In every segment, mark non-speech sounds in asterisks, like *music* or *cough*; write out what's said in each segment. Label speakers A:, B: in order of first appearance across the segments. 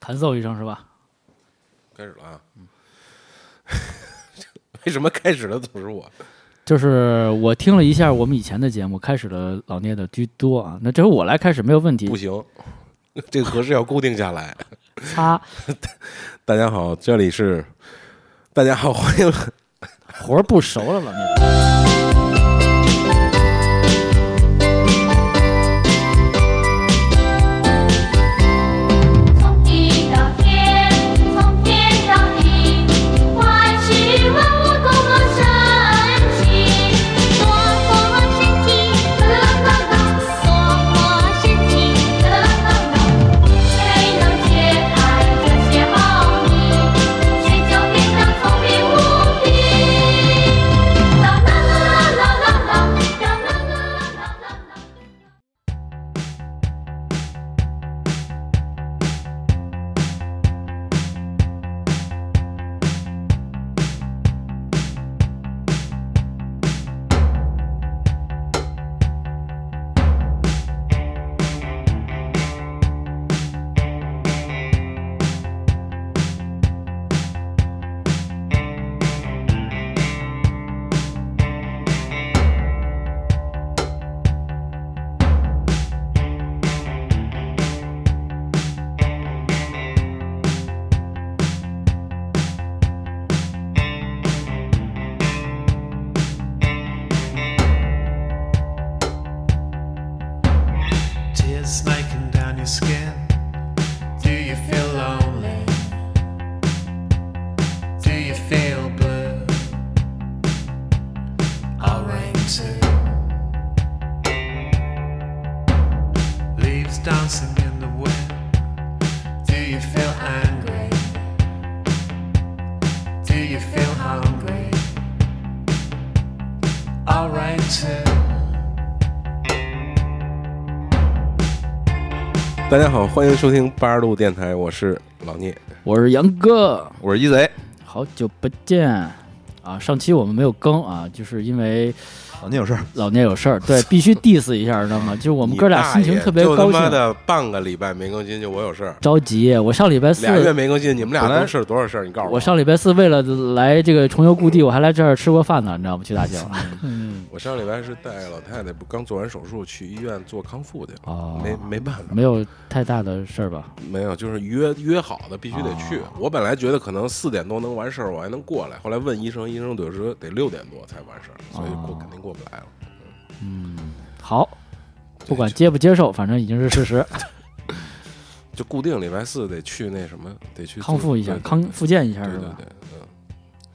A: 咳嗽一声是吧？
B: 开始了啊！ *laughs* 为什么开始的总是我？
A: 就是我听了一下我们以前的节目，开始了老聂的居多啊，那这回我来开始没有问题
B: 不。行，这个格式要固定下来。
A: 擦，
B: 大家好，这里是大家好，欢迎 *laughs*
A: 活儿不熟了，老聂。
C: 从地到天，从天到地，万事万物共同升起。多么神奇，乐高高，多么神奇，乐高高。谁能解开这些奥秘，谁就变得聪明无比。啦啦啦啦啦啦啦，啦啦啦啦啦啦啦。
D: Tears snaking down your skin. Do you feel lonely? Do you feel blue? I'll rain too. Leaves dancing in the wind. Do you feel angry? Do you feel hungry? I'll rain too.
B: 大家好，欢迎收听八十度电台，我是老聂，
A: 我是杨哥，
B: 我是一贼。
A: 好久不见啊！上期我们没有更啊，就是因为
E: 啊，那有事儿，
A: 老聂有事儿，对，必须 diss 一下，知
B: *laughs*
A: 道吗？就是我
B: 我
A: 们哥俩心情特别高
B: 就他妈
A: 兴，
B: 的半个礼拜没更新，就我有事儿，
A: 着急。我上礼拜四
B: 俩月没更新，你们俩
E: 本来
B: 都是多少事儿？你告诉
A: 我上礼拜四为了来这个重游故地，我还来这儿吃过饭呢，你知道吗？去大庆。
B: 我上礼拜是带老太太不刚做完手术去医院做康复去了，
A: 哦
B: *laughs* 没没办法，
A: 没有太大的事儿吧？
B: 没有，就是约约好的必须得去。
A: 哦
B: 我本来觉得可能四点多能完事儿，我还能过来，后来问医生，医生得说得六点多才完事儿，所以过
A: 哦
B: 肯定过不来了。
A: 好，不管接不接受，反正已经是事实，
B: 就固定礼拜四得去那什么，得去做
A: 康复一下，康复健一下
B: 对
A: 是
B: 对
A: 吧？
B: 对，嗯，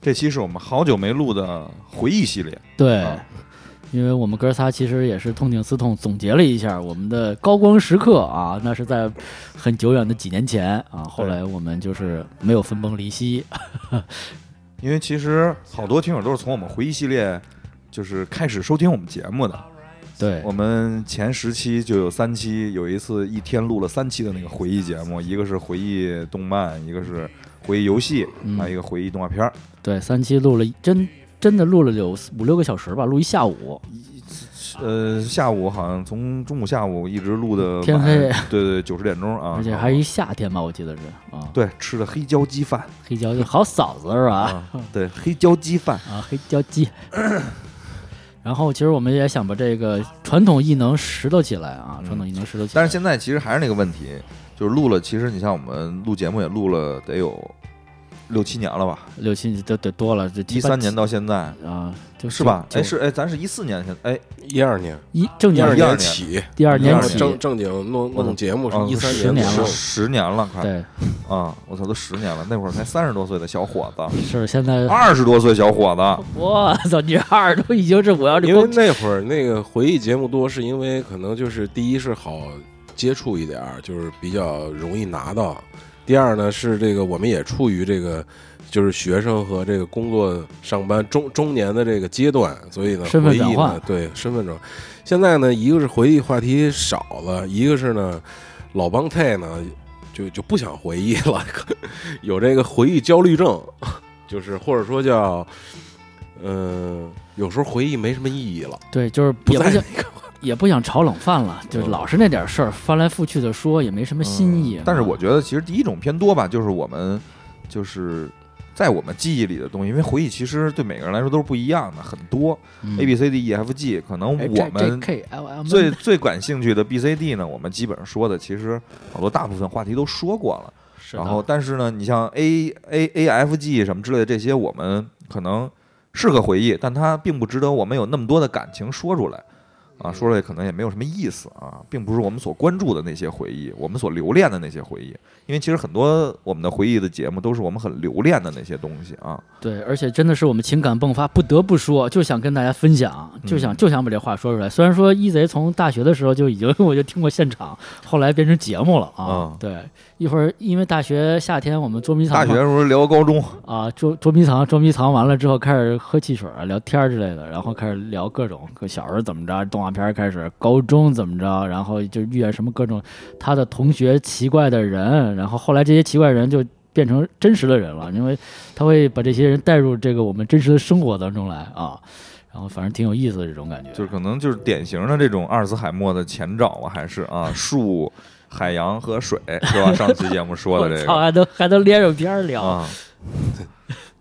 E: 这期是我们好久没录的回忆系列，
A: 对
E: 啊，
A: 因为我们哥仨其实也是痛定思痛，总结了一下我们的高光时刻啊，那是在很久远的几年前啊，后来我们就是没有分崩离析，
E: 因为其实好多听友都是从我们回忆系列就是开始收听我们节目的。
A: 对
E: 我们前十期就有三期，有一次一天录了三期的那个回忆节目，一个是回忆动漫，一个是回忆游戏，啊
A: 嗯
E: 还有一个回忆动画片儿。
A: 对，三期录了一真真的录了有五六个小时吧，录一下午，
E: 呃，下午好像从中午下午一直录的
A: 天黑，
E: 对对，九十点钟啊，
A: 而且还是一夏天吧，我记得是啊，
E: 对吃的黑椒鸡饭
A: 黑椒鸡好嫂子是吧？
E: 啊，对黑椒鸡饭，
A: 啊，黑椒鸡。然后，其实我们也想把这个传统艺能拾掇起来啊，传统艺能拾掇起来。
E: 但是现在其实还是那个问题，就是录了，其实你像我们录节目也录了得有六七年了吧，
A: 六七都得多了，这
E: 一三年到现在
A: 啊，就是
E: 吧？
A: 就
E: 哎是哎，咱是一四年现哎
B: 一二年，
A: 一正
B: 一
A: 经
B: 二
E: 12
B: 年
E: 年
B: 起，
A: 第二年
E: 12
A: 起，
B: 正正经弄弄节目是
E: 哦
B: 一三
A: 10年
B: 左
A: 了
B: 右
E: 十年了快
A: 对，
E: 啊！我操，都十年了，那会
A: *laughs*
E: 儿才三十多岁的小伙子，
A: 是现在，
E: 二十多岁小伙子，
A: 我操，你二都已经是我要这
B: 因为
A: 光
B: 那会儿那个回忆节目多，是因为可能就是第一是好接触一点儿，就是比较容易拿到；第二呢是这个我们也处于这个就是学生和这个工作上班中中年的这个阶段，所以呢
A: 身份
B: 回忆
A: 转换
B: 呢对身份转换。现在呢，一个是回忆话题少了，一个是呢老帮太呢就就不想回忆了， *laughs* 有这个回忆焦虑症， *laughs* 就是或者说呃叫。嗯，有时候回忆没什么意义了，
A: 对，就是
B: 不
A: 也不
B: 在
A: 想也不想炒冷饭了，
E: 嗯
A: 就是老是那点事儿，翻来覆去的说，也没什么新意。啊
E: 但是我觉得其实第一种偏多吧，就是我们就是在我们记忆里的东西，因为回忆其实对每个人来说都是不一样的，很多、
A: 嗯
E: A B C D E F G，可能
A: 哎
E: 我
A: 这这
E: 们
A: K L M
E: 最最感兴趣的 B C D 呢，我们基本上说的其实好多大部分话题都说过了。
A: 是的
E: 然后，但是呢，你像 A A A F G 什么之类的这些，我们可能是个回忆，但它并不值得我们有那么多的感情说出来啊，
A: 嗯
E: 说出来可能也没有什么意思啊，并不是我们所关注的那些回忆，我们所留恋的那些回忆，因为其实很多我们的回忆的节目都是我们很留恋的那些东西啊，
A: 对，而且真的是我们情感迸发，不得不说，就想跟大家分享，
E: 嗯
A: 就想就想把这话说出来。虽然说一贼从大学的时候就已经我就听过现场，后来变成节目了啊。
E: 嗯
A: 对，一会儿因为大学夏天我们捉迷藏
E: 大
A: 嘛，
E: 学时候聊高中，
A: 啊捉捉迷藏，捉迷藏完了之后开始喝汽水啊、聊天儿之类的，然后开始聊各种小时候怎么着，动画片儿开始，高中怎么着，然后就遇见什么各种他的同学奇怪的人，然后后来这些奇怪人就变成真实的人了，因为他会把这些人带入这个我们真实的生活当中来啊，然后反正挺有意思的这种感觉，
E: 就是可能就是典型的这种阿尔茨海默的前兆啊，还是啊树、海洋和水是吧？上期节目说的
A: *laughs*
E: 这
A: 操，
E: 个
A: 还能还能连着边儿聊，
E: 啊，
B: *laughs*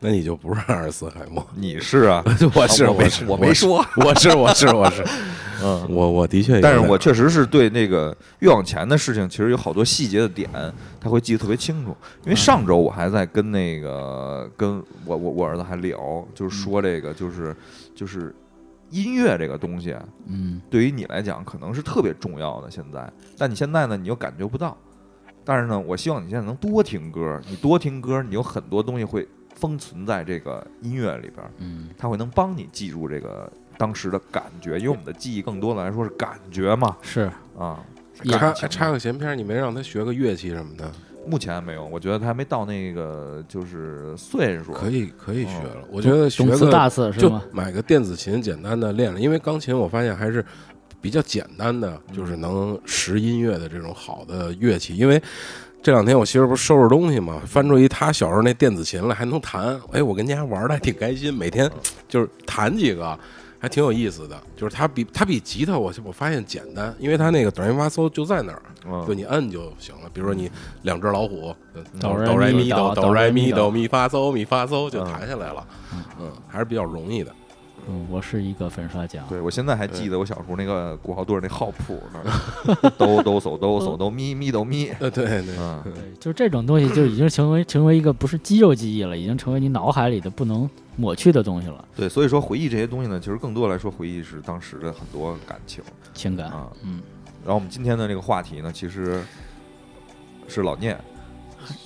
B: 那你就不是阿尔茨海默。 *laughs*
E: 你是啊，
B: 我是
E: 啊
B: 我
E: 没
B: 是
E: 我没说，
B: 我是我是我是， *laughs*
E: 嗯，
B: 我我的确有点，
E: 但是我确实是对那个越往前的事情，其实有好多细节的点，他会记得特别清楚。因为上周我还在跟那个跟我我我儿子还聊，就是说这个就是就是音乐这个东西，
A: 嗯，
E: 对于你来讲可能是特别重要的现在，但你现在呢，你又感觉不到。但是呢，我希望你现在能多听歌，你多听歌，你有很多东西会封存在这个音乐里边儿，
A: 嗯，
E: 它会能帮你记住这个当时的感觉，因为我们的记忆更多的来说是感觉嘛，
A: 是
E: 啊，
A: 也
B: 插还插个闲篇儿，你没让他学个乐器什么的，
E: 目前还没有，我觉得他还没到那个就是岁数，
B: 可
E: 以，
B: 以可以学
E: 哦
B: 了。我觉得学
A: 懂词
B: 个
A: 大次是
B: 就
A: 吗？
B: 买个电子琴，简单的练练，因为钢琴我发现还是比较简单的，
A: 嗯
B: 就是能识音乐的这种好的乐器。因为这两天我媳妇儿不是收拾东西嘛，翻出一她小时候那电子琴来，还能弹。哎，我跟家玩的还挺开心，每天
A: 嗯
B: 就是弹几个。还挺有意思的，就是它比它比吉他我我发现简单，因为它那个哆来咪发嗦就在那儿，
E: 嗯
B: 就你摁就行了。比如说你两只老虎，
A: 哆来
B: 哆来
A: 咪
B: 咪
A: 哆
B: 哆
A: 哆
B: 哆
A: 来
B: 来
A: 咪
B: 咪
A: 哆
B: 哆咪发嗦咪发嗦就弹下来了，嗯，还是比较容易的。
A: 嗯，我是一个粉刷匠，
E: 对我现在还记得我小时候那个鼓号队那号谱呢，哆哆嗦哆嗦哆咪咪哆咪，
B: 呃，对对，
E: 嗯，
A: 对，就这种东西就已经成为 *coughs* 成为一个不是肌肉记忆了，已经成为你脑海里的不能抹去的东西了，
E: 对，所以说回忆这些东西呢，其实更多来说回忆是当时的很多感情
A: 情感。
E: 啊。
A: 嗯，
E: 然后我们今天的这个话题呢，其实是老聂，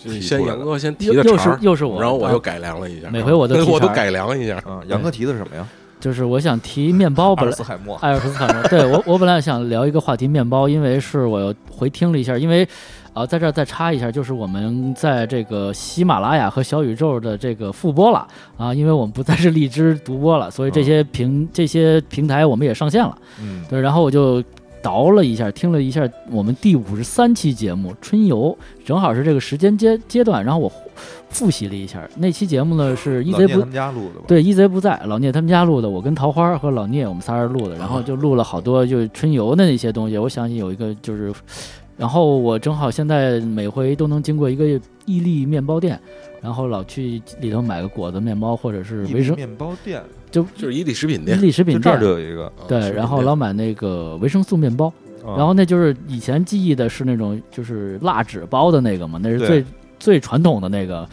B: 就是先杨哥先提
A: 又
B: 的
A: 又
B: 茬儿
A: 是又是我
B: 然后我
A: 啊
B: 又改良了一下，嗯
A: 每回我都提
B: 我都
A: 茬儿
B: 改良一下，
E: 嗯，杨哥提的是什么呀？
A: 就是我想提面包，
E: 阿
A: 本
E: 尔
A: 来 *laughs*
E: 茨海默，
A: 艾尔斯坦的，对我我本来想聊一个话题面包，因为是我又回听了一下，因为啊、在这儿再插一下，就是我们在这个喜马拉雅和小宇宙的这个复播了啊，因为我们不再是荔枝独播了，所以这些平、这些平台我们也上线了。
E: 嗯，
A: 对，然后我就倒了一下，听了一下我们第五十三期节目《春游》，正好是这个时间阶阶段，然后我复习了一下那期节目呢，是一
E: 老
A: 贼
E: 聂他
A: 不
E: 们家录的吧？，
A: 对一贼不在，老聂他们家录的，我跟桃花和老聂我们仨人录的，
E: 啊
A: 然后就录了好多就是春游的那些东西，我想起有一个就是。然后我正好现在每回都能经过一个伊利面包店，然后老去里头买个果子、面包或者是维生，
E: 面包店，
A: 就
B: 就是伊利食品
A: 伊
B: 店，
A: 利食
E: 就
A: 品
E: 这
A: 店
E: 儿就，有一个，
B: 啊
E: 嗯
B: 食
A: 嗯对，
B: 品
A: 然后
B: 店
A: 老买那个维生素面包，
E: 然
A: 然后那就是以前记忆的是那种就是蜡纸包的那个嘛，那是
E: 对
A: 最最传统的那个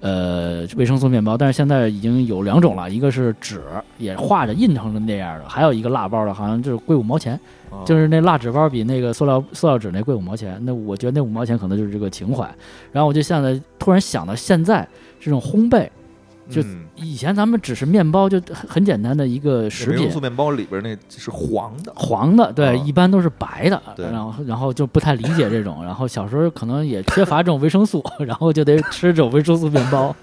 A: 呃维生素面包，但是现在已经有两种了，一个是纸也画着印成的那样的，还有一个蜡包的，好像就是贵五毛钱，
E: 嗯
A: 就是那蜡纸包比那个塑料塑料纸那贵五毛钱，那我觉得那五毛钱可能就是这个情怀。然后我就现在突然想到现在这种烘焙，就
E: 嗯
A: 以前咱们只是面包就很很简单的一个
E: 那
A: 食
E: 维
A: 品
E: 生，素面包里边那是黄的，
A: 黄的，对，
E: 啊
A: 一般都是白的，
E: 对
A: 然后然后就不太理解这种，然后小时候可能也缺乏这种维生素， *laughs* 然后就得吃这种维生素面包，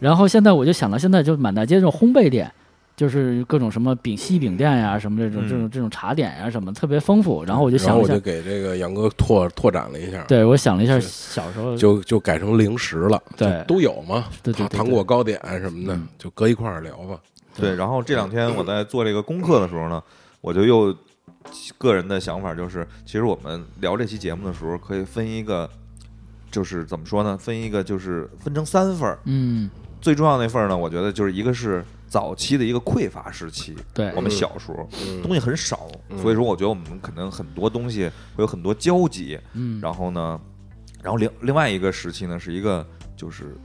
A: 然后现在我就想到现在就满大街这种烘焙店，就是各种什么饼西饼店呀、什么这种、
E: 嗯
A: 这种这种茶点呀、什么特别丰富，然后我就
B: 然
A: 想
B: 后
A: 了一
B: 我
A: 下，
B: 就给这个杨哥拓拓展了一下，
A: 对我想了一下
B: 是
A: 小时候
B: 就就改成零食了，
A: 对
B: 就都有嘛，
A: 对对对对
B: 糖果糕点什么的
A: 嗯，
B: 就搁一块儿聊吧。
E: 对，然后这两天我在做这个功课的时候呢，我就又个人的想法就是，其实我们聊这期节目的时候，可以分一个，就是怎么说呢？分一个就是分成三份儿。
A: 嗯，
E: 最重要那份儿呢，我觉得就是一个是早期的一个匮乏时期，
A: 对嗯
E: 我们小时候东西很少，所以说我觉得我们可能很多东西会有很多交集。
A: 嗯，
E: 然后呢，然后另另外一个时期呢，是一个就是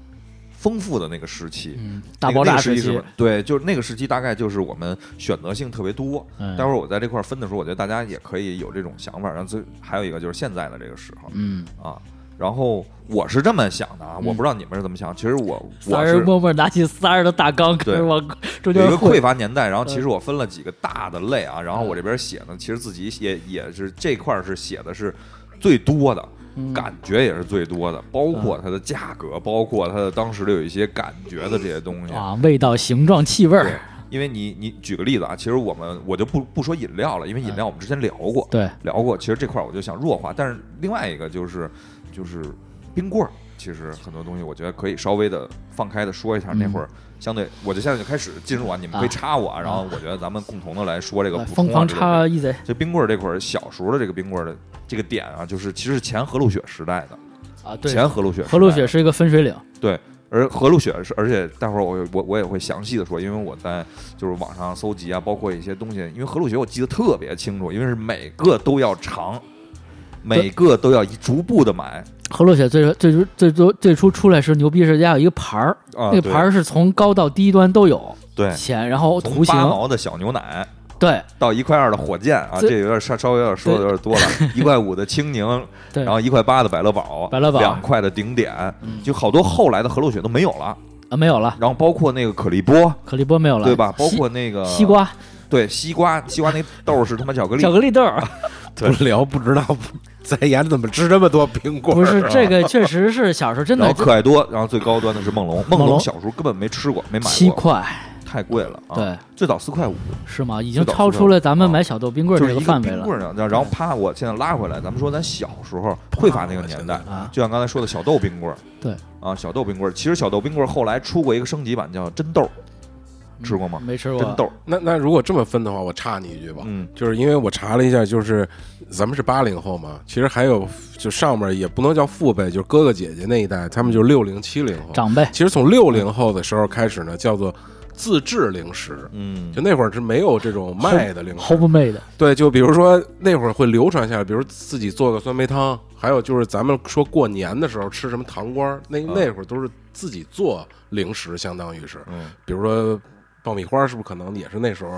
E: 丰富的那个时期，
A: 嗯，大
E: 那个
A: 爆
E: 那
A: 炸
E: 个时
A: 时
E: 期是
A: 期
E: 吧，对，就是那个时期大概就是我们选择性特别多。
A: 嗯
E: 待会儿我在这块儿分的时候，我觉得大家也可以有这种想法。然后最还有一个就是现在的这个时候
A: 嗯，
E: 啊，然后我是这么想的啊，我不知道你们是怎么想。其实我
A: 仨
E: 我
A: 人
E: 是
A: 默默拿起仨人的大纲开始
E: 对
A: 往中
E: 有一
A: 间
E: 个
A: 混嗯
E: 匮，乏年代，然后其实我分了几个大的类啊，然后我这边写呢，其实自己也也是这块儿是写的是最多的。
A: 嗯
E: 感觉也是最多的，包括它的价格，包括它的当时的有一些感觉的这些东西。
A: 啊，味道、形状、气味
E: 对
A: 儿，，
E: 因为你你举个例子啊，其实我们我就不不说饮料了，因为饮料我们之前聊过，
A: 嗯对，
E: 聊过。其实这块儿我就想弱化，但是另外一个就是就是冰棍儿，其实很多东西我觉得可以稍微的放开的说一下。那会儿相对，我就现在就开始进入啊，你们可以
A: 嗯啊
E: 插我啊，然后
A: 啊
E: 我觉得咱们共同的来说这个
A: 来
E: 补充啊
A: 疯狂
E: 这个
A: 插一嘴
E: 这冰棍儿这块儿，小时候的这个冰棍儿的这个点啊，就是其实是前河路雪时代的，
A: 啊，对，
E: 前河路雪时代的
A: 河路雪是一个分水岭，
E: 对，而河路雪是，而且待会儿我我我也会详细的说，因为我在就是网上搜集啊，包括一些东西，因为河路雪我记得特别清楚，因为是每个都要尝，每个都要一逐步的买
A: 河路雪最最初最多最初出来时候牛逼是家有一个牌儿，
E: 啊，
A: 那个牌儿是从高到低端都有，
E: 对，
A: 钱，然后
E: 从
A: 图形
E: 八，毛的小牛奶。
A: 对
E: 到一块二的火箭啊，
A: 这
E: 这有点稍稍微有点说的有点多
A: *laughs*
E: 了，一块五的青柠，
A: 对，
E: 然后一块八的百乐宝，
A: 百乐宝嗯
E: 两块的顶点，就好多后来的河路雪都没有了，
A: 啊没有了，
E: 然后包括那个可丽波，
A: 可丽波没有了，
E: 对吧？包
A: 西
E: 括那个
A: 西，瓜、
E: 对西瓜，西瓜那豆儿是他妈巧克力，啊
A: 巧克力豆儿，
B: *laughs* 不聊不知道，在眼里怎么吃这么多冰棍儿
A: 不
B: 啊？
A: 是这个，确实是小时候真
E: 然
A: 的
E: 后可爱多，然后最高端的是梦龙，
A: 梦
E: 梦龙
A: 龙
E: 小时候根本没吃过，没买
A: 七
E: 过，
A: 块，
E: 太贵了。啊、
A: 对，
E: 最早四块五，
A: 是吗？已经超出了咱们买小豆冰棍儿
E: 啊就
A: 这
E: 是一
A: 范围
E: 冰棍
A: 了。
E: 儿呢。然后啪，我现在拉回来，咱们说咱小时候匮乏那个年代
A: 啊，
E: 就像刚才说的小豆冰棍儿
A: 对，
E: 啊，小豆冰棍儿。其实小豆冰棍儿后来出过一个升级版，叫真豆儿，吃过吗？
A: 嗯没吃过。
E: 真豆儿，
B: 那那如果这么分的话，我插你一句吧，
E: 嗯
B: 就是因为我查了一下，就是咱们是八零后嘛，其实还有就上面也不能叫父辈，就是哥哥姐姐那一代，他们就是六零七零后。
A: 长辈
B: 其实从六零后的时候开始呢，叫做自制零食，
E: 嗯，
B: 就那会儿是没有这种卖的零食，
A: homemade 的
B: 对，就比如说那会儿会流传下来，比如自己做个酸梅汤，还有就是咱们说过年的时候吃什么糖瓜儿，那
E: 啊
B: 那会儿都是自己做零食，相当于是，
E: 嗯，
B: 比如说爆米花，是不是可能也是那时候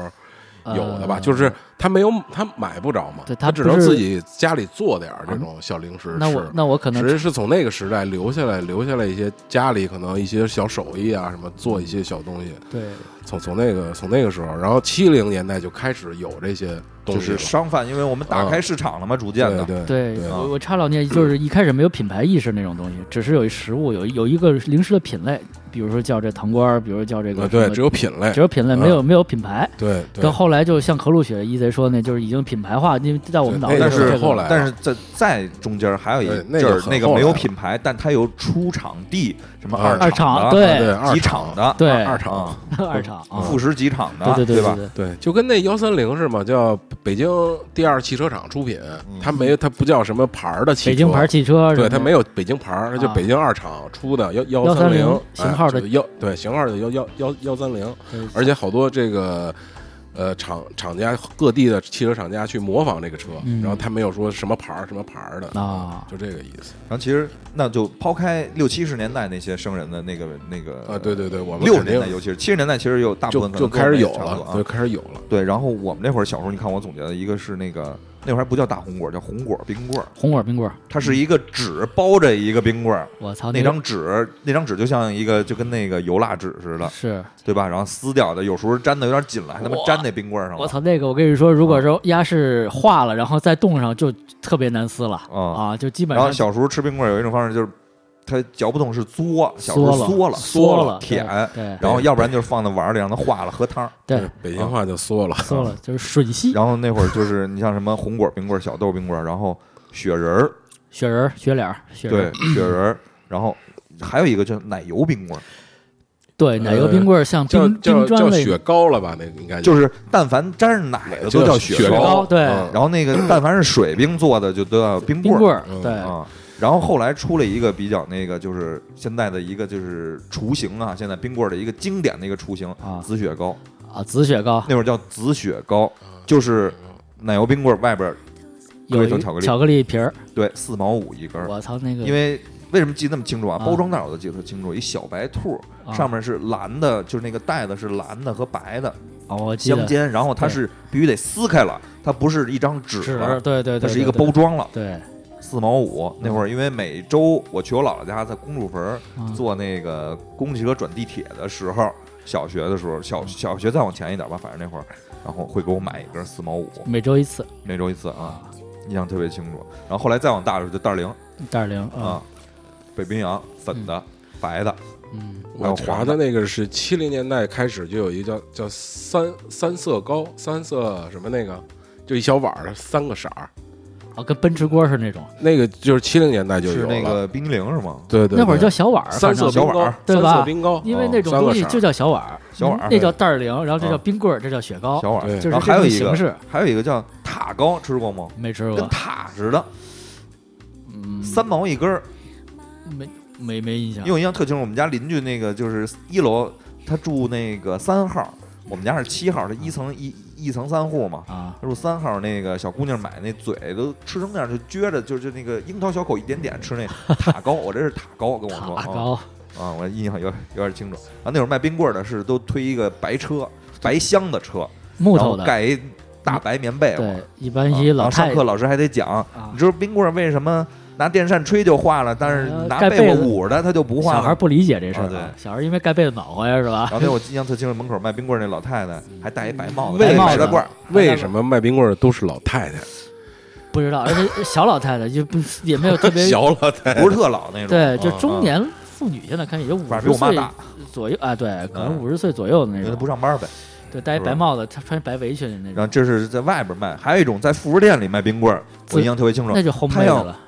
B: 有的吧？
A: 呃
B: 就是他没有他买不着嘛，
A: 对
B: 他
A: 他
B: 只
A: 不
B: 能
A: 是
B: 自己家里做点儿这种小零食吃。
A: 那我那我可
B: 其
A: 能
B: 实是从那个时代留下来，留下来一些家里可能一些小手艺啊，什么做一些小东西，
A: 对
B: 从从那个从那个时候，然后七零年代就开始有这些东
E: 就
B: 西了
E: 是商贩，因为我们打开市场了嘛，逐渐
B: 对
E: 的。啊
B: 对
A: 对，
B: 对
A: 我我插老聂，就是一开始没有品牌意识那种东西，只是有一食物，有有一个零食的品类，比如说叫这糖瓜儿，比如说叫这
B: 啊
A: 个
B: 对，
A: 什么
B: 只有品类
A: 嗯只，有品类，没有没有品牌。
B: 对对
A: 到，后来就像可露雪一贼说那，就是已经品牌化，因为在我们脑
B: 对
A: 子里
B: 那
E: 但
B: 个
A: 这
B: 是
E: 是
A: 个
B: 后来啊
E: 但是在在中间还有一
B: 对那
E: 阵
B: 个
E: 儿
B: 很
E: 那个
B: 后来
E: 没有
B: 了
E: 品牌，但它有出厂地，什么
B: 啊
E: 二
A: 二厂
E: 厂的
B: 啊对
A: 对
B: 二
E: 几厂的，
A: 对
B: 二
E: 啊
B: 厂，
A: *laughs* 二厂啊，
E: 副食几厂的，
A: 对对
E: 啊吧？
A: 对
B: 对，就跟那幺三零是嘛，叫北京第二汽车厂出品，
E: 嗯
B: 它没它不叫什么牌儿的汽车，
A: 北京牌汽车什么
B: 对，
A: 的，
B: 它没有北京牌儿，它就
A: 啊
B: 北京二厂出的幺幺
A: 130
B: 零哎
A: 型号的
B: 幺，对型号的幺幺幺幺三零，
A: 对，
B: 而且好多这个呃厂厂家各地的汽车厂家去模仿这个车，
A: 嗯
B: 然后它没有说什么牌儿什么牌儿的
A: 啊
B: 就这个意思
E: 然后其实那就抛开六七十年代那些生人的那个那个
B: 啊，对对对，我们
E: 呃六十
B: 肯定
E: 年代尤其是七十年代，其实有大部
B: 就
E: 分可
B: 就
E: 能
B: 开始有
E: 都没尝过
B: 了，
E: 啊
B: 对，开始有了，
E: 对。然后我们那会儿小时候，你看我总结的一个是那个那会儿还不叫大红果，叫红果冰棍儿，
A: 红果冰棍儿，
E: 它
B: 嗯
E: 是一个纸包着一个冰棍儿，
A: 我操，
E: 那
A: 个
E: 张纸那张纸就像一个就跟那个油蜡纸似的，
A: 是
E: 对吧？然后撕掉的，有时候粘的有点紧了，还他妈
A: 哇
E: 粘那冰棍儿上
A: 我
E: 了。
A: 操，那个我跟你说，如果说鸭是化了，然后再冻上，就特别难撕了、
E: 嗯
A: 啊，就基本
E: 然后
A: 上
E: 小时候吃冰棍儿有一种方式就是。它嚼不动是嘬，小时
A: 缩
E: 候
A: 了，
E: 缩了，
A: 缩
E: 了，舔，
A: 对，对
E: 然后要不然就是放在碗儿里让它化了喝汤儿。
A: 对，
B: 北
E: 啊
B: 京话就缩了，
A: 缩了，就是吮吸
E: 然后那会儿就是你像什么红果冰棍儿、小豆冰棍儿，然后雪人儿，
A: 雪人儿、雪脸儿、雪人
E: 对
A: 儿，，
E: 雪人儿，然后还有一个就是奶油冰棍儿，
A: 对，奶油冰棍儿像
B: 叫
A: 冰
B: 叫
A: 冰
B: 叫
A: 砖类
B: 雪糕了吧？那个应该
E: 就是但凡沾上奶的都
B: 叫
E: 叫
B: 雪
E: 雪
B: 糕
A: 糕，对，
B: 嗯
E: 然后那个但凡是水冰做的就都叫冰
A: 冰
E: 棍
A: 棍儿
B: 嗯，
A: 对，
E: 啊。然后后来出了一个比较那个，就是现在的一个就是雏形啊，现在冰棍儿的一个经典的一个雏形
A: 啊
E: 紫雪糕，
A: 啊，紫雪糕
E: 那会儿叫紫雪糕，就是奶油冰棍儿外边儿
A: 有
E: 一
A: 一
E: 层
A: 个
E: 巧
A: 巧克
E: 克力
A: 力皮儿，
E: 对四毛五一根儿，
A: 我操那个，
E: 因为为什么记得那么清楚啊？
A: 啊
E: 包装袋儿我都记得特清楚，一小白兔儿，
A: 啊
E: 上面是蓝的，就是那个袋子是蓝的和白的
A: 啊，我记
E: 相
A: 得
E: 间，然后它
A: 对
E: 是必须得撕开了，它不是一张纸
A: 纸
E: 了，，
A: 对对对，
E: 它
A: 对
E: 是一个
A: 对
E: 包装了，
A: 对，
E: 四毛五。那会儿因为每周我去我姥姥家，在公主坟儿
A: 嗯
E: 坐那个公共汽车转地铁的时候，小学的时候，
A: 嗯
E: 小小学再往前一点吧，反正那会儿，然后会给我买一根四毛五，
A: 每周一次
E: 每周一次啊，印象特别清楚。然后后来再往大的时候就袋儿零
A: 袋儿零啊，
E: 啊，北冰洋粉的、白的，
A: 嗯，
E: 还有
B: 我
E: 黄
B: 查的那个是七零年代开始就有一个叫叫三三色糕，三色什么那个，就一小碗儿三个色儿，
A: 啊，跟奔驰锅似的那种，
B: 那个就是七零年代就有
E: 是
B: 了。
E: 那个冰激凌是吗？
B: 对对对，
A: 那会儿叫小碗儿，
B: 三
A: 反正
B: 色冰
E: 小碗
B: 糕
E: 儿，
A: 对吧
B: 三色冰糕，
A: 因
E: 哦
A: 为那种
B: 三个
A: 东西
B: 色儿
A: 就叫小碗儿，
E: 小碗儿
A: 那叫袋儿零，然后这叫
E: 啊
A: 冰棍儿，这叫雪糕，
E: 小碗儿。
B: 对
A: 哦就是
E: 然后
A: 这
E: 还有
A: 种
E: 一
A: 形
E: 个
A: 式，
E: 还有一个叫塔糕，吃过吗？
A: 没吃
E: 跟
A: 过，
E: 塔似的，
A: 嗯，
E: 三毛一根儿。
A: 没没没印象
E: 因为，我印象特清楚，我们家邻居那个就是一楼，他住那个三号，我们家是七号，他一层一一层三户嘛。
A: 啊，
E: 他住三号，那个小姑娘买那嘴都吃成那样，就撅着，就是那个樱桃小口一点点吃那塔糕，我这是塔糕，跟我
A: 塔
E: 说啊
A: 糕
E: 啊，我印象有点有点清楚。啊，那会儿卖冰棍儿的是都推一个白车，白箱的车，
A: 木
E: 然
A: 头
E: 后
A: 的，
E: 盖一大白棉被嘛，
A: 对，一般
E: 啊
A: 一
E: 然
A: 老
E: 后上
A: 太
E: 课老师还得讲，
A: 啊
E: 你，知道冰棍儿为什么拿电扇吹就化了，但是
A: 呃
E: 拿
A: 盖
E: 被
A: 被
E: 子
A: 子
E: 捂着它就不化
A: 小孩
E: 了
A: 儿？不理解这事儿
E: 啊对
A: 啊，小孩儿因为盖被子暖和呀，是吧？
E: 然后那我印象特清楚，门口卖冰棍儿那老太太还戴一白帽子，
B: 为
E: 戴一
B: 什么
E: 白大褂儿，
B: 为什么卖冰棍儿都是老太太？
A: 不知道，而且小老太太就不也没有特别，
B: 小老太太
E: 不是特老那种。
A: 对，就
B: 啊
A: 中年妇女现在看也就五
E: 反
A: 十
E: 正比我妈
A: 岁
E: 大
A: 左右啊，对，可能
E: 嗯
A: 五十岁左右的
E: 因
A: 那
E: 为她不
A: 种，
E: 上班呗。
A: 对，戴一
E: 是
A: 白
E: 吧
A: 帽子，她穿白围裙的那
E: 然后
A: 种，
E: 这是在外边卖，还有一种在服饰店里卖冰棍儿，我
A: 自
E: 印象特别清楚
A: 那。就烘焙
E: 她
A: 的
E: 要
A: 了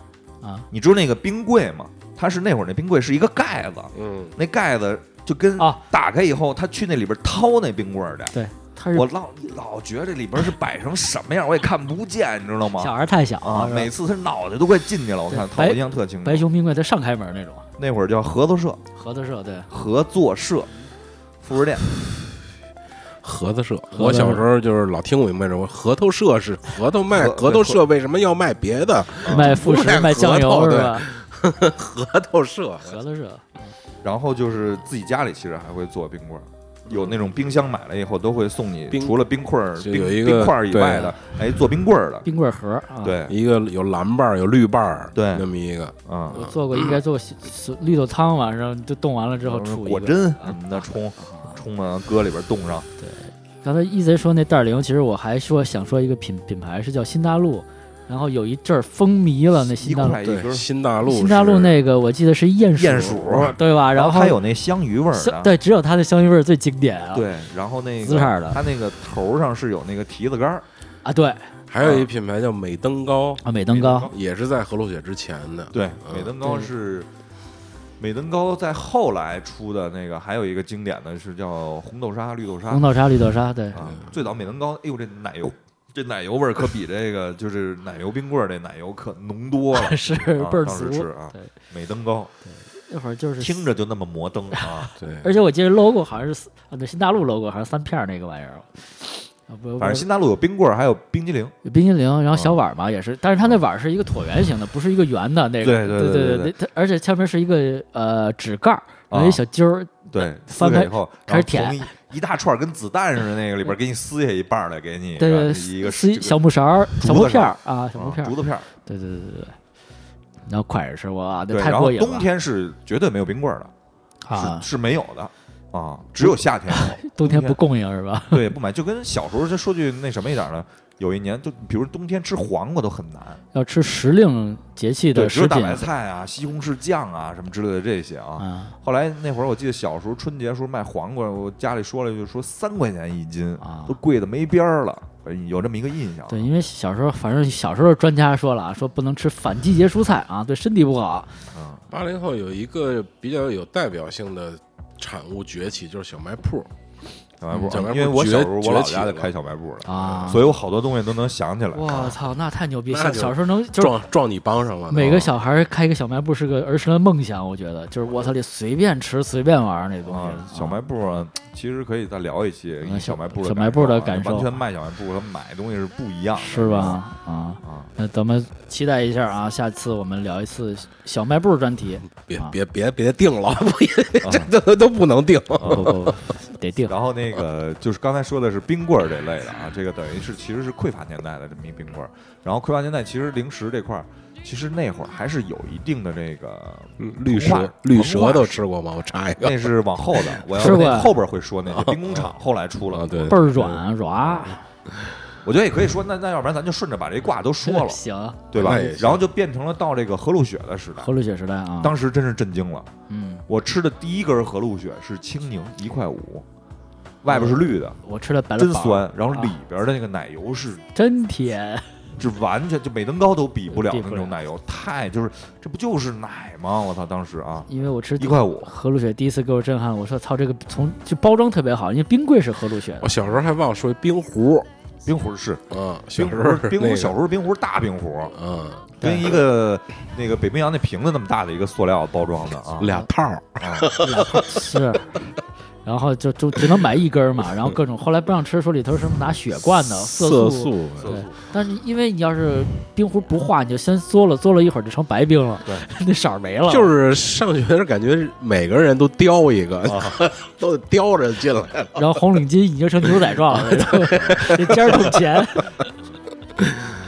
A: 啊
E: 你知道那个冰柜吗？它是那会儿那冰柜是一个盖子，
B: 嗯，
E: 那盖子就跟
A: 啊，
E: 打开以后，他去那里边掏那冰棍儿去。
A: 对，她是
E: 我老老觉得这里边是摆成什么样，我也看不见，你知道吗？
A: 小孩儿太小
E: 啊，
A: 了，
E: 每
A: 是吧
E: 次他脑袋都快进去了，我
A: 对
E: 看
A: 白
E: 他我印象特清楚
A: 白。熊冰柜她上开门那种，
E: 那会儿叫合作社，
A: 合作社对，
E: 合作社，服饰店，
B: 核子社。
A: 核
B: 我
A: 子
B: 小
A: 社
B: 时候就是老听我们说核桃社是核桃卖
E: 核
B: 核桃社，为什么要卖别的
E: *laughs*
A: 卖副食
B: 卖
A: 卖
B: 核
A: 酱油
B: 桃
A: 是
B: 对
A: 吧？
B: 核桃社？
A: 合作社
E: 然后就是自己家里其实还会做冰棍儿，有那种冰箱买了以后都会送你，
B: 冰
E: 除了冰棍儿、
B: 就
E: 冰
B: 有一个
E: 冰块儿以外的，哎，做冰棍儿的，
A: 冰棍儿盒儿啊，。
E: 对，
B: 一个有蓝瓣儿，有绿瓣儿，
E: 对
B: 那么一个。
E: 啊，
A: 我做过，应该做过西西绿豆汤嘛，然后就冻完了之后
E: 然后
A: 出一
E: 嗯果
A: 个
E: 珍
A: 啊
E: 什么的冲冲了搁里边冻上，
A: 刚才一贼说那袋儿零，其实我还说想说一个品品牌是叫新大陆，然后有一阵儿风靡了那
E: 一
A: 新大
E: 块
A: 陆。
E: 哎一根
B: 对，
E: 儿，
B: 新大陆，
A: 新大陆那个我记得是鼹
E: 鼹鼠
A: 对吧？然
E: 还有那香芋味儿
A: 香
E: 的，
A: 对，只有它的香芋味儿最经典啊。
E: 对，然后那
A: 紫色儿
E: 个
A: 的
E: 它那个头儿上是有那个提子杆儿，
A: 啊，对啊，
B: 还有一品牌叫美登糕，
A: 美登糕
B: 也是在和路雪之前的。
E: 对，
B: 嗯
E: 美登高
A: 对
E: 是美登高在后来出的那个，还有一个经典的是叫红豆沙、绿豆沙
A: 红豆沙、绿豆沙，对，。
E: 啊。最早美登高，哎呦，这奶油，这奶油味儿可比这个就是奶油冰棍儿这奶油可浓多
A: *laughs*
E: 了
A: 是倍儿
E: 当
A: 俗
E: 时。吃啊
A: 对，
E: 美登高
A: 那会儿就是
E: 听着就那么摩登啊，
A: *laughs*
B: 对，
A: 而且我记得 logo 好像是四啊，对，新大陆 logo 好像三片儿那个玩意儿，啊不，
E: 反正
A: 不
E: 新大陆有冰棍儿，还有冰激凌，
A: 有冰激凌，然后
E: 哦
A: 小碗儿嘛也是，但是它那碗儿是一个椭圆形的，不是一个圆的那个，对
E: 对对对
A: 对
E: 对
A: 那它而且下面是一个呃纸盖儿，
E: 啊
A: 有一小揪儿，
E: 对，
A: 翻
E: 撕
A: 开
E: 开以后
A: 开始
E: 然后
A: 舔
E: 从一一大串儿跟子弹似的那个里边儿给你撕下一半儿来给你，
A: 对
E: 然
A: 对，
E: 后一个
A: 丝
E: 这个
A: 小木勺儿、
E: 竹
A: 小木
E: 子
A: 片
E: 上
A: 儿啊，小木
E: 啊
A: 片儿
E: 竹，子片儿，
A: 对对对对对。然后快着吃哇，那
E: 对，
A: 太
E: 然
A: 过
E: 后
A: 瘾了
E: 冬天是绝对没有冰棍儿的，
A: 啊！
E: 是是没有的啊，只有夏天有。
A: 冬天
E: 天
A: 不供应是吧？ *laughs*
E: 对，不买就跟小时候，就说句那什么一点儿的，有一年就比如冬天吃黄瓜都很难，
A: 要吃时令节气
E: 对，
A: 的
E: 只有
A: 食
E: 大
A: 品
E: 白菜啊、西红柿酱啊什么之类的这些啊。
A: 啊
E: 后来那会儿，我记得小时候春节时候卖黄瓜，我家里说了一句说三块钱一斤
A: 啊
E: 都贵的没边儿了，呃有这么一个印象。
A: 对，因为小时候，反正小时候专家说了啊，说不能吃反季节蔬菜啊，对身体不好。
E: 嗯，
B: 八零后有一个比较有代表性的产物崛起就是小卖铺，
A: 嗯
E: 小卖部，啊
B: 小卖部
E: 因为我小时候
B: 崛
E: 我老
B: 崛起
E: 家就
B: 了
E: 开小卖部了，
A: 啊！
E: 所以我好多东西都能想起来。啊
A: 我操，那太牛逼！
B: 那
A: 小
B: 就
A: 小时候能就是
B: 撞撞你帮上了。
A: 每
E: 哦
A: 个小孩儿开一个小卖部是个儿时的梦想，我觉得就是我操，里随便吃随便玩儿那东西
E: 啊，。小卖部啊，其实可以再聊一期
A: 嗯
E: 小卖部
A: 小卖部的
E: 的啊
A: 感受
E: 完全卖小卖部和买东西是不一样的，
A: 是吧？啊，
E: 啊，
A: 那咱们期待一下啊，下次我们聊一次小卖部专题。
B: 别
A: 啊
B: 别别别
A: *laughs*
B: 定了，不 *laughs* 这都都不能定。
E: 哦
A: 不不 *laughs* 不，得定。
E: 然后那个就是刚才说的是冰棍儿这类的啊，这个等于是其实是匮乏年代的这么一冰棍儿。然后匮乏年代其实零食这块儿，其实那会儿还是有一定的这个
B: 绿
E: 文化
B: 蛇绿
E: 文
B: 蛇
E: 化
B: 都吃过吗？我插一个
E: 那是往后的，我要
A: 吃过
E: 那
A: 呀
E: 后边儿会
B: *laughs*
E: 说那个兵工厂后来出了
B: 啊，，对
A: 倍，儿软软，，
E: 我觉得也可以说，那那要不然咱就顺着把这挂都说了
A: *laughs* 行，
E: 对吧
B: 那也？行
E: 然后就变成了到这个河路雪的时代，
A: 河路雪时代啊，
E: 当时真是震惊了。
A: 嗯，
E: 我吃的第一根河路雪是青柠一块五，外边是绿的，
A: 我吃了嗯白了
E: 真
A: 宝，
E: 酸，然后
A: 啊
E: 里边的那个奶油是
A: 真甜，
E: 这完全就美登高都比不了
A: 比不
E: 那种
A: 了
E: 奶油，太就是这不就是奶吗？我操，当时啊，
A: 因为我吃
E: 一块五
A: 河路雪第一次给我震撼，我说操，这个从就包装特别好，因为冰柜是河路雪的
B: 我，小时候还忘说冰壶，
E: 冰壶是
B: 嗯，小
E: 冰
B: 时候
E: 壶，冰
B: 那
E: 壶
B: 个
E: 小时候冰壶是大冰壶，
B: 嗯
E: 跟一个那个北冰洋那瓶子那么大的一个塑料包装的啊，
B: 俩套儿，
E: 啊
A: 是，然后就就只能买一根儿嘛，然后各种后来不让吃，说里头什么拿血灌的素，
B: 色素
A: 对，但是因为你要是冰壶不化，你就先缩了，缩了一会儿就成白冰了，
E: 对，
A: 那色儿没了，
B: 就是上学时感觉每个人都叼一个， *laughs* 都得叼着进来了。
A: 然后红领巾已经成牛仔状
E: *laughs*
A: 了，这尖儿挺前。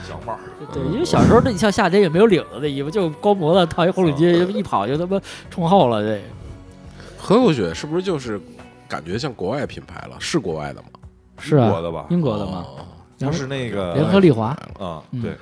E: 小帽儿。
A: 对，因为小时候这你像夏天也没有领子的衣服，就光脖子套一红领巾，一跑就他妈冲后了。这
B: 河口雪是不是就是感觉像国外品牌了？是国外的吗？
A: 是
E: 英国
A: 啊，
E: 的吧？
A: 英国的嘛，
B: 哦
E: 它是那个
A: 联合利华，
E: 啊，
A: 嗯
E: 对，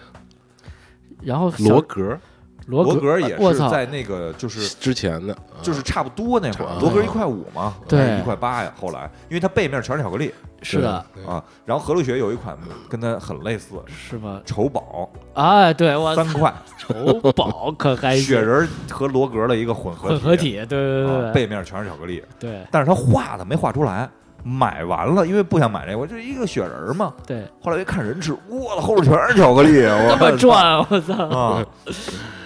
A: 然后小
B: 罗格
A: 罗
E: 罗格也
A: 我
E: 是
A: 操，
E: 在那个就是
B: 之前的，嗯
E: 就是差不多那会
B: 差
E: 儿，
B: 不
E: 罗
B: 多
E: 格一块五嘛，
A: 对
E: 还是一块八呀。后来，因为它背面全是巧克力
A: 是的，
E: 啊，然后和路雪有一款跟它很类似，
A: 是吗？
E: 丑宝
A: 哎，对我
E: 三块，
A: 丑宝可开心，
E: 雪人儿和罗格的一个混合
A: 混合体，对对
E: 啊
A: 对，对
E: 背面全是巧克力，
A: 对
E: 但是它画的没画出来。买完了，因为不想买这个，我就一个雪人儿嘛。 *laughs*
A: 对，
E: 后来我一看人吃，哇，后边全是巧克力，
A: 那
E: 我
A: 么
E: 操
A: 赚，我
E: *laughs*
A: 操！
E: 啊！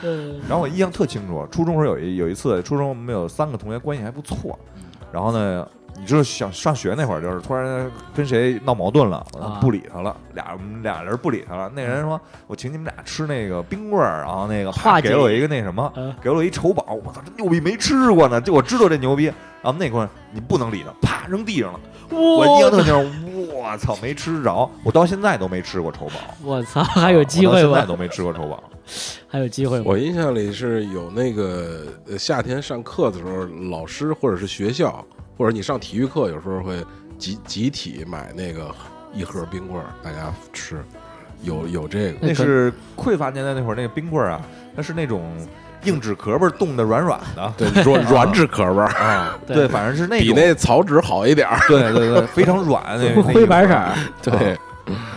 A: 嗯
E: 然后我印象特清楚，初中时候有一有一次，初中我们有三个同学关系还不错，
A: 嗯
E: 然后呢，你知道想上学那会儿，就是突然跟谁闹矛盾了，我
A: 啊
E: 不理他了，俩我们俩人不理他了，那人说我请你们俩吃那个冰棍儿，然后那个啪
A: 化解
E: 给了我一个那什么
A: 嗯，
E: 给了我一丑宝，我操，这牛逼没吃过呢，就我知道这牛逼，然后那块儿你不能理他，啪扔地上了，我印象
A: 我
E: 特清楚，我操，没吃着，我到现在都没吃过丑宝，
A: 我操， *laughs* 还有
E: 啊
A: 机
E: 我到
A: 会
E: 现在
A: 吗？
E: 都没吃过丑宝，
A: 还有机会吗？
B: 我印象里是有那个呃夏天上课的时候，老师或者是学校，或者你上体育课，有时候会集集体买那个一盒冰棍儿，大家吃。有有这个
A: 那
E: 那
A: 可
E: 是匮乏年代那会儿那个冰棍儿啊，它是那种硬纸壳儿吧，冻的软软的
B: 对软软纸壳吧，
E: 啊，
A: 对
E: 对，反正是那
B: 比
E: 种，
B: 那草纸好一点儿。
E: 对对对，非常
A: *laughs*
E: 软，那那
A: 灰白色儿，
B: 对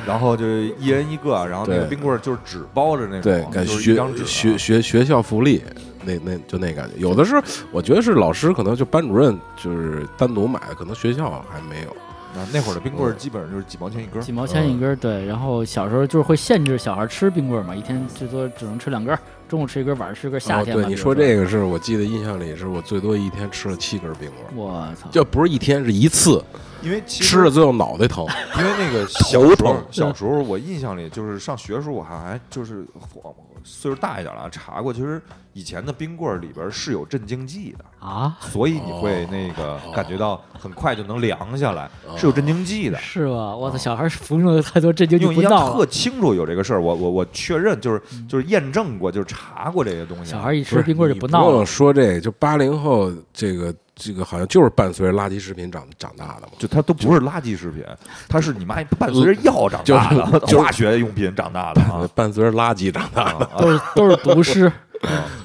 E: 然后就一人一个，然后那个
B: 对
E: 冰棍儿就是纸包着那种，
B: 对，感
E: 就是一
B: 学
E: 张纸啊
B: 学学学校福利，那那就那感觉。有的时候我觉得是老师可能就班主任就是单独买的，可能学校还没有。
E: 啊那会儿的冰棍儿基本上就是几毛钱一根儿
A: 几，毛钱一根儿，对。然后小时候就是会限制小孩吃冰棍儿嘛，一天最多只能吃两根儿，中午吃一根儿，晚上吃一根儿，夏天
B: 哦
A: 嘛。
B: 对你说这个是我记得印象里是我最多一天吃了七根冰棍儿。
A: 个，我操，
B: 就不是一天，是一次，
E: 因为其
B: 吃了
E: 实
B: 最后脑袋疼。
E: 因为
B: *laughs*
E: 那个小
B: 头
E: 时候
B: 疼
E: 小时候我印象里就是上学的时候我还还就是我岁数大一点了查过，其实以前的冰棍儿里边儿是有镇静剂的。
A: 啊，
E: 所以你会那个
B: 哦
E: 感觉到很快就能凉下来，
B: 哦
E: 是有镇静剂的。
A: 是吧？我操，小孩服用了太多镇静剂
E: 因为
A: 不
E: 印象
A: 到
E: 特
A: 了，嗯
E: 清楚有这个事儿，我我我确认就是就是验证过，就是查过这些东西。
A: 小孩一
B: 不
A: 吃
B: 是
A: 冰棍儿就
B: 你
A: *laughs* 不
B: 不
A: 闹
B: 用
A: 了。
B: 说这个，就八零后这个这个好像就是伴随着垃圾食品长长大的嘛。
E: 就它都不是垃圾
A: *laughs*
E: 食品，它是你妈伴随着药长大的，
B: 就是
E: 化学用品长大的啊
B: 伴随着垃圾长大，
E: 啊啊
A: 都是都是毒师，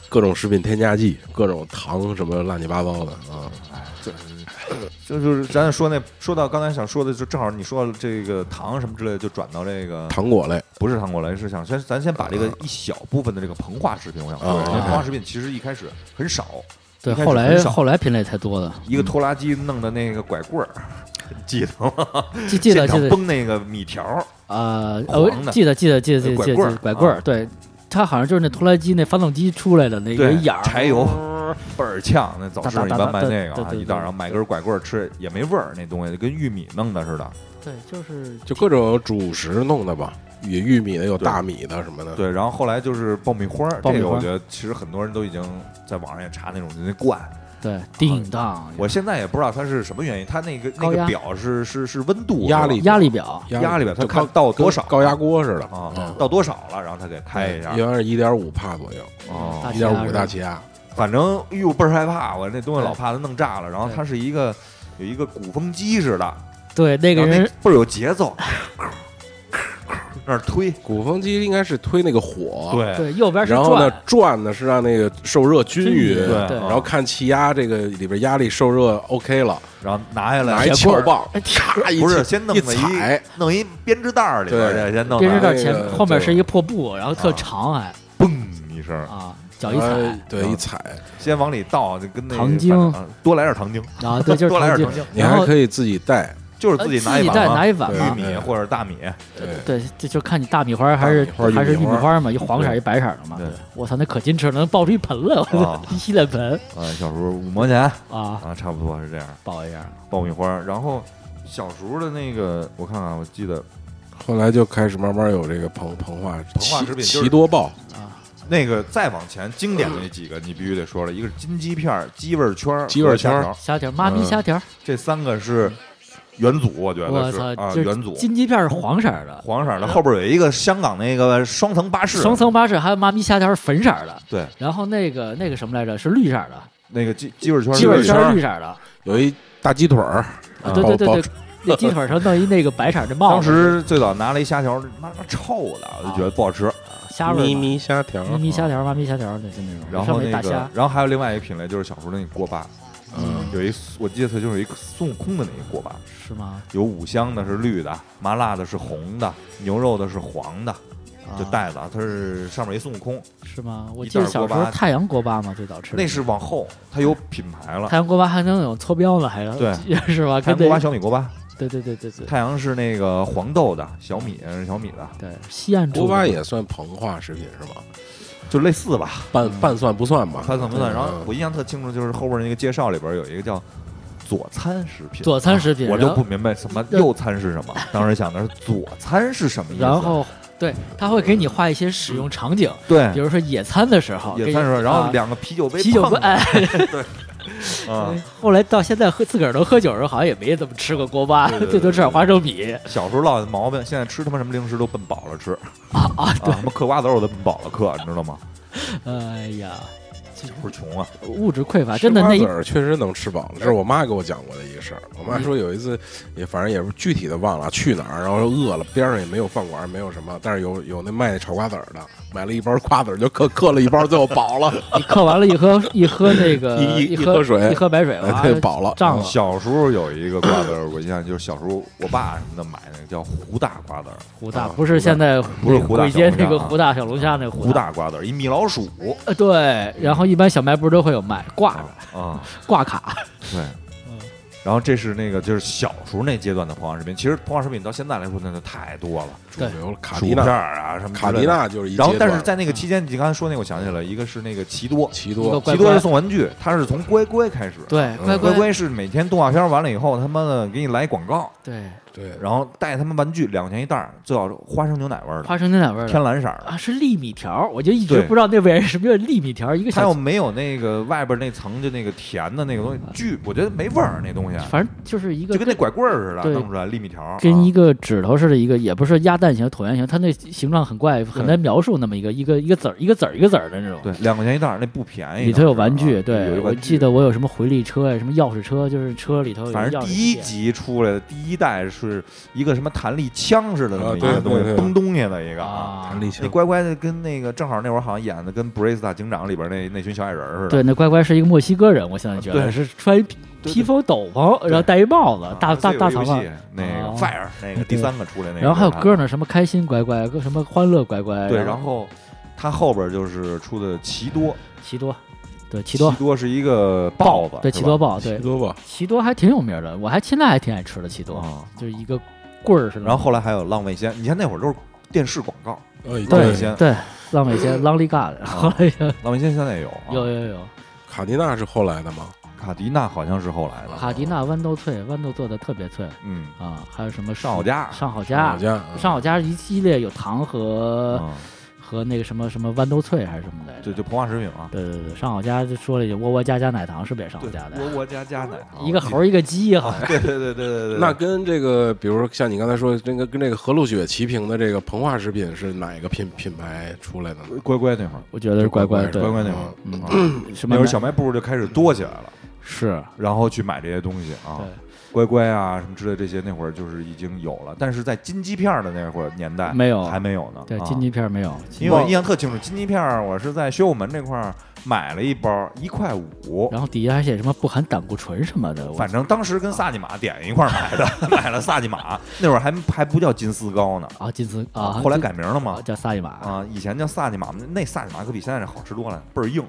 B: 各种食品添加剂，各种糖什么乱七八糟的啊。 *laughs*
E: 就就是咱说那说到刚才想说的，就正好你说这个糖什么之类的，就转到这个
B: 糖嗯果类，
E: 不是糖果来，是想先咱先把这个一小部分的这个膨化食品，我想说一下，
B: 啊
E: 因为膨化食品其实一开始很少，
A: 对，
E: 一开始
A: 后来
E: 很少
A: 后来品类才多的，
E: 一个拖拉机弄的那个拐棍儿，记得吗？
A: 记 *laughs* 记得
E: 现场
A: 记得
E: 崩那个米条儿，
A: 啊，我
E: 黄的
A: 记得记得记得记得
E: 拐
A: 记得
E: 棍儿
A: 记得拐棍儿，
E: 啊
A: 对，它好像就是那拖拉机那发动机出来的那个
E: 对，
A: 眼儿，
E: 柴油倍儿呛。那早市上一般卖那
A: 哎哦哒哒哒哒
E: 个啊，
A: 对
E: 一袋儿，
A: 对
E: 然后买根拐棍儿吃也没味儿，那东西就跟玉米弄的似的。
A: 对，就是
B: 就各种主食弄的吧，也玉米的，有大米的什么的。
E: 对，然后后来就是爆米花儿，
A: 爆米
E: 这个
A: 花
E: 我
A: 儿
E: 觉得其实很多人都已经在网上也查那种那罐，
A: 对叮当，
E: 啊我现在也不知道它是什么原因，它那个那
A: 高
E: 个
A: 压
E: 表是是是温度
B: 压
E: 是吧
B: 力
A: 压力表，
E: 压力表，它
B: 就
E: 看
B: 高
E: 到
B: 跟
E: 多少
B: 高压锅似的
A: 哦
E: 啊，到多少了，然后它给开一下
B: 原来是一点五帕左右，
E: 哦
A: 哎大
B: 一
A: 气压
B: 点五
A: 是吧
B: 大气压，
E: 反正哎呦倍儿害怕，我那东西
A: 对
E: 老怕它弄炸了。然后
A: 对
E: 它是一个有一个鼓风机似的，
A: 对，那个
E: 然后那
A: 人
E: 倍儿有
A: *laughs*
E: 节奏，那儿推，
B: 鼓风机应该是推那个火，。
A: 对右边是
B: 然后呢
A: 转，，
B: 转的是让那个受热均
A: 均
B: 匀，
A: 匀对对
B: 然后看气压这个里边压力受热 OK 了，
E: 然后拿下来
B: 拿一
E: 铁
B: 撬
E: 棍儿，
B: 棒，
A: 哎
B: 咔一
E: 不是
B: 起
E: 先弄
B: 一
E: 了
B: 踩，
E: 弄一编织袋儿里边儿
B: 对
E: 去，先弄
A: 电视
E: 来，
A: 到
B: 那
A: 前
B: 个
A: 后面
B: 对
A: 是一破布，然后特
E: 啊
A: 长还
E: 嘣一啊声，
A: 啊，脚一踩
B: 哎，对，一踩，
E: 先往里倒，就跟那个
A: 糖精
E: 反正啊多来点糖精，
A: 然后对，就是
E: *laughs* 多来点
A: 长
E: 糖
A: 精
E: 精，
B: 你
A: 然
B: 还
A: 后
B: 可以自己带，
E: 就是
A: 呃
E: 自己拿一
A: 自
E: 碗
A: 带
E: 嘛
A: 拿一碗啊
B: 对
A: 嘛
E: 玉米或者大米，
B: 对，
A: 对，这就看你大米花还是
B: 大米花
A: 还是
B: 玉
A: 玉
B: 米
A: 米
B: 花
A: 花嘛，一黄色儿
E: 对
A: 一白色儿的嘛
E: 对。
A: 我操，那可劲吃了，能爆出一盆来，我操
E: 啊，
A: *laughs* 一洗脸盆
E: 啊，小时候五毛钱
A: 啊，
E: 啊，差不多是这样。
A: 爆一下。
E: 爆米花，然后小时候的那个，我看看，我记得
B: 后来就开始慢慢有这个膨膨化
E: 膨化
B: 奇
E: 食品就是
B: 奇多爆，
E: 那个再往前经典的那几个，你必须得说了，一个是金鸡片儿、鸡味圈儿、
B: 鸡味圈儿
E: 条，
A: 虾条，妈咪虾条，
E: 这三个是元祖，我觉
A: 我
E: 得是
A: 操，
E: 啊，
A: 就
E: 元祖
A: 金鸡片是黄色儿的，
E: 黄色的，后边有一个香港那个双层巴士，
A: 双层巴士，还有妈咪虾条是粉色儿的，
E: 啊对，
A: 然后那个那个什么来着，是绿色儿的，
E: 那个鸡鸡味圈儿，啊
B: 鸡
A: 鸡
B: 味
A: 腿
B: 圈
A: 圈
B: 儿
A: 儿绿色儿的，
B: 有一大鸡腿儿，
A: 啊，对
B: 包
A: 对对对，那鸡腿上弄一那个白色儿的帽
E: 当
A: 子，
E: 时最早拿了一虾条，妈臭的，我就觉得不好吃。
A: 虾味儿
B: 咪
A: 嘛
B: 咪虾条，
A: 咪咪虾条，妈咪虾条，那是那种，
E: 啊然
A: 上
E: 后
A: 面
E: 那
A: 大
E: 个
A: 虾，，
E: 然后还有另外一个品类就是小时候的那个锅巴，嗯，有一我记得它就是一个孙悟空的那个锅巴，
A: 是吗？
E: 有五香的是绿的，麻辣的是红的，牛肉的是黄的，
A: 啊
E: 就袋子啊，它是上面一孙悟空，
A: 是吗？我
E: 一
A: 记得
E: 袋儿
A: 小
E: 锅
A: 时候
E: 巴
A: 太阳锅巴嘛，最早吃的
E: 那是往后，它有品牌了
A: 太。阳锅巴还能有搓标呢，还能
E: 对
A: *laughs* 是吧？
E: 太
A: 跟
E: 阳锅巴、
A: 那
E: 小米锅巴，
A: 对对对对对
E: 太阳是那个黄豆的，小米是小米的，
A: 对，西岸
B: 锅巴
A: 猪
B: 也算膨化食品是吗？
E: 就类似吧，
B: 半半算不算吧？
E: 它算不算？
B: 嗯
E: 然后我印象特清楚，就是后边那个介绍里边有一个叫佐餐食品，啊
A: 佐餐食品
E: 我
A: 然
E: 就
A: 后
E: 不明白什么右餐是什么，当时想的是佐餐是啊什么意思，
A: 然后对，他会给你画一些使用场景，
E: 对
A: 比如说野餐的时候，
E: 哎野餐时候，
A: 给你
E: 然后
A: 啊
E: 两个啤酒杯
A: 啤酒
E: 碰
A: 杯，
E: 的
A: 哎，
E: 啊，
A: *laughs* 后来到现在喝自个儿都喝酒的时候，好像也没怎么吃过锅巴，
E: 对对对
A: 最多吃点花生米
E: 小时候落的毛病，现在吃他妈什么零食都奔饱了吃啊啊！什么嗑瓜子儿我都奔饱了嗑，你知道吗？
A: 哎呀，
E: 不是穷啊，
A: 物质匮乏，
B: 吃
A: 真的
B: 瓜
A: 那一
B: 子儿确实能吃饱了，这是我妈给我讲过的一个事儿。我妈说有一次，也反正也是具体的忘了去哪儿，然后饿了，边上也没有饭馆，没有什么，但是有有那卖炒瓜子儿的，买了一包瓜子儿就嗑嗑了一包，最后饱了，
A: 你嗑完了，一
E: *laughs*
A: 喝一喝那个
B: 一一
A: 一
B: 一喝水
A: 一喝白水，哇
B: 哎，对，饱了。
A: 胀了。
E: 小时候有一个瓜子儿，我印象就是小时候我爸什么的买那个叫胡大瓜子儿，
A: 胡大
B: 啊
A: 不是现在
E: 不是胡嗯大
A: 鬼街
E: 小龙虾
A: 那个
E: 啊
A: 胡大小龙虾那个
E: 胡
A: 大，
E: 大瓜子儿一米老鼠
A: 呃对，然后一般小卖部都会有卖挂着
E: 啊，
A: 挂卡，
E: 对，然后这是那个就是小时候那阶段的膨化食品，其实膨化食品到现在来说那就太多了，
B: 主流卡
E: 薯
B: 迪
E: 片
B: 娜，
E: 儿啊什么之
B: 卡
E: 类的
B: 迪。娜就是一阶段。
E: 然后，但是在那个期间，你刚才说那个，我想起来，一个是那个奇多，
B: 奇
A: 一个
B: 多
A: 嗯乖
E: 奇多
A: 乖
E: 是送玩具，它是从乖乖开始，
A: 对，乖
E: 嗯乖
A: 乖
E: 乖是每天动画片完了以后，他妈的给你来广告，
A: 对，
B: 对，
E: 然后带他们玩具，两块钱一袋儿，最好是花生牛奶味儿的，
A: 花生牛奶味儿的
E: 天蓝色儿的。
A: 啊，是粒米条儿，我就一直
E: 对
A: 不知道那为什么叫粒米条儿，一个
E: 它
A: 小
E: 要，没有那个外边那层就那个甜的那个东西，巨我觉得没味儿那东西，
A: 反正就是一
E: 就
A: 个
E: 跟那拐棍儿似的，
A: 对
E: 弄出来粒米条儿，
A: 跟一
E: 啊
A: 个指头似的，一个也不是鸭蛋形、椭圆形，它那形状很怪，很难描述那么一个一个一个籽儿一个籽儿一个籽儿的那种。
E: 对两块钱一袋儿，那不便宜。
A: 里头有
E: 当时
A: 玩具，
E: 啊有
A: 对
E: 一
A: 我
E: 玩具
A: 记得我有什么回力车呀，什么钥匙车，就是车里头有
E: 反
A: 钥
E: 正
A: 匙
E: 第一
A: 链
E: 集出来的第一代是一个什么弹力枪似的那
B: 啊
E: 么一
B: 对
E: 个
B: 对
E: 东西
B: 对，
E: 崩东西的一个
A: 啊
E: 啊。
B: 弹，力
E: 那
B: 枪
E: 乖乖的跟那个正好那会儿好像演的跟《布瑞斯塔警长》里边那那群小矮人儿似的，
A: 对，那乖乖是一个墨西哥人，我现在觉得
E: 啊对
A: 是穿一披
E: 对
A: 披风斗篷，然后戴一帽
E: 啊
A: 子，大大大长
E: 游戏
A: 发，
E: 那个
A: 哦
E: Fire 那个第三个出来那个，啊
A: 然后还有歌呢，什么开心乖乖，什么欢乐乖乖，
E: 对，然后他后边就是出的奇多，
A: 奇多，对，奇多
E: 奇，多是一个豹子，
A: 对，
E: 是
A: 奇
E: 吧
A: 多豹，对，
B: 多吧，
A: 奇多还挺有名的，我还现在还挺爱吃的奇多，
E: 哦
A: 就是一个棍儿似的。
E: 然后后来还有浪味仙，你看那会儿都是电视广
A: *laughs*
E: 告，
B: 呃，
E: 浪
A: 对
E: 味仙，
A: 对，浪尾仙、浪里嘎的，后来有
E: 浪味仙现在也有啊，
A: 有有有，
B: 卡迪娜是后来的吗？
E: 卡迪娜好像是后来的，
A: 卡迪，娜豌豆脆，豌豆做的特别脆
E: 嗯，
A: 啊，还有什么
E: 上好佳，
A: 上好
B: 老
A: 佳、
B: 家，嗯
A: 上好佳一系列有糖和、
E: 嗯，
A: 和那个什么什么豌豆脆还是什么来着？
E: 就就膨化食品啊，
A: 对对对，上好佳就说了一句“窝窝家家奶糖”，是不是也上好佳的？
E: 窝窝家家奶糖，
A: 一个猴儿一个鸡好像。
E: 对，对对对对对对，
B: 那跟这个，比如像你刚才说，这个跟这个和路雪齐平的这个膨化食品是哪个品品牌出来的呢？
E: 乖乖那会儿，
A: 我觉得是乖乖对
E: 乖乖那会儿，
A: 嗯
E: 啊
A: 什么
E: 那会儿
A: 奶
E: 小卖部就开始多起来了，
A: 是
E: 然后去买这些东西啊
A: 对，
E: 乖乖啊什么之类这些，那会儿就是已经有了，但是在金鸡片儿的那会儿年代
A: 没有
E: 还没有呢，
A: 对
E: 啊
A: 金鸡片儿没有，
E: 因为我印象特清楚，金鸡片儿我是在宣武门这块儿买了一包，一块五。
A: 然后底下还写什么不含胆固醇什么的，我
E: 反正当时跟萨琪玛点一块儿买
A: *laughs*
E: 的，买了萨琪玛，那会儿还还不叫金丝糕呢，
A: 啊金丝啊，
E: 后来
A: 金
E: 改名了嘛
A: 啊，叫萨伊玛
E: 啊，以前叫萨琪玛，那萨琪玛可比现在这好吃多了，倍儿硬，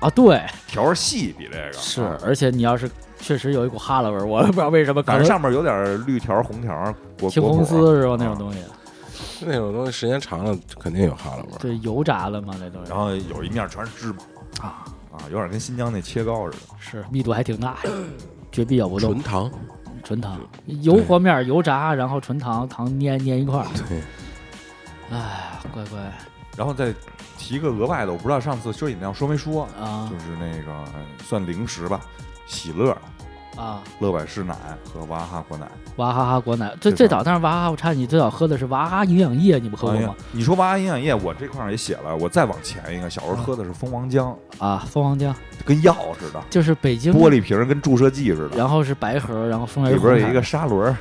A: 啊对
E: 条儿细，比这个
A: 是
E: 啊，
A: 而且你要是确实有一股哈喇味儿，我也不知道为什么，可
E: 反正
A: 能
E: 上面有点儿绿条儿、红条儿，果
A: 青
E: 果
A: 红
E: 脯儿
A: 丝是吧那种东
E: 啊
A: 西，
B: 那种东西时间长了肯定有哈喇味儿。
A: 对油炸的嘛那东西
E: 然后有一面全是芝麻
A: 啊
E: 啊，有点跟新疆那切糕似的。
A: 是密度还挺
E: *coughs*
A: 大，绝壁咬不动
B: 纯，糖，
A: 纯糖油和面儿油炸，然后纯糖糖粘粘一块儿，
B: 对，
A: 哎乖乖
E: 然后再提一个额外的，我不知道上次说饮料说没说，
A: 啊
E: 就是那个哎算零食吧，喜乐、
A: 啊
E: 乐百氏奶和娃哈哈果奶。
A: 娃哈哈果奶最
E: 对
A: 最
E: 吧
A: 早当然娃哈哈我插你最早喝的是娃哈哈营养液，你不喝过
E: 哎
A: 吗
E: 呀？你说娃哈营养液，我这块儿也写了，我再往前一个，小时候喝的是蜂王浆，
A: 啊蜂王浆
E: 跟药似的，
A: 就是北京
E: 玻璃瓶儿跟注射剂似的，
A: 然后是白盒儿，然后封为
E: 里边儿有
A: 红
E: 一个
A: 牌 *laughs*
E: 砂轮儿。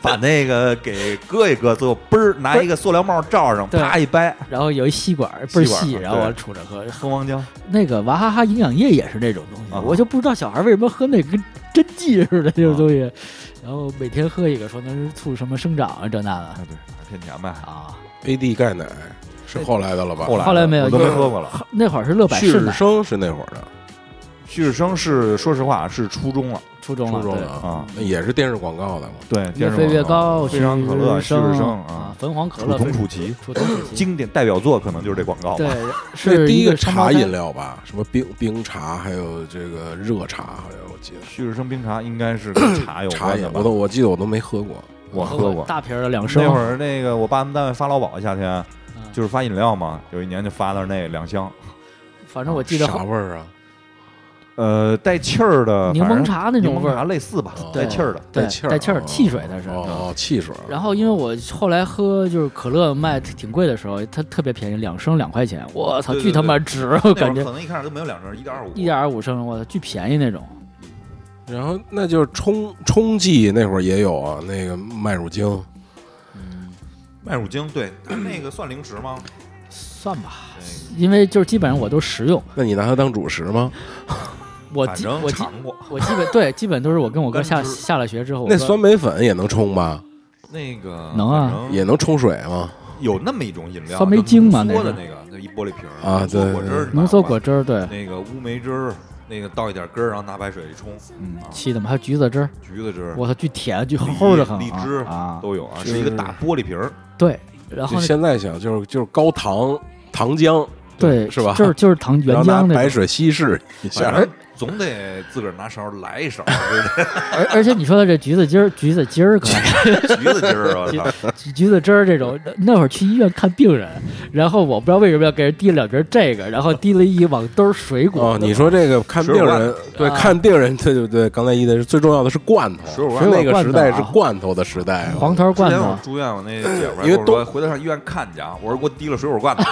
E: 把那个给搁一搁，最后嘣儿拿一个塑料帽罩上，
A: 对
E: 啪一掰，
A: 然后有一吸管儿倍儿
E: 吸管儿啊
A: 细，
E: 对
A: 然后我杵着喝。
E: 蜂王浆。
A: 那个娃哈哈营养液也是这种东西，
E: 啊
A: 我就不知道小孩为什么喝那个跟针剂似的这种
E: 啊
A: 东西，然后每天喝一个，说那是促什么生长啊这那的
E: 啊，对，骗钱呗。
A: 啊。
B: AD 钙奶是后来的了吧？
E: 后来
A: 后来没有
E: 我都
A: 就
E: 没
A: 是
E: 喝过了。
A: 那会儿是乐百
B: 旭
A: 氏
B: 日
A: 奶，
B: 升是那会儿的，
E: 旭日升是，说实话是初中了
A: 初中了，
B: 初中
A: 对
B: 的，啊
E: 啊，
B: 那也是电视广告的嘛。
E: 对，
A: 嗯越
E: 电视
A: 飞越
E: 广告
A: 高，
E: 非常可乐，旭日升
A: 啊
E: 啊，，
A: 汾黄可
E: 楚
A: 乐，
E: 童楚奇，
A: 楚童楚奇，
E: 经典代表作可能就是这广告吧。
A: 对，
B: 这
A: 是
B: 第
A: 一
B: 个
A: 双胞
B: 茶
A: 胎
B: 饮料吧，什么冰冰茶，还有这个热茶，好像我记得
E: 旭日升冰茶应该是跟茶有
B: 茶
E: 关
B: 饮
E: 的，吧
B: 我都？我记得我都没喝过。
E: 我
A: 喝
E: 喝过。
A: 大瓶儿的两升，
E: 那会儿那个我爸他们单位发劳保，夏天
A: 嗯
E: 就是发饮料嘛，有一年就发了那两箱，
A: 反正我记得
B: 啥味儿啊？
E: 呃，带气儿的
A: 柠
E: 反正
A: 檬茶那种
E: 柠
A: 味
E: 檬
A: 儿
E: 茶类似吧，
B: 哦
E: 带气儿的。啊
A: 对
B: 气儿，
A: 带
B: 带
A: 气儿汽水它是
B: 哦，哦汽水。
A: 然后因为我后来喝就是可乐卖挺贵的时候，它特别便宜，两升两块钱，我操，
E: 对对
A: 巨他妈值！我
E: 那会儿
A: 感觉
E: 可能一开始都没有两升，一点二五，
A: 一点二五升，我操，巨便宜那种。
B: 然后那就是冲冲剂那会儿也有啊，那个麦乳精，
E: 麦乳精，对，那个算零食吗？
A: 算
E: 哎
A: 吧，因为就是基本上我都食用，
B: 那你拿它当主食吗？
A: 我
E: 反
A: 基
E: 正
A: 我基
E: 尝过。
A: 我基本对，基本都是我跟我哥下
E: 干吃
A: 下了学之后，我
B: 那
A: 哥
B: 酸梅粉也能冲吧？
E: 那个
A: 能啊
E: 反正
B: 也能冲水吗？
E: 有那么一种饮料，
A: 酸梅精嘛
E: 就浓缩的
A: 那
E: 那个，那一玻璃瓶儿
B: 啊对
E: 浓缩果汁儿，
A: 浓缩果汁儿，对，
E: 那个乌梅汁儿，那个倒一点根儿，然后拿白水一冲，啊
A: 嗯，气的嘛，还有橘子汁儿，
E: 橘子汁儿，
A: 我操，巨甜，巨齁的很
E: 荔
A: 啊
E: 荔枝
A: 啊，
E: 都有啊，
B: 是
E: 是一个大玻璃瓶儿，
A: 对，然后
B: 就
A: 那
B: 现在想就是就是高糖糖浆，
A: 对
B: 是吧
A: 就是就是糖原
B: 然后拿
A: 浆那
B: 白
A: 种。哎
B: 水稀释一
E: 反
B: 下。
E: 正哎总得自个儿拿勺儿来一勺儿
A: 而而且你说的这橘子汁儿，橘子汁儿可能
E: 橘子汁儿啊，我操
B: *laughs*
A: 橘橘子汁儿这种，那会儿去医院看病人，然后我不知道为什么要给人递了两瓶这个，然后递了一网兜儿水果。
B: 哦，你说这个看
E: 水
B: 病
E: 果
B: 人，对
A: 啊
B: 看病人， *laughs* 对对对，刚才一的是最重要的是罐头，
E: 水果罐
A: 头
B: 那个时代是
A: 水果
B: 罐头的时代，啊
A: 黄桃
E: 之
A: 罐
E: 前我
A: 头，
E: 住院，我那姐们儿
B: 因为
E: 跟我说，回头上医院看去啊，我说给我提了水果罐头，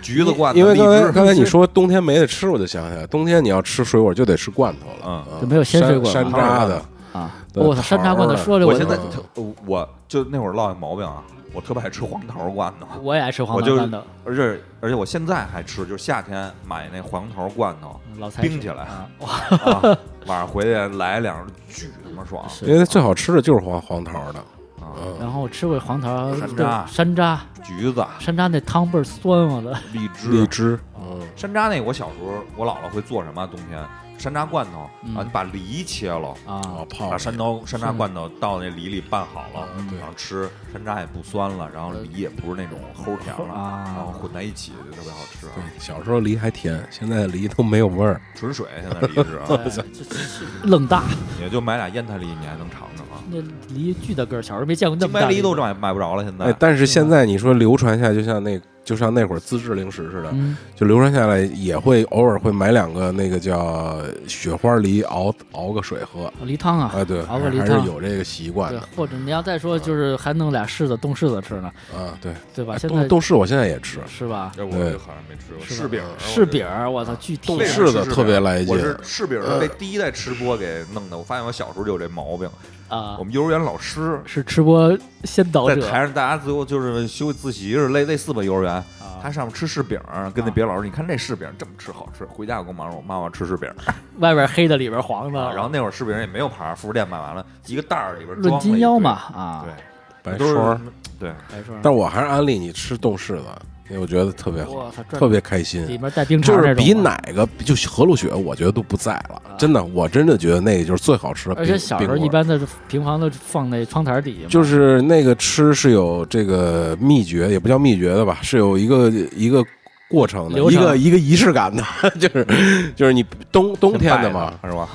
E: 橘子罐头，
B: 因为刚
E: 荔
B: 才
E: 枝
B: 刚才你说冬天没得吃，我就想起来，冬天你要吃水果就得吃罐头了，
E: 嗯
B: 啊
A: 就没有鲜水果
B: 山
A: 嘛
B: 山楂的，
A: 啊！
B: 对
A: 我操，山楂罐头
B: 桃儿
A: 说的
E: *laughs* 我
A: 我
E: 现在
A: 都
E: 就我就那会儿落下毛病啊，我特别爱吃黄桃罐头。
A: 我也爱吃黄
E: 我
A: 桃
E: 就
A: 罐
E: 是
A: 头，，
E: 而且而且我现在还吃，就是夏天买那黄桃罐头，
A: 老菜
E: 冰
A: 市
E: 起来
A: 啊，
E: *laughs* 啊、晚上回去来两巨他妈
A: *laughs*
E: 爽
A: 是
B: 因为最好吃的就是黄黄桃的，
E: 啊！
B: 嗯，
A: 然后我吃过黄桃
E: 山楂
A: 对山楂，
E: 橘子、
A: 山楂那汤倍儿酸，我的
E: 荔枝
B: 荔、枝，嗯，
E: 山楂那个我小时候我姥姥会做什么啊？冬天山楂罐头
A: 嗯
E: 啊，你把梨切了。
A: 啊
B: 哦，，泡
E: 把
B: 了
E: 山楂山楂罐头倒那梨里拌好了，
A: 嗯
B: 对
E: 然后吃，山楂也不酸了，然后梨也不是那种齁甜了，
A: 啊
E: 然后混在一起就特别好吃啊。
B: 对，小时候梨还甜，现在梨都没有味儿。
E: 纯水
A: *laughs*
E: 现在梨是啊，
A: 哎这这愣大，
E: 也就买俩烟台梨，你还能尝尝啊。
A: 那梨巨大个儿，小时候没见过那
E: 金
A: 么大
E: 白梨都
A: 个儿
E: 买买不着了，现在
B: 哎，但
A: 啊
B: 是现在你说流传下，就像那就像那会儿自制零食似的，
A: 嗯，
B: 就流传下来也会偶尔会买两个那个叫雪花梨熬熬个水喝。
A: 梨汤啊，
B: 哎，对，
A: 熬个
B: 还
A: 梨
B: 是
A: 汤。
B: 有这个习惯
A: 对，
B: 的
A: 或者你要再说，就是还弄俩柿子冻柿子吃呢，
B: 啊。对，
A: 对吧？
B: 哎
A: 现
B: 冻
A: 在
B: 冻柿我现在也吃，
A: 是吧？
E: 这
B: 我对
E: 好像没吃过
A: 是吧柿
E: 饼，
A: 柿饼儿，我操，巨
E: 冻
A: 甜
B: 柿子特别来劲呃
E: 我是柿饼儿被第一代吃播给弄的。我发现我小时候就有这毛病。
A: 啊
E: 我！们幼儿园老师
A: 是吃播先导
E: 在
A: 者
E: 台上，大家最后就是休息自习是类类似吧，幼儿园
A: 啊
E: 他上面吃柿饼儿，跟那别的老师，你看这柿饼儿这么吃好吃。回家我跟我妈说，我妈妈吃柿饼儿，
A: 外边黑的，里边黄的，
E: *laughs* 然后那会儿柿饼儿也没有牌儿，副食店买完了一个袋儿里边装
A: 啊论
E: 了一
A: 斤腰
E: 堆
A: 嘛，，啊，
E: 对，
B: 白
E: 都是
B: 霜。
E: 对。
A: 白霜
B: 但我还是安利你吃冻柿子，因为我觉得特别好
A: 我，操，这
B: 特别开
A: 里
B: 心。
A: 面带冰碴
B: 就
A: 儿那
B: 是
A: 种
B: 比
A: 吗啊
B: 哪个就和路雪，我觉得都不在了。真的，我真的觉得那个就是最好吃的冰。
A: 而且小时候
B: 冰棍
A: 一
B: 儿
A: 般的平房都放在窗台底下嘛，
B: 就是那个吃是有这个秘诀，也不叫秘诀的吧，是有一个一个过程的，
A: 流
B: 一
A: 程
B: 个一个仪式感的， *laughs* 就是就是你冬冬天的嘛，
E: 是吧？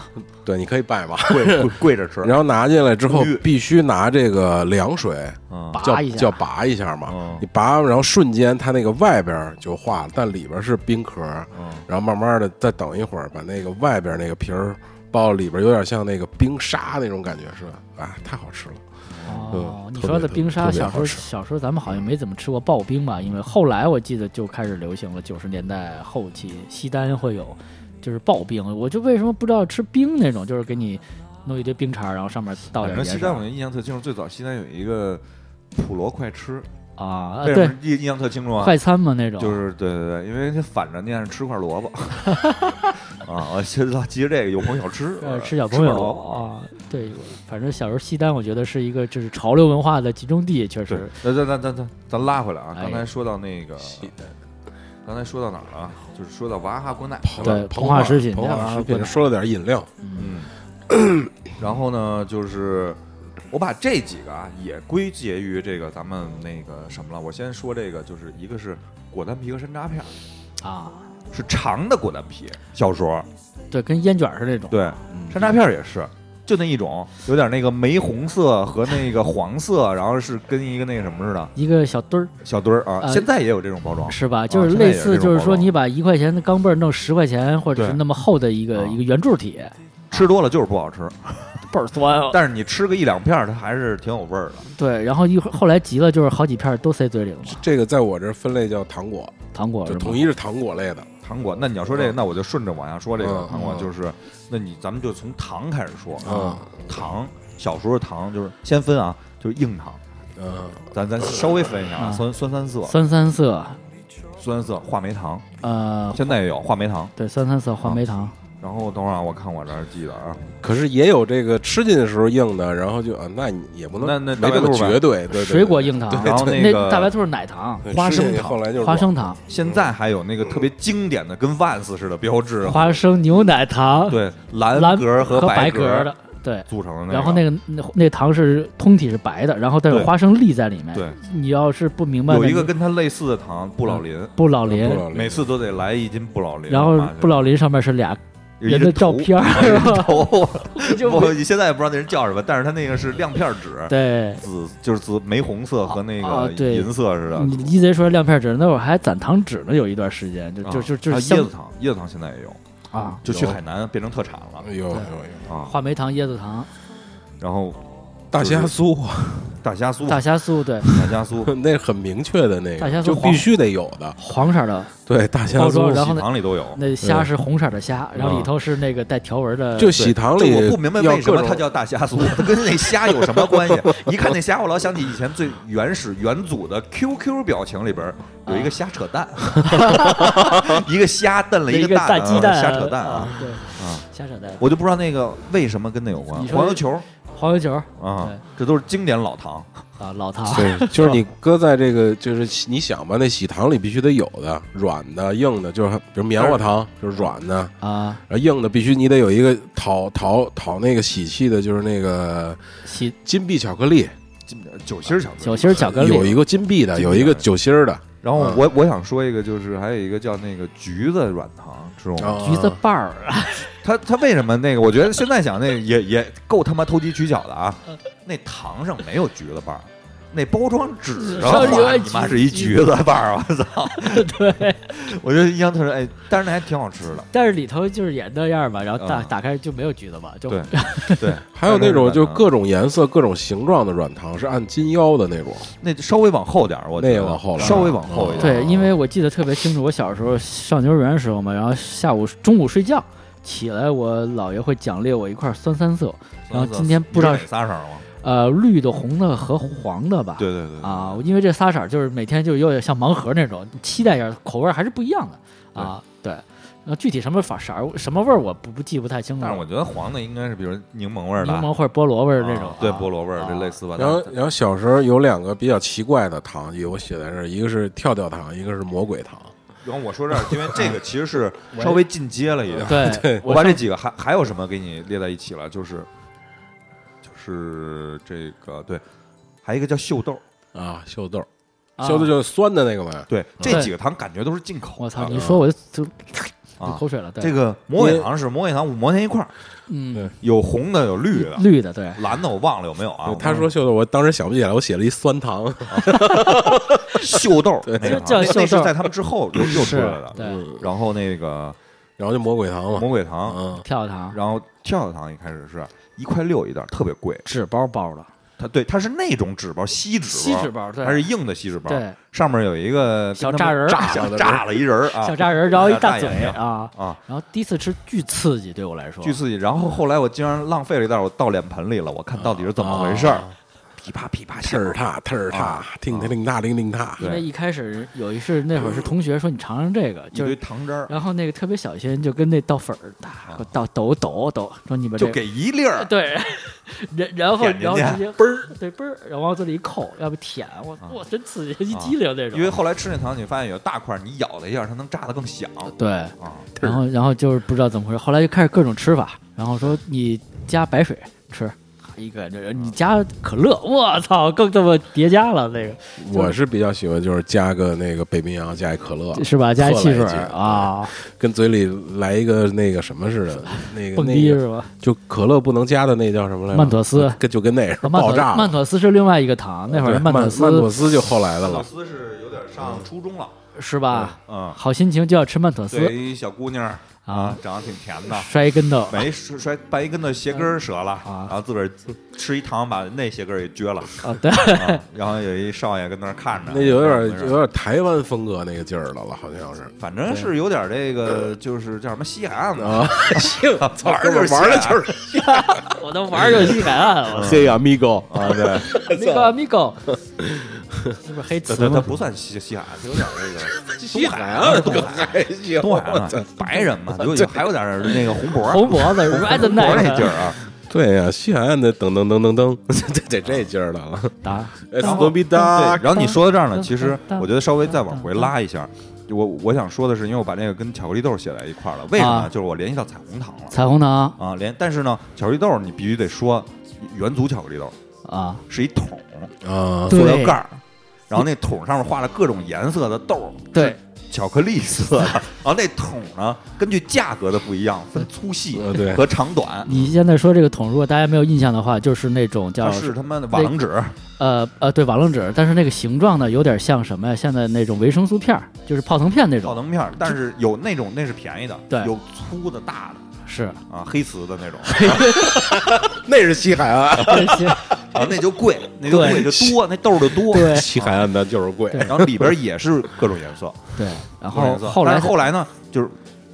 B: 对，你可以拜嘛，
E: 跪跪跪着
B: *laughs*
E: 吃，
B: 然后拿进来之后
E: 沐浴
B: 必须拿这个凉水
E: 嗯
A: 拔
B: 叫
A: 一下
B: 叫拔一下嘛，
E: 嗯
B: 你拔然后瞬间它那个外边儿就化了，但里边儿是冰壳儿，
E: 嗯，
B: 然后慢慢的再等一会儿，把那个外边儿那个皮儿爆里边儿有点像那个冰沙那种感觉似的，啊，太好吃了。
A: 哦，
B: 嗯
A: 你
B: 特
A: 说
B: 别
A: 的冰沙，
B: 特别
A: 小
B: 好
A: 时候
B: 吃
A: 小时候咱们好像没怎么吃过刨冰吧？因为后来我记得就开始流行了，九十年代后期西单会有就是刨冰，我就为什么不知道吃冰那种，就是给你弄一堆冰碴儿，然后啊上面倒
E: 反
A: 点
E: 正
A: 盐
E: 西
A: 水
E: 单我印象特清楚，最早西单有一个普罗快吃，
A: 啊啊，
E: 为什
A: 对
E: 么，印印象特清楚啊？
A: 快餐嘛那种，
E: 就是对对对，因为它反着念是吃块萝卜
A: *laughs*
E: 啊，我记得记着这个有朋友吃
A: 呃，，吃
E: 吃
A: 小朋
E: 块
A: 友
E: 萝卜。
A: 啊，对，反正小时候西单我觉得是一个就是潮流文化的集中地，确
E: 对
A: 实，
E: 咱咱咱咱咱咱拉回来啊！
A: 哎
E: 刚才说到那个，刚才说到哪儿了？啊就是说到娃哈哈光奶，
A: 对膨化食品
B: 膨化食
A: 膨化食品
B: 品说了点饮料，
E: 嗯，然后呢，就是我把这几个啊也归结于这个咱们那个什么了。我先说这个，就是一个是果丹皮和山楂片儿，
A: 啊，
E: 是长的果丹皮，小时候
A: 对，跟烟卷儿似的那种，
E: 对，山楂片儿也是。就那一种，有点那个玫红色和那个黄色， *laughs* 然后是跟一个那个什么似的
A: 一个小墩儿，
E: 小墩儿啊。
A: 呃
E: 现在也有这种包装，
A: 是吧？
E: 啊
A: 就是
E: 现在
A: 类
E: 也是这
A: 似，
E: 种
A: 就是
E: 包
A: 说
E: 装
A: 你把一块钱的钢镚儿弄十块钱，或者是
E: 对
A: 那么厚的一个
E: 啊
A: 一个圆柱体，
E: 吃多了就是不好吃，
A: 倍儿酸啊。
E: 但是你吃个一两片儿，它还是挺有味儿的。
A: 对，然后一会儿后来急了，就是好几片儿都塞嘴里了嘛，
B: 这个在我这儿分类叫糖果，
A: 糖果是
B: 就
A: 吗
B: 统？一是糖果类的。
E: 糖果，那你要说这个，那我就顺着往下说这个
B: 嗯
E: 糖果，
B: 嗯
E: 就是，那你咱们就从糖开始说
B: 嗯
E: 糖，小时候糖就是先分啊，就是硬糖，
B: 嗯，
E: 咱咱稍微分一下啊，
A: 嗯
E: 酸酸三色、
A: 酸三色，
E: 酸色话梅糖，
A: 呃，
E: 现在也有话梅糖。
A: 对，酸三色话梅糖，
E: 然后等会儿啊我看我这儿记得啊，
B: 可是也有这个吃进的时候硬的，然后就啊，那你也不能
E: 那那
B: 没这么绝对，对对对
A: 水果硬糖，
E: 然后
A: 那
E: 个
A: 大白兔是奶糖
B: 对，
A: 花
B: 吃进
A: 生
B: 去
A: 糖
B: 后来就，
A: 花
B: 软
A: 生糖，
E: 现在还有那个特别经典的跟 Vans 似的标志，
A: 花生牛奶糖，
E: 对，蓝
A: 嗯蓝
E: 格儿
A: 和
E: 白
A: 格儿的，对。
E: 组成的个。
A: 然后那个那那糖是通体是白的，然后但有
E: 对
A: 花生粒在里面。
E: 对，
A: 你要是不明白的，
E: 有一个
A: 你
E: 跟它类似的糖布老林，
A: 不老林，
E: 每次都得来一斤布老林，
A: 然后
E: 我妈就
A: 布老林上面是俩
E: 有一
A: 人的
E: 人
A: 照片儿是吧？ *laughs*
E: 头，
A: 就
E: 我现在也不知道那人叫什么，但是他那个是亮片纸，
A: 对，
E: 紫就是紫玫红色和那
A: 啊
E: 个
A: 对嗯
E: 银色似的。
A: 你一贼说亮片纸，那会儿还攒糖纸呢，有一段时间，就
E: 啊
A: 就就就
E: 还
A: 是
E: 有
A: 像
E: 椰子糖，椰子糖现在也有，
A: 啊，
E: 就去
B: 有
E: 海南变成特产了
B: 有有有
E: 啊。
A: 话梅糖、椰子糖、
E: 然后
B: 大虾酥，
E: 大虾酥，
A: 大
E: 大
A: 虾酥，对，
E: 虾酥，
B: *laughs* 那很明确的那
A: 大虾
B: 个，
A: 酥
B: 就必须得有的。
A: 黄色的
B: 对，大虾
A: 包装，
B: 酥
A: *laughs* 然后
E: 喜
A: 呢，
E: 糖里都有。
A: 那虾是红色的虾，然后
E: 啊
A: 里头是那个带条纹的，
B: 就喜糖
E: 就
B: 里
E: 我不明白
B: 要
E: 为什么
B: 各种
E: 它叫大虾酥，它跟那虾有什么关系？一看那虾，我老想起以前最原始元祖的 QQ 表情里边有一个虾扯
A: *laughs*
E: 蛋，一个虾蹬了
A: 那一
E: 一
A: 个
E: 个
A: 大
E: 蛋，
A: 鸡蛋啊，
E: 虾扯蛋啊
A: 啊，。对
E: 啊，
A: 虾扯蛋。
E: 我就不知说那个为什么跟那有关
A: 你。说
E: 黄油球，
A: 黄油球儿
E: 啊
A: 对，
E: 这都是经典老糖。
A: 啊，老
E: *laughs*
A: 汤
B: 对，就是你搁在这个，就是你想吧，那喜糖里必须得有的，软的、硬的，就是比如棉花糖就是软的，
A: 啊，
B: 然后硬的必须你得有一个讨讨讨那个喜气的，就是那个
A: 喜
B: 金币巧克力，
E: 经典酒心儿巧克力，
A: 酒心儿巧克力
B: 有一个金币的，
E: 金币
B: 有
E: 的
B: 一个酒心儿的，
E: 然后
A: 嗯
E: 我我想说一个，就是还有一个叫那个橘子软糖，这种
B: 啊
A: 橘子瓣儿，
E: 它它为什么那个？我觉得现在想那个也也够他妈投机取巧的啊！
A: 嗯
E: 那糖上没有橘子瓣儿，那包装纸上
A: 上有
E: 画
A: 一
E: 你妈
A: 橘
E: 是一橘子瓣儿，我操！
A: *laughs* 对，
E: 我觉得印象特深，哎，但是那还挺好吃的。
A: 但是里头就是也那样吧，然后打
E: 啊
A: 打开就没有橘子吧，就 *laughs*
E: 对对，
B: *laughs* 还有那种
E: 但是
B: 就是
E: 软糖
B: 各种颜色、各种形状的软糖，是按金腰的那种。
E: 那稍微往后点儿，我觉
B: 那也
E: 得
B: 往后了啊
E: 稍微往后一点。
A: 对，因为我记得特别清楚，我小时候上幼儿园的时候嘛，然后下午中午睡觉起来，我姥爷会奖励我一块酸三色，然后今天不知道
E: 你哪仨色儿吗？
A: 呃，绿的、红的和黄的吧。
E: 对对对，
A: 啊，因为这仨色儿就是每天就有点像盲盒那种，期待一下，口味儿还是不一样的啊。对，呃，具体什么法色儿、什么味儿，我不不记不太清楚。
E: 但是我觉得黄的应该是比如柠檬味儿的，
A: 柠檬或者菠萝味儿这
E: 啊
A: 种，
E: 对
A: 啊
E: 菠萝味儿
A: 啊
E: 这类似吧。
B: 然后
E: 但，
B: 然后小时候有两个比较奇怪的糖，有我写在这儿，一个是跳跳糖，一个是魔鬼糖。
E: 然后我说这儿，因为这个其
A: *laughs*
E: 实是稍微进阶了一点。
A: 啊
E: *laughs*
A: 对对，
E: 我
A: 我
E: 把
A: 上
E: 这几个还还有什么给你列在一起了？就是就是这个对，还有一个叫秀豆，
B: 啊，秀豆，
A: 啊
B: 秀豆就是酸的那个嘛。
E: 对，这
A: 对
E: 几个糖感觉都是进口的。
A: 我操，你说我就就流
E: 啊
A: 口，水了。对，
E: 这个魔鬼糖是魔鬼糖五毛钱一块儿，
A: 嗯，
E: 有红的有绿的，
A: 绿的对，
E: 蓝的我忘了有没有啊
B: 对？他说秀豆，我当时想不起来，我写了一酸糖。
E: 秀豆，那
A: 这
E: 个啊
A: 叫
E: 那
A: 秀
E: 那是
A: 豆
E: 在他们之后又又出
A: 嗯是
E: 来的。
A: 对，
E: 然后那个
B: 然后就魔鬼糖嘛
E: 魔。鬼糖，
B: 嗯，
A: 跳糖
E: 然后跳跳糖一开始是一块六一袋儿，特别贵。
A: 纸包包的，
E: 它对，它是那种纸包，锡纸
A: 锡纸包对
E: 它是硬的锡纸包，
A: 对，
E: 上面有一个
A: 小
E: 跟他
A: 炸
E: 们
A: 人儿
E: 炸
B: 小的
E: 炸了一人儿啊，
A: 小炸人儿，然后一大
E: *laughs* 大
A: 嘴
E: 眼睛
A: 啊。
E: 啊，
A: 然后第一次吃巨刺激，对我来说，
E: 巨刺激。然后后来我竟然浪费了一袋，我倒脸盆里了，我看到底是怎么回事
A: 啊
E: 儿，噼啪噼啪
B: 特
E: 响
B: 儿踏特儿踏
E: 啊，
B: 听听听踏听听踏。
A: 因为
E: 对
A: 一开始有一是那会儿是同学说你尝尝这个，
E: 一
A: 就
E: 堆
A: 是
E: 糖汁儿，啊
A: 然后那个特别小心，就跟那倒粉儿打倒抖抖抖，说你们这
E: 就
A: 个
E: 给一粒儿，
A: 对，然然后
E: 舔人
A: 然后
E: 家
A: 直接嘣儿对嘣儿，然后往嘴里一扣，要不舔我哇真刺激，一激灵那种。
E: 啊因为后来吃那糖，你发现有大块儿，你咬了一下，它能炸得更响
A: 呃对，
E: 啊。
A: 然后然后就是不知道怎么回事，后来就开始各种吃法，然后说你加白水吃。一个这人，你加可乐，我操，更这么叠加了那个，
B: 我是比较喜欢，就是加个那个北冰洋，加一可乐，
A: 是吧？加一汽水
B: 特来劲
A: 儿，啊，
B: 跟嘴里来一个那个什么似的，那个
A: 蹦
B: 那
A: 迪
B: 个
A: 是吧？
B: 就可乐不能加的那叫什么来着？
A: 曼妥思
B: 跟就跟那似的，
A: 曼
B: 爆
A: 妥
B: 炸了。
A: 曼妥思是另外一个糖，那会儿
B: 对
A: 是
B: 曼
A: 妥
B: 曼妥
A: 思
B: 思就后来的了。
E: 斯是有点上初中了，
A: 是吧？
E: 嗯，
A: 好心情就要吃曼妥
E: 对，
A: 思，
E: 一小姑娘儿
A: 啊，
E: 长得挺甜
A: *laughs*
E: 的，
A: 摔一跟头，
E: 没摔摔半一跟头鞋跟儿折了，
A: 啊
E: 然后自个儿吃一糖把那鞋跟儿给撅了，
A: 啊，对，
E: 啊然后有一少爷跟那儿看着，
B: *laughs* 那有点
E: 没事
B: 有点台湾风格那个劲儿了了，好像是
E: 反正是有点这个，就是叫什么西海岸的，
B: 啊。行，操，
E: *laughs* 玩儿
B: 哥们
E: 就是
B: 玩儿的
E: 闲
B: 就是
A: 我都玩儿游戏海岸了，
B: 黑啊，Migo
E: 啊，对， *laughs*
A: Migo Migo，是不是黑
E: 它
A: 瓷
E: 它它
A: 吗？
E: 不算西西海岸，它有点这
B: *laughs*
E: 个
B: 西海啊岸
E: 东
B: 可
E: 海岸
B: 还行，
E: 东海岸白人嘛，有有还有点儿那个红脖儿
A: 红脖子
E: *laughs*
A: Red
E: 红脖儿那
A: *laughs* Knight
E: 劲儿啊，
B: 对呀，西海岸的噔噔噔噔噔， *laughs* 这这这劲儿了啊。
A: 打
B: It's
E: 然后
B: gonna be
E: 对，
B: dark。
E: 然后你说到这儿呢，
A: 当
E: 其实
A: 当
E: 我觉得稍微再往回拉一下，我我想说的是，因为我把这个跟巧克力豆写在一块儿了，为什么呢？
A: 啊
E: 就是我联系到彩虹糖了
A: 彩虹糖
E: 啊，连但是呢，巧克力豆你必须得说元祖巧克力豆
A: 啊，
E: 是一桶
B: 啊，
A: 对
E: 塑料盖儿，然后那桶上面画了各种颜色的豆儿，
A: 对，
E: 巧克力
A: *laughs*
E: 色的，然后那桶呢，根据价格的不一样，分粗细
B: 呃对
E: 和长短。
A: 你现在说这个桶，如果大家没有印象的话，就是那种叫
E: 它是他妈的瓦楞纸，
A: 呃呃，对瓦楞纸，但是那个形状呢，有点像什么呀？现在那种维生素片儿，就是泡腾片那
E: 泡
A: 种，
E: 腾片儿，但是有那种那是便宜的，
A: 对
E: 有粗的、大的 *laughs*
A: 是，
E: 啊，黑瓷的
A: *laughs*
E: 那种，
B: 那是西海岸，
E: *laughs* 啊，那就贵，那就
A: 对
E: 贵就多，那豆儿就多。
A: 对
B: *laughs* 西海岸的就是贵。
E: 然后里边也是各种颜色，
A: 对，然
E: 各种
A: 后
E: 颜色
A: 后
E: 啊但
A: 来
E: 是后来呢，就是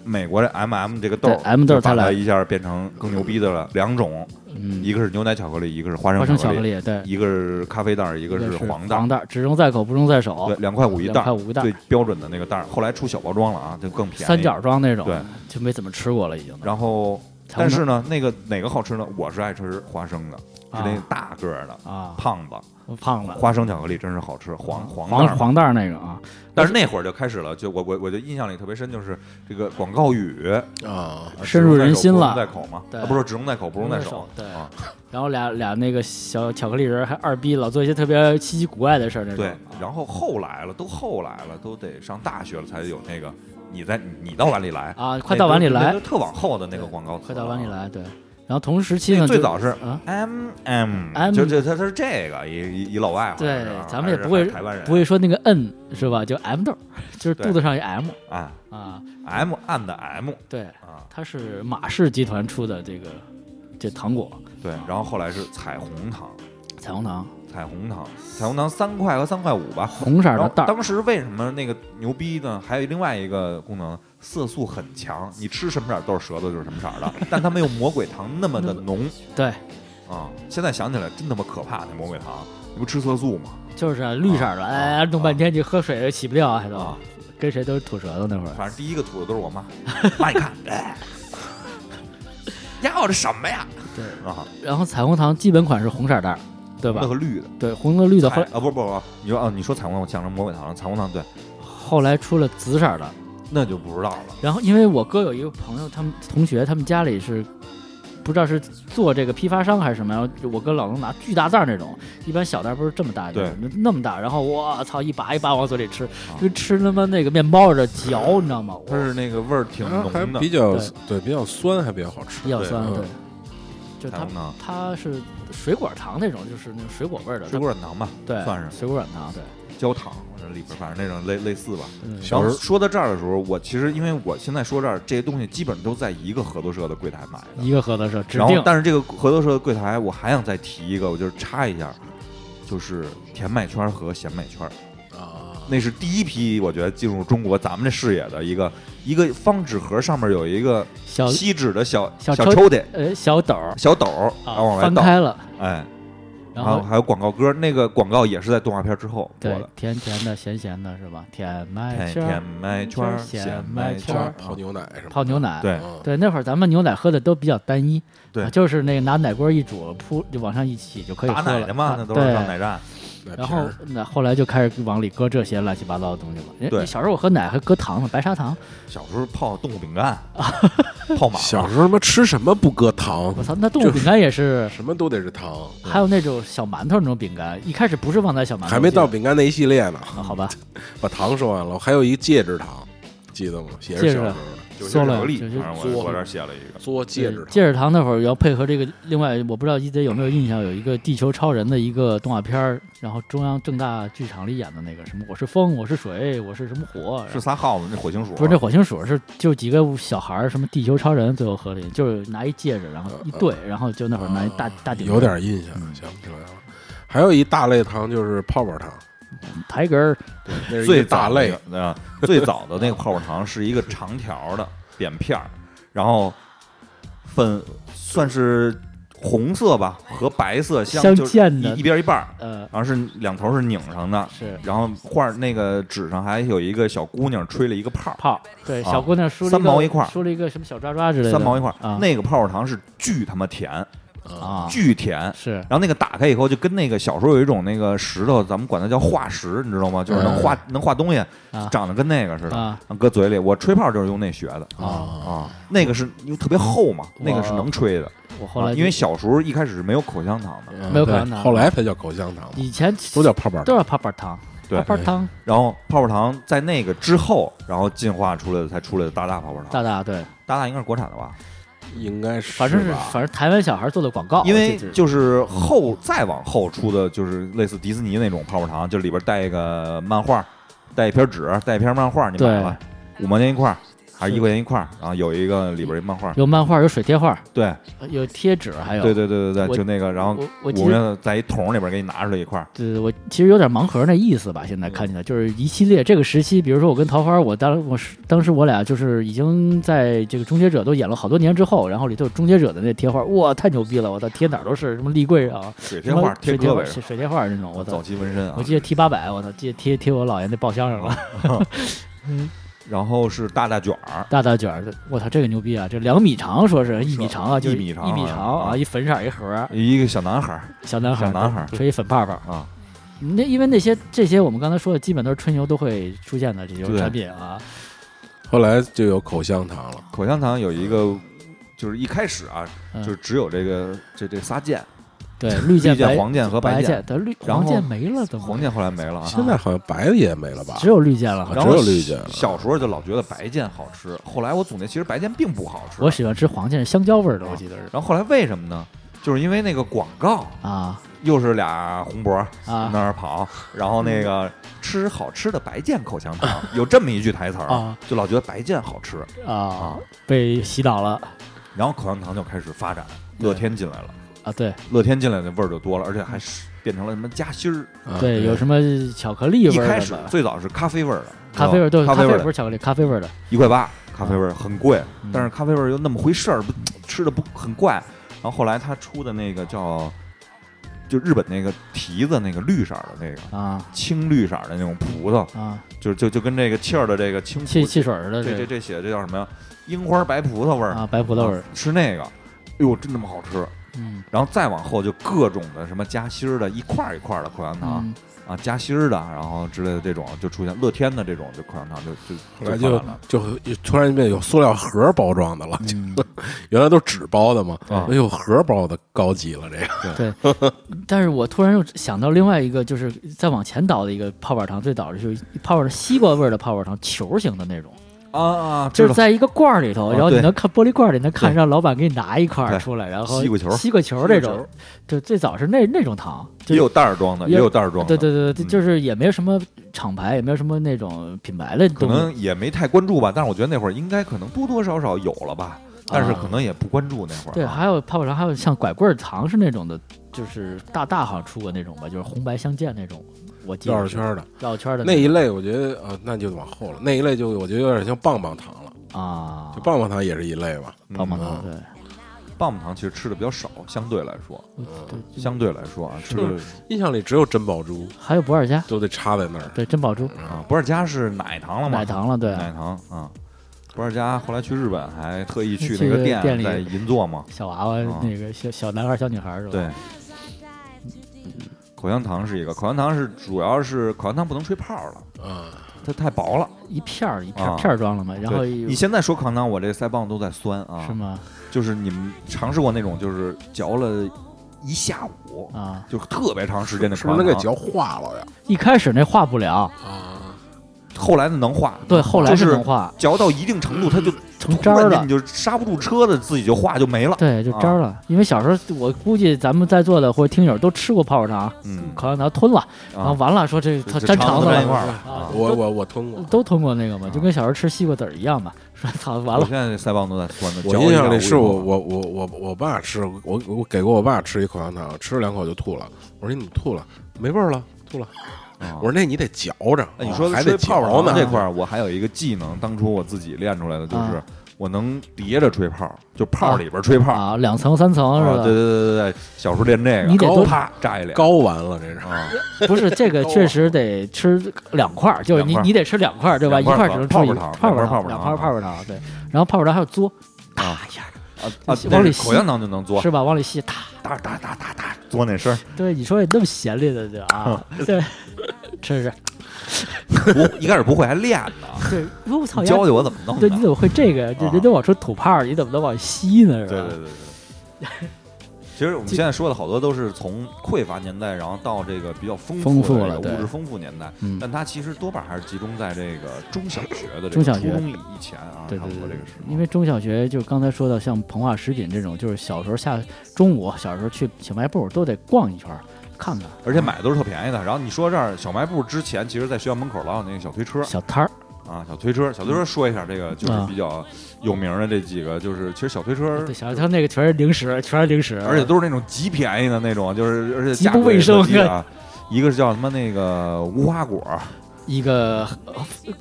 E: 美国这 M、m 这个豆
A: 对 M 豆儿
E: 就把
A: 它来
E: 它一下变成更牛逼的了，两种，
A: 嗯，
E: 一个是牛奶巧克力，一个是花
A: 花
E: 生
A: 生巧克
E: 力，
A: 力，对，
E: 一个是咖啡袋儿，一个
A: 一
E: 是
A: 个是
E: 黄袋儿
A: 黄。袋儿，只溶在口不溶在手
E: 对，，两块五一袋
A: 两
E: 儿，
A: 块五一袋儿
E: 最标准的那个袋儿。后来出小包装了啊，就更便宜。
A: 三角。装那种，
E: 对，
A: 就没怎么吃过了已经。
E: 然后但是呢，那个哪个好吃呢？我是爱吃花生的，是那个大个儿的
A: 啊，
E: 胖子
A: 胖子
E: 花生巧克力，真是好吃，黄
A: 黄
E: 黄袋儿嘛。
A: 黄袋儿那个啊，
E: 但是那会儿就开始了，就我我我就印象里特别深，就是这个广告语
B: 啊，
A: 深入人心了
E: 只溶在手不溶在口嘛，
A: 对
E: 啊不是只溶在口不溶在
A: 不溶
E: 手，
A: 在手对
E: 啊
A: 然后俩俩那个小巧克力人还二逼，老做一些特别稀奇古怪的事儿那种。啊
E: 对。然后后来了，都后来了，都得上大学了才有那个你在你你到碗里来，
A: 啊，快到碗里
E: 那
A: 来
E: 都，特往后的那个广告词，
A: 快到碗里。来，对。然后同时期呢，
E: 最
A: 就
E: 早是
A: 啊，
E: M M，
A: M
E: 就这他他是这个一一一老外好像
A: 对
E: 是啊，
A: 咱们也
E: 还是
A: 不会
E: 台湾人
A: 不会说那个 N 是吧？就 M 豆儿，就是
E: 对
A: 肚子上一 M
E: 啊
A: 啊，
E: M 按的 M
A: 对，
E: 啊
A: 它是马氏集团出的这个这糖果
E: 对，然后后来是彩虹糖，
A: 彩虹糖，
E: 彩虹糖，彩虹糖三块和三块五吧。
A: 红色
E: 然
A: 的
E: 后
A: 袋儿，
E: 当时为什么那个牛逼呢？还有另外一个功能，色素很强，你吃什么色儿豆儿舌头就是什么色儿的，但它没有魔鬼糖那么的浓
A: 对，
E: 啊。现在想起来真他妈可怕，那魔鬼糖，你不吃色素吗？
A: 就是啊绿色的，
E: 啊
A: 哎，弄半天你喝水洗不掉，还都
E: 啊，
A: 跟谁都是吐舌头那会儿。
E: 反正第一个吐的都是我妈，妈
A: *laughs*
E: 你看，哎，要的什么呀？
A: 对
E: 啊，
A: 然后彩虹糖基本款是红色袋儿，对
E: 红的
A: 吧？
E: 和绿的，
A: 对，红的绿的，
E: 彩
A: 后
E: 啊，不是不是不是，你说啊，你说彩虹糖，我想成魔鬼糖了，彩虹糖对，
A: 后来出了紫色的。
E: 那就不知道了。
A: 然后因为我哥有一个朋友，他们同学，他们家里是不知道是做这个批发商还是什么，然后我哥老能拿巨大袋儿那种，一般小袋儿不是这么大一
E: 对
A: 个，那那么大，然后我操一把一把往嘴里吃，跟吃他妈那个面包似的嚼，你知道吗？
E: 它是那个味儿挺
B: 它
E: 浓
B: 还
E: 的，
B: 啊比较
A: 对
B: 对比较酸，还比较好吃。
A: 比较酸，
B: 嗯
A: 对，就
E: 彩
A: 它
E: 虹糖、
A: 它是水果糖那种，就是那种水果味儿的，
E: 水果软糖吧，
A: 对，
E: 算是
A: 水果软糖，对，
E: 焦糖这里边，反正那种类类似吧。
A: 嗯
B: 小
E: 然后
B: 时候
E: 说到这儿的时候，我其实因为我现在说这儿这些东西基本都在一个合作社的柜台买的，
A: 一个盒子是指
E: 然后
A: 定
E: 但是这个合作社的柜台，我还想再提一个，我就是插一下，就是甜麦圈和咸麦圈，
B: 啊，
E: 那是第一批我觉得进入中国咱们这视野的一个一个方纸盒，上面有一个
A: 小
E: 锡纸的小
A: 小抽
E: 抽屉、
A: 呃小斗儿
E: 小斗儿，然
A: 啊
E: 后往外
A: 翻
E: 倒，
A: 开了，
E: 哎，
A: 然
E: 后
A: 后
E: 还有广告歌，那个广告也是在动画片之后做
A: 对
E: 的。
A: 甜甜的咸咸的是吧？甜麦
E: 甜
B: 啊
A: 圈
E: 甜
A: 儿
E: 麦圈
A: 圈
E: 儿、
A: 儿咸
E: 咸
A: 麦
E: 麦
A: 圈
E: 圈
A: 儿
E: 儿
B: 泡牛奶什么的
A: 泡牛奶，
E: 对
B: 嗯
A: 对，那会儿咱们牛奶喝的都比较单一，
E: 对
A: 啊就是那个拿奶锅一煮，铺就往上一起就可以
E: 打
A: 喝
E: 奶
A: 了
E: 的嘛，
A: 啊
E: 那都是
A: 对
E: 上奶站。
B: 奶
A: 然
B: 瓶
A: 后
B: 儿
A: 那后来就开始往里搁这些乱七八糟的东西了。人
E: 对
A: 小时候我喝奶还搁糖呢，白砂糖。
E: 小时候泡动物饼
A: *laughs*
E: 干，泡满
B: 小
E: 了。
B: 时候他妈吃什么不搁糖
A: 我？操，那动物饼干也是，
B: 什么都得是糖，
A: 还有那种小馒头那种饼干，一开始不是旺仔小馒头，
B: 还没到
A: 我记
B: 饼干那一系列呢。
A: 得、啊
B: *laughs*
A: 好吧？
B: 把糖说完了，我还有一戒指糖，记得吗？也是
A: 戒指啊
B: 小时
A: 糖缩
B: 候的
E: 九星巧
A: 了
E: 克力，
A: 就
E: 反
A: 是
E: 正
B: 缩
E: 我我
B: 了
E: 这儿写了一个，
B: 嘬戒指
A: 对
B: 糖。
A: 戒指糖那会儿要配合这个，另外我不知道一姐有没有印象，有一个地球超人的一个动画片儿，然后中央正大剧场里演的那个什么，我是风，我是水，我是什么火，然后
E: 是仨耗子那火星鼠，啊
A: 不是这火星鼠是就几个小孩儿，什么地球超人，最后合里就是拿一戒指，然后一对，
E: 呃
A: 然后就那会儿拿一大嗯大顶，
B: 啊有点印象，想不起来了。还有一大类糖就是泡泡糖，
A: 台根儿，
B: 那是一
E: 最
B: 个大
E: 早
B: 类
E: 的那个啊，最早的那个泡泡糖是一个长条的扁片儿，然后粉算是红色吧和白色
A: 相
E: 就是
A: 间的
E: 一一边一半儿，
A: 呃，
E: 然后是两头是拧上的，
A: 是
E: 然后画那个纸上还有一个小姑娘吹了一个泡儿，
A: 泡，对，
E: 啊
A: 小姑娘梳了
E: 三毛一
A: 一
E: 块儿
A: 梳了一个什么小抓抓之类的，
E: 三毛一块儿，
A: 啊，
E: 那个泡泡糖是巨他妈甜，
A: 啊
E: 巨甜。
A: 是
E: 然后那个打开以后，就跟那个小时候有一种那个石头，咱们管它叫化石，你知道吗？就是能化能化东西，
A: 嗯啊
E: 长得跟那个似的。
A: 啊
E: 搁嘴里，我吹泡就是用那学的
A: 啊，
E: 啊，那个是因为特别厚嘛，那个是能吹的。
A: 我后来
E: 啊
A: 就
E: 因为小时候一开始是没有口香糖的，
B: 嗯
A: 没有啊
B: 对
A: 口香糖
B: 后来才叫口香糖嘛，
A: 以前
B: 都叫泡泡
A: 都
B: 糖。
A: 叫泡泡糖，
E: 对
A: 泡泡糖
E: 然后泡泡糖在那个之后，然后进化出来的才出来的大大泡泡糖。
A: 大大对，
E: 大大应该是国产的吧？
B: 应该是
A: 反正是
B: 吧
A: 反正台湾小孩做的广告，啊
E: 因为
A: 我记得
E: 就是后再往后出的，就是类似迪士尼那种泡泡糖，就里边带一个漫画，带一篇纸，带一篇漫画，你买了五毛钱一块儿，还是一块钱一块儿，然后有一个里边一漫画，
A: 有漫画，有水贴画，呃
E: 对
A: 有贴纸，还有
E: 对对对对
A: 哎我
E: 对，就那个，然后
A: 我我
E: 五
A: 记
E: 毛
A: 得
E: 钱在一桶里边给你拿出来一块儿，
A: 对，我其实有点盲盒那意思吧。现
E: 嗯
A: 在看起来就是一系列这个时期，比如说我跟桃花，我当我是当时我俩就是已经在这个终结者都演了好多年之后，然后里头有终结者的那贴画，哇，太牛逼了！我操，贴哪儿都是什么立柜上、啊
E: 水
A: 什
E: 贴
A: 么
E: 画
A: 水
E: 贴
A: 贴
E: 胳
A: 画、
E: 膊上
A: 水，水贴画那种，我
E: 早
A: 操！
E: 期纹身啊
A: 我，记得 T 八百，我操，记得贴贴我姥爷那报箱上了。嗯，
E: 然后是大大卷儿，
A: *laughs* 大大卷儿，我操，这个牛逼啊！这两米长，说是一米长啊，
E: 是
A: 就
E: 一
A: 是
E: 米长
A: 一米
E: 啊
A: 长啊，
E: 啊
A: 一粉色儿一盒儿，
E: 一个小男孩儿
A: 小男孩儿，
E: 小男孩儿
A: 吹一粉泡泡。
E: 啊，
A: 那因为那些这些我们刚才说的，基本都是春游都会出现的这种
E: 对
A: 产品啊，
B: 后来就有口香糖了，
E: 口香糖有一个，就是一开始啊，
A: 嗯
E: 就是只有这个这这仨键，
A: 对，绿
E: 绿
A: 箭、
E: 键、
A: 白
E: 黄键和
A: 白
E: 键，
A: 但绿
E: 然后
A: 黄箭没了，怎么
E: 黄键后来没了啊。
B: 现在好像白的也没了吧
A: 只？有绿箭了？好像
B: 然
E: 然
B: 后啊
E: 后
B: 只有绿箭了
E: 小时候就老觉得白键好吃，后来我总结，其实白键并不好吃。
A: 我喜欢吃黄箭，香蕉味儿的，我记得是
E: 然后后来为什么呢？就是因为那个广告，
A: 啊
E: 又是俩红脖儿
A: 啊
E: 那儿跑，然后那个吃好吃的白键口香糖，有这么一句台词儿
A: 啊，
E: 就老觉得白键好吃
A: 啊
E: 啊，。
A: 被洗脑了
E: 然后口香糖就开始发展，
A: 对
E: 乐天进来了，
A: 啊，对
E: 乐天进来的味儿就多了，而且还是变成了什么夹心儿。
B: 啊
A: 对，有什么巧克力
E: 一
A: 味儿
E: 开
A: 的
E: 始
A: 吧
E: 最早是咖啡味儿的，
A: 咖啡味儿，对，
E: 咖
A: 咖啡
E: 啡味
A: 味
E: 儿
A: 儿不
E: 的
A: 是巧克力，咖啡味儿的，
E: 一块八，咖啡味儿很贵
A: 嗯，
E: 但是咖啡味儿又那么回事儿，不吃的不很怪。然后后来他出的那个叫，就日本那个提子那个绿色儿的那个
A: 啊
E: 青绿色儿的那种葡萄，
A: 啊，
E: 就就就跟这个气儿的这个青葡
A: 汽汽水儿的
E: 这
A: 这
E: 这
A: 个
E: 这写的这叫什么呀？樱花白葡萄味儿
A: 啊，白葡萄味儿
E: 啊，吃那个，哎呦，真他妈好吃！
A: 嗯
E: 然后再往后就各种的什么夹心儿的，一块儿一块儿的口香糖、
A: 嗯
E: 啊，夹心儿的，然后之类的这种就出现乐天的这种就口香糖就
B: 后
E: 就
B: 来就
E: 就发展了
B: 就突然变有塑料盒包装的了，就
A: 嗯，
B: *laughs* 原来都是纸包的嘛，
E: 啊
B: 哎呦，盒包的高级了，这个
A: 但是我突然又想到另外一个，就是再往前倒的一个泡泡糖，最早的就是泡泡西瓜味儿的泡泡糖，球形的那种，
E: 啊啊，
A: 就
E: 知
A: 是
E: 道
A: 在一个罐儿里头，
E: 啊
A: 然后你
E: 对
A: 能看玻璃罐儿里能看，
E: 对
A: 让老板给你拿一块儿
E: 对
A: 出来，然后
E: 西瓜球
A: 西瓜球这种，就最早是那那种糖，就
E: 也有袋儿装的，
A: 也
E: 也有袋儿装的，
A: 对对对对，
E: 嗯
A: 就是也没有什么厂牌，也没有什么那种品牌的
E: 可
A: 东西
E: 能也没太关注吧，但是我觉得那会儿应该可能多多少少有了吧，但是
A: 啊
E: 可能也不关注那会儿啊。
A: 对，还有泡泡糖，还有像拐棍儿糖是那种的，就是大大好像出过那种吧，就是红白相间那种，我记得
B: 绕着
A: 是
B: 圈儿的
A: 绕圈儿的
B: 那一
A: 种
B: 类，我觉得啊，那就往后了，那一类就我觉得有点像棒棒糖了，
A: 啊
B: 就，棒棒糖也是一类吧，
E: 嗯
A: 棒棒糖对。
E: 棒棒糖其实吃的比较少，相对来说，
A: 对就
E: 相对来说啊，吃
B: 就
E: 的
B: 印象里只有珍宝珠
A: 还有不二家，
B: 都得插在那儿，
A: 对，珍宝珠
E: 啊，不二家是奶糖了吗？
A: 奶糖了，对，
E: 奶糖啊。不二家后来去日本还特意去
A: 去
E: 那个店，
A: 店里
E: 在银座嘛。
A: 小娃娃
E: 啊
A: 那个小小男孩、小女孩是吧？
E: 对，口香糖是一个，口香糖是主要是口香糖不能吹泡了，
A: 啊
B: 嗯，
E: 它太薄了。
A: 一片儿一片儿
E: 啊
A: 片儿装了嘛，然后
E: 对
A: 有
E: 你现在说口香糖，我这腮帮子都在酸啊。
A: 是？吗？
E: 就是你们尝试过那种，就是嚼了一下午，
A: 啊，
E: 就是特别长时间的
B: 是
E: 口
B: 不是
E: 香
B: 能
E: 糖。
B: 给嚼化了呀？
A: 一开始那化不了，
B: 啊，
E: 后来呢能化，
A: 对，后来
E: 就是
A: 能化，
E: 嚼到一定程度，它
B: 嗯
E: 就
A: 成
E: 突
A: 渣儿
E: 然间
A: 了
E: 你。就刹不住车的，自己就化就没了。
A: 对，就渣儿
E: 啊
A: 了。因为小时候，我估计咱们在座的或者听友都吃过泡泡糖、
E: 嗯，
A: 口香糖，吞了，然后
E: 啊，
A: 完了说这它
E: 就
A: 粘
E: 肠
A: 肠
E: 子
A: 子
E: 粘一
A: 了，
E: 块儿了
A: 啊
E: 啊。
B: 我我我吞过，
A: 都吞过那个嘛，
E: 啊
A: 就跟小时候吃西瓜籽儿一样嘛。说操，完
E: 我
A: 了
E: 现在这腮帮子都在酸的。
B: 我
E: 嚼
B: 印
E: 一
B: 象
E: 下
B: 里
E: 午
B: 是
E: 就
B: 我
E: 化了
B: 我我我我爸吃，我我给过我爸吃一口香糖，吃了两口就吐了。我说你怎么吐了？没味儿了，吐了。
E: 啊
B: 我说那你得嚼着，啊
E: 哎，你说
B: 还
E: 吹
B: 得
E: 泡
B: 嚼
E: 泡
B: 呢
E: 糖这块儿，我还有一个技能，当初我自己练出来的，就是
A: 啊
E: 我能叠着吹泡，就泡里边吹泡。
A: 啊，两层三层
E: 啊，对
A: 是吧？
E: 对对对对，小时候练这个，
A: 你得多
E: 高啪炸一脸
B: 高完了这是。
E: 啊， *laughs*
A: 不是这个确实得吃两块儿，就是
E: 两
A: 你
E: 块儿
A: 你得吃两块儿对吧？一
E: 两块儿
A: 块儿只能吃
E: 泡
A: 一
E: 泡
A: 个
E: 糖
A: 泡
E: 两块
A: 糖，
E: 儿泡泡
A: 两
E: 糖
A: 块儿泡泡
E: 啊
A: 糖对。然后泡泡糖还有嘬，
E: 啊
A: 哎呀，
E: 啊啊！
A: 往里
E: 那
A: 吸
E: 口香糖就能嘬，
A: 是吧？往里吸，哒。
E: 哒哒哒哒哒嘬那声儿，
A: 对，你说你那么闲哩的对啊？
E: 嗯
A: 对，吃吃。
E: *laughs* *laughs* 不一开始不会还练
A: *laughs*
E: 呢，
A: 对，我操，
E: 教教我怎么弄
A: 对，
E: 的。
A: 你怎么会这个呀？这
E: 啊
A: 人家往出吐泡儿，你怎么能往吸呢？是吧？
E: 对对对对。 *laughs* 其实我们
A: 这
E: 现在说的好多都是从匮乏年代，然后到这个比较丰
A: 丰富
E: 富的
A: 了
E: 这
A: 对
E: 个物质丰富年代，
A: 嗯
E: 但它其实多半还是集中在这个中小学的这个
A: 中小学
E: 初中以前啊，
A: 对
E: 差
A: 对
E: 不多
A: 对
E: 这个
A: 对
E: 时候。
A: 因为中小学就刚才说到像膨化食品这种，就是小时候下中午小时候去小卖部都得逛一圈儿看看
E: 而且买的都是特便宜的。然后你说这儿小卖部之前，其实在学校门口老有那个小推车
A: 小摊儿
E: 啊，小推车，小推车说一下这个就是比较有名的这几个，就是其实小推车
A: 啊对，。小摊儿那个全是零食，全是零食，
E: 而且都是那种极便宜的那种，就是而且
A: 极
E: 价
A: 不
E: 格
A: 卫
E: 也
A: 生
E: 特低啊。一个是叫什么那个无花果，
A: 一个呃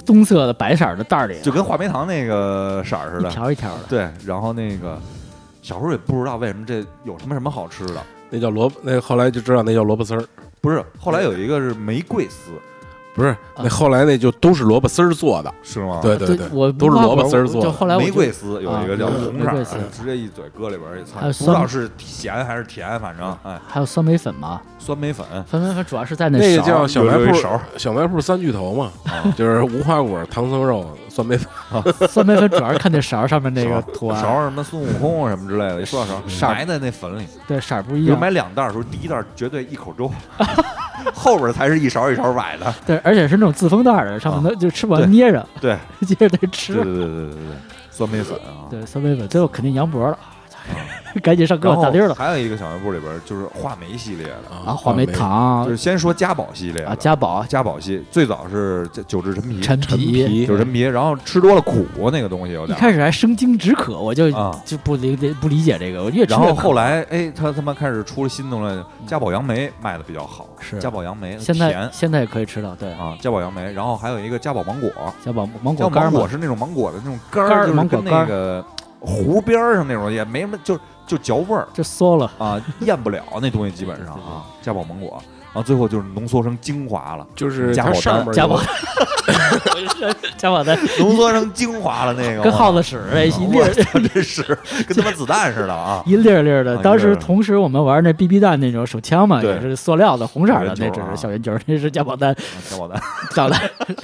A: 棕色的白色儿的袋儿里，啊
E: 就跟话梅糖那个色儿似
A: 一
E: 的。
A: 条一条的。
E: 对，然后那个小时候也不知道为什么这有什么什么好吃的，
B: 那叫萝卜，那后来就知道那叫萝卜丝儿。
E: 不是。后来有一个是玫瑰丝，
B: 不是，那后来那就都是萝卜丝儿做的，
E: 是吗？
B: 对对对，
A: 我
B: 都是萝卜丝儿做
A: 就
B: 的。
A: 后来我
E: 玫
A: 就
E: 瑰丝有一个叫
A: 啊
E: 红
A: 玫
E: 色
A: 瑰
E: 儿
A: 丝
E: 的，直接一嘴搁里边儿，操
A: 还有
E: 不知
A: 酸嗯
E: 道是咸还是甜，反正哎，
A: 还有酸梅粉嘛，
E: 酸梅粉
A: 酸梅粉主要是在
B: 那个
A: 勺
B: 叫
A: 儿啊
B: 小
E: 有
B: 卖
E: 有一
B: 铺
E: 勺儿，
B: 小卖铺三巨头嘛，就是无花果、唐僧肉、酸梅粉。
A: 酸梅粉主要是看那勺儿上面那个图
E: 勺
A: 案，
E: 儿什么孙悟空啊什么之类的，一塑料勺
A: 勺
E: 儿
A: 儿
E: 埋在那粉里。
A: 对色儿不一
E: 比如
A: 样。
E: 买两袋儿的时候，第一袋儿绝对一口粥，后边儿才是一勺一勺崴的。
A: 对，而且是那种自封袋儿的，上面能就吃完捏着，
E: 啊
A: *laughs*
E: 对，
A: 接着再
E: 对
A: 吃。
E: 对对对对对，酸梅粉啊。
A: 对，酸梅粉最后肯定羊脖了， *laughs* 赶紧上胳
E: 然
A: 膊打溜
E: 后
A: 了
E: 还有一个小卖部里边儿就是话梅系列的，
A: 啊！话梅糖
E: 就是先说嘉宝系列
A: 啊，
E: 的
A: 嘉宝、
E: 嘉宝系最早是这九制陈皮，
A: 陈
B: 陈
A: 皮，
B: 皮
E: 九制陈皮，然后吃多了苦那个东西有
A: 一
E: 点儿。
A: 开始还生津止渴，我就
E: 啊
A: 就不理解不理解这个，我越吃
E: 然后
A: 越
E: 后
A: 渴。
E: 来，哎，他他妈开始出了新东西，嘉宝杨梅卖的比较好，
A: 是
E: 嘉宝杨梅
A: 现
E: 甜
A: 在现在也可以吃到，对，
E: 啊，嘉宝杨梅，然后还有一个嘉宝芒果，
A: 嘉宝芒
E: 叫
A: 果干
E: 芒
A: 儿嘛
E: 果，是那种芒果的那种干
A: 干
E: 儿，
A: 儿
E: 就是
A: 芒果
E: 跟
A: 干儿
E: 那个湖边儿上那种，也没什么，就就嚼味儿
A: 就馊了。
E: 啊，咽不了那东西基本上啊，嘉宝芒果，然后最后就是浓缩成精华了，
B: 就是
E: 加
B: 它
E: 宝
B: 上
E: 丹
B: 面
A: 嘉
B: 有
A: 宝，我就是 *laughs* 嘉宝
E: *laughs*
A: 的
E: 浓缩成精华了那个，
A: 跟耗
E: 子
A: 子屎似的，一粒
E: *laughs* 我
A: 儿！
E: 操，真是跟他妈子弹似的啊
A: *laughs* 一粒儿粒儿
E: 啊一
A: 的。
E: 粒儿
A: 当时同时我们玩那 BB 弹那种手枪嘛，
E: 对
A: 也是塑料的红色儿的，
E: 小
A: 那
E: 圆球
A: 只
E: 啊
A: 是小圆球，那是嘉宝弹，
E: 嘉宝丹
A: *laughs* 长得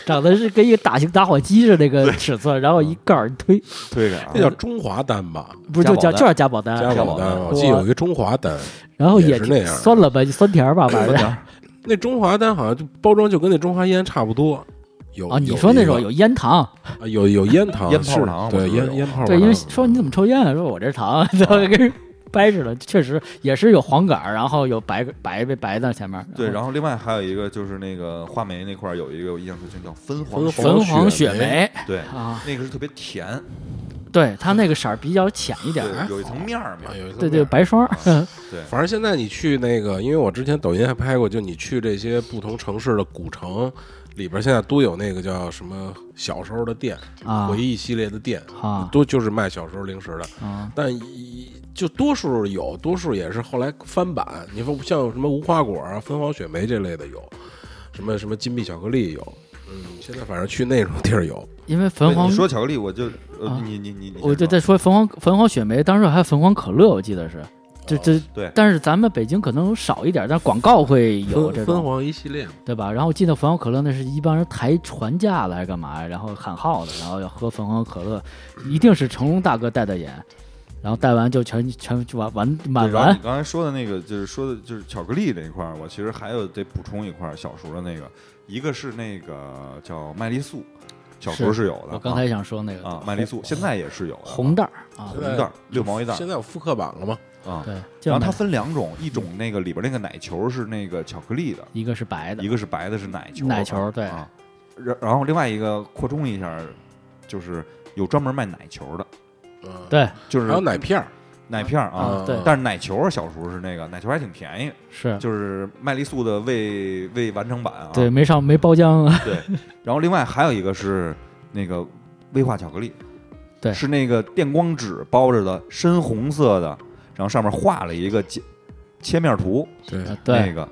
A: 长得是跟一个大型打火机似的那个尺
E: 嗯
A: 寸，然后一盖儿一推，
E: 推开啊
B: 那，叫中华丹吧，
A: 不是就
E: 嘉宝
A: 叫
E: 丹
A: 就是嘉宝弹，
B: 嘉
E: 宝
B: 宝
E: 丹
B: 丹。我记得有一个中华丹，
A: 啊然后
B: 也
A: 也
B: 是那样
A: 酸了吧，酸甜儿吧，反正
E: 酸甜儿
B: 那中华丹好像就包装就跟那中华烟差不多。 *laughs* 有
A: 啊，你
B: 有
A: 说那
B: 一个
A: 种有烟糖，
B: 啊有有烟糖、
E: 烟泡
B: 是
E: 糖我啊
B: 对
E: 知道有
B: 烟烟泡
A: 对，因为
B: 糖
A: 说你怎么抽烟啊？说我这糖， *laughs* 然后跟人掰扯了，确实也是有黄杆儿，然后有白白白白的前面，
E: 对，然后另外还有一个就是那个话梅那块儿有一个我印象最深叫分黄
B: 分
E: 水，
A: 粉
B: 黄
A: 黄雪
B: 雪
A: 梅
E: 对，
A: 啊，
E: 那个是特别甜，
A: 对，它那个色儿比较浅一点
E: 对
A: 儿，，
E: 有一层面儿面
B: 啊
E: 儿，
B: 有一层
A: 对
B: 面
A: 对，
B: 儿
A: 白霜儿，
B: 反正现在你去那个，因为我之前抖音还拍过，就你去这些不同城市的古城里边，现在都有那个叫什么小时候的店
A: 啊
B: 回忆系列的店
A: *laughs* 啊
B: 都就是卖小时候零食的。
A: 啊
B: 但一就多数有，多数也是后来翻版。你说像什么无花果啊、芬芳雪梅这类的有，什么什么金币巧克力有，嗯，现在反正去那种地儿有。
A: 因为
E: 对
A: 粉黄
E: 你。说巧克力，我就呃
A: 啊，
E: 你你你你，
A: 我就在说粉黄粉黄雪梅，当时还有粉黄可乐，我记得是，这这
E: 对
A: 但是咱们北京可能少一点，但是广告会有这
B: 分分
A: 种，
B: 黄一系列嘛，
A: 对吧？然后我记得粉黄可乐那是一帮人抬船架了还是干嘛，然后喊号的，然后要喝粉黄可乐，一定是成龙大哥带的眼，然后带完就全全就完完
E: 对
A: 满
E: 然后
A: 完
E: 你刚才说的那个，就是说的就是巧克力这一块儿，我其实还有得补充一块儿小时候的那个，一个是那个叫麦丽素，小时候
A: 是
E: 是有的啊。
A: 我刚才想说那个
E: 啊，麦丽素现在也是有的啊
A: 红袋儿啊
E: 红，袋儿六毛一袋
B: 现在有复刻版了吗？
E: 儿啊。
A: 对，就是
E: 然后它
A: 买
E: 分两种，一种那个里边那个奶球是那个巧克力的，
A: 一个是白的
E: 一，个是白的是奶球。
A: 奶球对
E: 啊，然然后另外一个扩充一下，就是有专门卖奶球的，
B: 嗯，
A: 对
E: 就是
B: 还有奶片儿，
E: 奶片儿啊
A: 啊。对
E: 但是奶球小时候是那个奶球还挺便宜，
A: 是，
E: 就是麦丽素的未未完成版啊。
A: 对没上没包浆啊，
E: 对，然后另外还有一个是那个威化巧克力，
A: 对
E: 是那个电光纸包着的深红色的，然后上面画了一个切切面图，
B: 对，
E: 那
A: 对，
E: 个，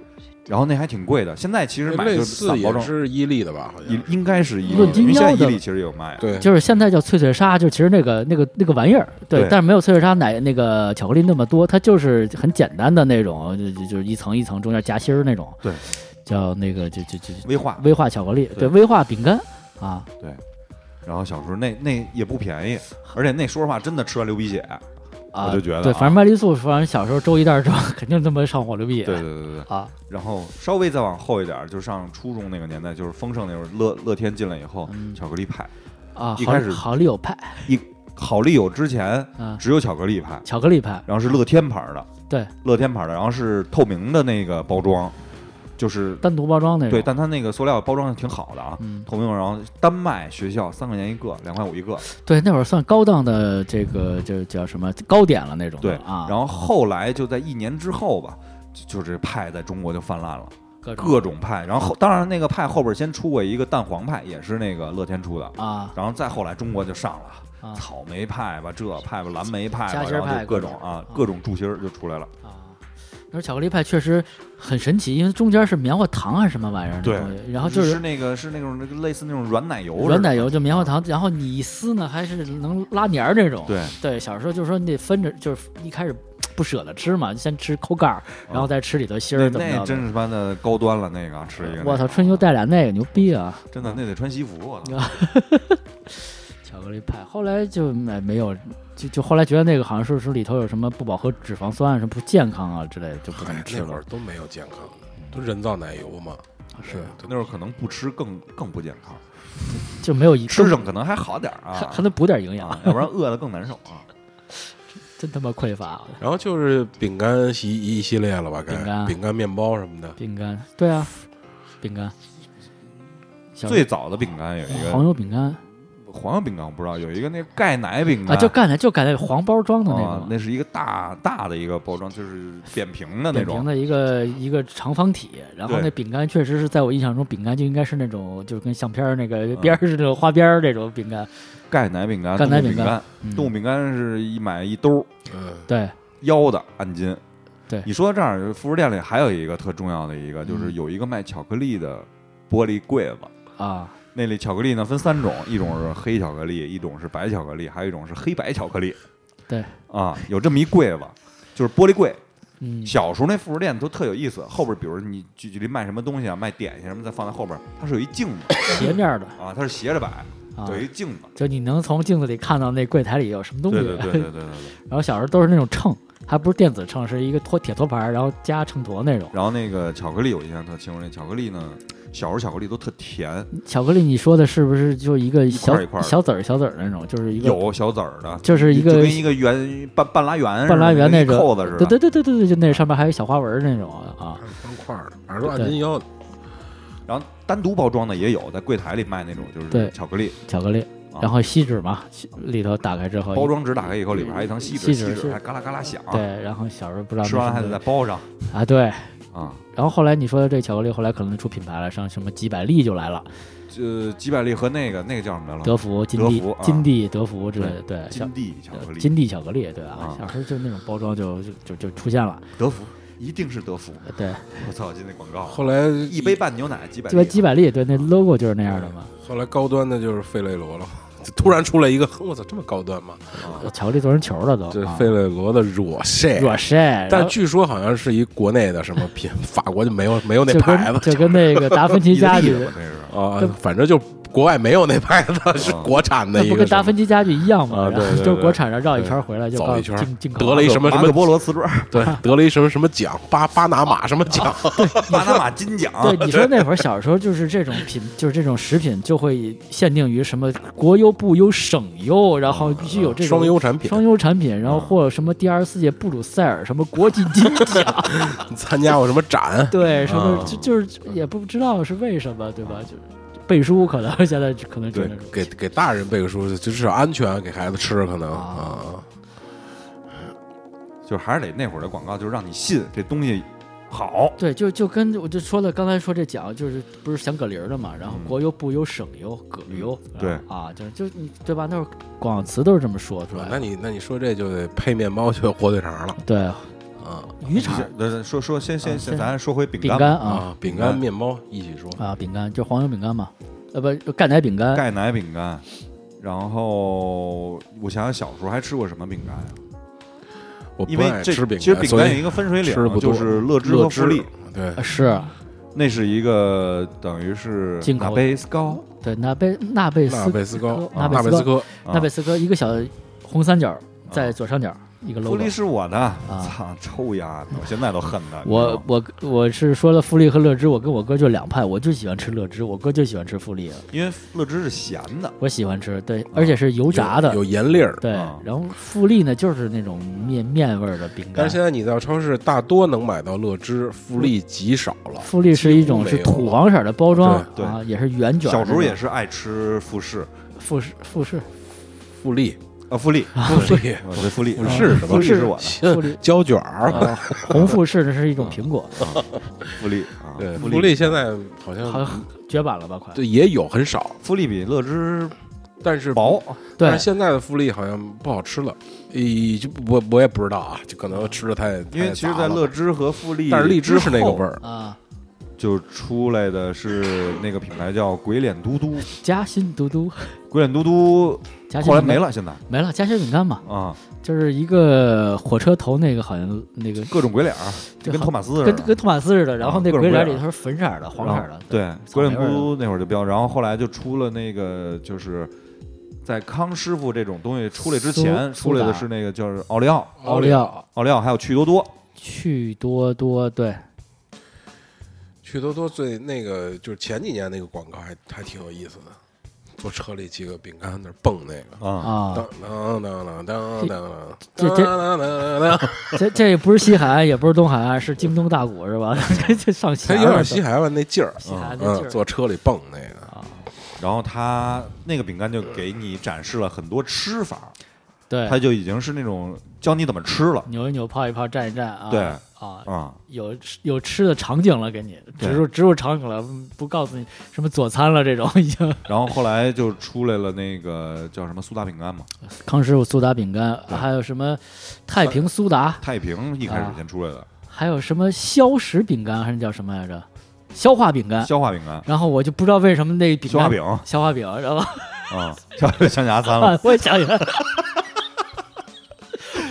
E: 然后那还挺贵的，现在其实买
B: 类
E: 就
B: 似
E: 散包
B: 也
E: 装，
B: 是伊利的吧？好像
E: 应
B: 是
E: 应该是伊利
A: 论，斤
E: 因为现在
A: 腰
E: 伊
A: 的
E: 利其实有卖啊，
B: 对，
A: 就是现在叫脆脆鲨，就其实那个那个那个玩意儿，对，
E: 对
A: 但是没有脆脆鲨奶那个巧克力那么多，它就是很简单的那种，就就就是一层一层中间夹心儿那种，
E: 对，
A: 叫那个就就就就
E: 威化。
A: 威化巧克力，
E: 对
A: 对，威化饼干啊，
E: 然后小时候那那也不便宜，而且那说实话真的吃完流鼻血，
A: 啊，
E: 我就觉得
A: 对，
E: 啊
A: 反正麦丽素，反正小时候周一袋儿之后肯定他妈上火流鼻，
E: 对对对对对。
A: 啊，
E: 然后稍微再往后一点儿，就上初中那个年代，就是丰盛那会儿，乐乐天进来以后，
A: 嗯
E: 巧克力派，
A: 啊，
E: 一
A: 好
E: 开始
A: 好丽友派
E: 好丽友之前
A: 啊，
E: 只有巧克力派，
A: 巧克力派，
E: 然后是乐天牌儿的，
A: 对，
E: 乐天牌儿的，然后是透明的那个包装，就是
A: 单独包装那种，
E: 对，但它那个塑料包装挺好的啊，
A: 嗯
E: 透明，然后单卖学校三块钱一个，两块五一个，
A: 对，那会儿算高档的这个就叫什么糕点了那种的
E: 对，
A: 啊，
E: 然后后来就在一年之后吧。就就这派在中国就泛滥了，
A: 各种
E: 各种派，然后后当然那个派后边先出过一个蛋黄派，也是那个乐天出的，
A: 啊
E: 然后再后来中国就上了。
A: 啊
E: 草莓派吧，这派吧，蓝莓派吧，
A: 夹心儿
E: 然后就
A: 派
E: 各
A: 各
E: 种
A: 种
E: 啊
A: 啊，
E: 各种柱心儿就出来了。
A: 啊，说巧克力派确实很神奇，因为中间是棉花糖还是什么玩意儿的
E: 对
A: 东西，然后就是
E: 那个是那种那个类似那种软奶油似的，
A: 软奶油就棉花糖，然后你一撕呢还是能拉黏儿那种。
E: 对
A: 小时候就是说你得分着，就是一开始不舍得吃嘛，先吃抠盖儿，然后再吃里头芯儿，
E: 嗯那
A: 怎么
E: 那
A: 着
E: 真
A: 的。
E: 是他妈的高端了，那个吃一个，
A: 我操，春秋带俩那个牛逼啊！
E: 真的那得穿西服，我操，
A: 巧克力派，后来就没没有，就就后来觉得那个好像是说里头有什么不饱和脂肪酸啊，什么不健康啊之类的，就不怎么
B: 哎
A: 吃
B: 那会
A: 了
B: 儿。都没有健康的，都人造奶油嘛。
A: 是，
E: 那会儿可能不吃更更不健
A: *laughs*
E: 康，
A: 就没有一
E: 吃上可能还好点儿
A: 还
E: 啊
A: 还，能补点营养
E: 啊，要不然饿的更难受啊。
A: 真他妈匮乏。
B: 然后就是饼干一一系列了吧，该
A: 饼干
B: 饼干、面包什么的。
A: 饼干，对啊，饼干，小
E: 最早的饼干有一
A: 黄
E: 个
A: 油饼干
E: 黄油饼干，我不知道有一个那个钙奶饼
A: 啊，
E: 干，
A: 就干的就干那黄包装的那个
E: 啊
A: 嘛，
E: 那是一个大大的一个包装，就是扁平的那
A: 扁平
E: 种，
A: 的一个一个长方体，然后
E: 对
A: 那饼干确实是在我印象中，饼干就应该是那种就是跟相片儿那
E: 嗯
A: 个边儿是那种花边儿那种饼干，
E: 钙奶饼干、
A: 钙
E: 动
A: 奶
E: 物
A: 饼
E: 饼
A: 干
E: 干、
A: 嗯
E: 动物饼干是一买一兜儿
B: 嗯，
A: 对，
E: 腰的按斤。
A: 对嗯
E: 你说到这儿，服饰店里还有一个特重要的一个，就是有一个卖巧克力的玻璃柜子，
A: 啊，
E: 那里巧克力呢分三种，一种是黑巧克力，一种是白巧克力，还有一种是黑白巧克力。
A: 对，
E: 啊，有这么一柜子，就是玻璃柜。
A: 嗯，
E: 小时候那副食店都特有意思，后边比如你举举例卖什么东西啊，卖点心什么，再放在后边，它是有一镜子
A: 斜面儿的
E: 啊，它是斜着摆，
A: 啊，
E: 有一镜子。
A: 就你能从镜子里看到那柜台里有什么东西，
E: 对对对对对对对。
A: 然后小时候都是那种秤，还不是电子秤，是一个托铁托盘儿，然后加秤砣那种。
E: 然后那个巧克力，我印象特清楚，那巧克力呢，小时候巧克力都特甜，
A: 巧克力，你说的是不是就一个小
E: 块儿一块儿的
A: 小籽儿小籽儿那种，就是一个
E: 有小籽儿的，
A: 就是一个
E: 就跟一个圆半半拉圆似的
A: 半拉圆那
E: 跟
A: 种
E: 一扣子似的，
A: 对对对对对对，就那上面还有小花纹儿那种啊
B: 还，是方块儿的，反正都按斤腰的。
E: 然后单独包装的也有，在柜台里卖那种就是
A: 对
E: 巧克力，
A: 巧克力
E: 啊，
A: 然后锡纸嘛，锡里头打开之后
E: 包装纸打开以后，里边还有一层锡纸，
A: 锡纸
E: 锡纸
A: 是
E: 还嘎啦嘎啦响，
A: 对，然后小时候不知道
E: 吃完了
A: 那
E: 还
A: 是
E: 得
A: 不
E: 再
A: 是
E: 包上
A: 啊，对。
E: 啊，
A: 然后后来你说的这个巧克力，后来可能出品牌了，上什么几百粒就来了，
E: 呃，几百粒和那个那个叫什么来
A: 德
E: 了？
A: 芙、金
E: 德
A: 地
E: 芙啊、
A: 金地、德芙之类的，对，小
E: 金地巧克力，
A: 金地巧克力，对啊
E: 啊，
A: 小时候就那种包装就就就就出现了，
E: 德芙一定是德芙，
A: 对，
E: 我操，今天广告
B: 后来
E: 一杯半牛奶几百
A: 鸡百
E: 粒，
A: 几百粒，对，那 logo 就是那样的嘛。
B: 后来高端的就是费雷罗了，就突然出来一个，我操，这么高端吗？
A: 啊
E: 啊
A: 巧克力做成球了都，
B: 这
A: 啊
B: 费雷罗的裸晒，
A: 若晒，然
B: 但
A: 后
B: 据说好像是一国内的什么品，法国就没有没有那
A: 就
B: 牌
A: 跟
B: 子
A: 就跟那个达芬奇
E: 意大
A: 家
E: 利
A: 具
E: 的，吧那是。
B: 啊，反正就国外没有那牌子，是国产的
A: 那
B: 一
A: 不
B: 个
A: 跟
B: 什
A: 达
B: 么。
A: 芬奇家具一样吗？
B: 啊
A: 然后
B: 对对
A: 就
B: 对
A: 国产上绕一圈回来就
B: 走
A: 告
B: 一
A: 诉
B: 圈
A: 进进口
B: 得了一什么什
E: 马可
B: 么
E: 波罗瓷砖，
A: *laughs*
B: 对，得了一什么什么奖，巴巴拿马什么奖，
A: 啊
E: 巴拿马金奖，
B: 啊
A: 对，你说那会儿小时候就是这种品，就是这种食品就会限定于什么国优、部优、省优，然后必须有这种
B: 啊双优产品。啊
A: 双优产品，然后或什么第二十四届布鲁塞尔什么国际金奖，
B: 参加过什么展？
A: 对，什么
B: 啊
A: 就就是也不知道是为什么，对吧？就是背书可能 *laughs* 现在可能真的是
B: 给给大人背个书，就至少安全，给孩子吃可能
A: 啊
B: 啊。
E: 就是还是得那会儿的广告，就是让你信这东西好。
A: 对，就就跟我就说了，刚才说这奖就是不是响葛铃儿的嘛，然后
B: 嗯
A: 国优、部优、省优、葛优，
E: 对
A: 啊，就是就是你对吧？那会儿广告词都是这么说出来
B: 啊那
A: 的，
B: 你那你说这就得配面包去火腿肠了
A: 对，
B: 啊
A: 渔场
E: 对对，说说先先
A: 啊
E: 先，
A: 先
E: 咱说回饼
A: 饼
E: 吧
A: 干啊
B: 啊！饼
E: 干
B: 干、面包一起说，
A: 啊，饼干就黄油饼干嘛，呃不，钙奶饼干，
E: 钙奶饼干。然后我想想，小时候还吃过什么饼干呀？
B: 我不
E: 因为
B: 爱
E: 这
B: 吃饼干，
E: 其实饼
B: 所
E: 干有一
B: 以
E: 个分水岭啊
B: 吃得，不
E: 就
B: 多
E: 是乐之和
B: 乐
E: 福利啊
B: 之，对
A: 呃是
E: 那是一个等于是
A: 进口
E: 纳
A: 的
E: 贝斯高，
A: 对纳贝纳贝
B: 纳
A: 斯
B: 贝斯高、
A: 纳贝斯
B: 纳贝斯啊科，
E: 啊
A: 纳贝斯科一个小红三角在左上角一个
E: 福
A: logo
E: 利。是我的，操，臭丫头，我现在都恨他。你知道
A: 我
B: 啊
E: 吗
A: 我我是说了富力和乐之，我跟我哥就两派，我就喜欢吃乐之，我哥就喜欢吃富力，
E: 因为乐之是咸的，
A: 我喜欢吃，对，而且是油炸的
B: 啊有，盐粒儿。
A: 对
E: 啊，
A: 然后富力呢就是那种面面味儿的饼干
B: 但是，现在你到超市大多能买到乐之，福利极少了。
A: 富力是一种是
B: 几乎没有
A: 土黄色的包装
E: 对对
A: 啊，也是圆卷的那种，
E: 小时候也是爱吃富士，
A: 富士富
B: *laughs*
A: 士
B: 富力，
E: 啊，富力，
B: 富 *laughs* 力，
E: 我这富力，啊
B: 富士什么
E: 富力是我的，
A: 富力
B: 胶卷儿。
A: 啊红富士这是一
B: 啊
A: 种苹果，
E: 富力啊，
B: 对，
E: 富
B: 福利现在好像
A: 好像绝版了吧？快
B: 对也有很少，
E: 富力比乐之
B: 但是
E: 薄，
A: 对
B: 但是，现在的富力好像不好吃了，咦，就不我我也不知道啊，就可能吃的太
E: 因为
B: 太
E: 其实，
B: 杂
E: 在
B: 了
E: 乐之和富力，
B: 但是荔枝是那个味，儿，
A: 啊，
E: 就出来的是那个品牌叫鬼脸嘟嘟，
A: 夹心嘟
E: *laughs*
A: 嘟，
E: 鬼脸嘟嘟
A: 夹心
E: 后来
A: 饼干
E: 没，了，现在
A: 没了，夹心饼干嘛，
E: 啊，
A: 就是一个火车头那个好像那个
E: 各种鬼脸儿，就跟托马斯似
A: 跟
E: 的。啊
A: 跟托马斯似的，然后那
E: 各种
A: 鬼脸
E: 各
A: 里
E: 样
A: 头是粉色儿的、黄色儿的，
E: 对，
A: 草
E: 鬼
A: 莓
E: 脸
A: 味儿
E: 嘟
A: 的
E: 嘟那会儿就标，然后后来就出了那个就是。在康师傅这种东西出来之前，
A: 苏
E: 出来
A: 苏
E: 的
A: 打
E: 是那个叫是奥利奥，
A: 奥利奥、
E: 奥利奥还有趣多多，
A: 趣多多，对，
B: 趣多多最那个就是前几年那个广告还还挺有意思的，坐车里几个饼干在那儿蹦那个。
E: 啊，
A: 啊，
B: 当当当当当当
A: 这
B: 当
A: 这
B: 当当当，
A: 这这不是西海岸，也不是东海岸，是京东大鼓是吧？ *laughs* 这这上
B: 它
A: 弦
B: 有
A: 了
B: 点
A: 都
B: 西海岸那劲儿，
A: 西海岸那
B: 嗯，
A: 劲
B: 坐
A: 儿
B: 车里蹦那个，
A: 啊，
E: 然后他那个饼干就给你展示了很多吃法，
A: 对，
E: 他就已经是那种教你怎么吃了，
A: 扭一扭，泡一泡，蘸一蘸啊，
E: 对
A: 啊，
E: 啊，
A: 有吃有吃的场景了，给你
E: 对
A: 植入植入场景了，不告诉你什么佐餐了，这种已经。
E: 然后后来就出来了那个叫什么苏打饼干嘛，
A: 康师傅苏打饼干，还有什么太平苏打，
E: 太平一开始
A: 啊
E: 先出来的、
A: 还有什么消食饼干，还是叫什么来着？消化啊饼干。
E: 消化饼干、
A: 然后我就不知道为什么那饼
E: 消化
A: 干
E: 饼嗯啊，
A: 消化饼，然后
E: 消化象牙餐了，
A: *laughs* 我也想起来
E: *laughs*
A: 了，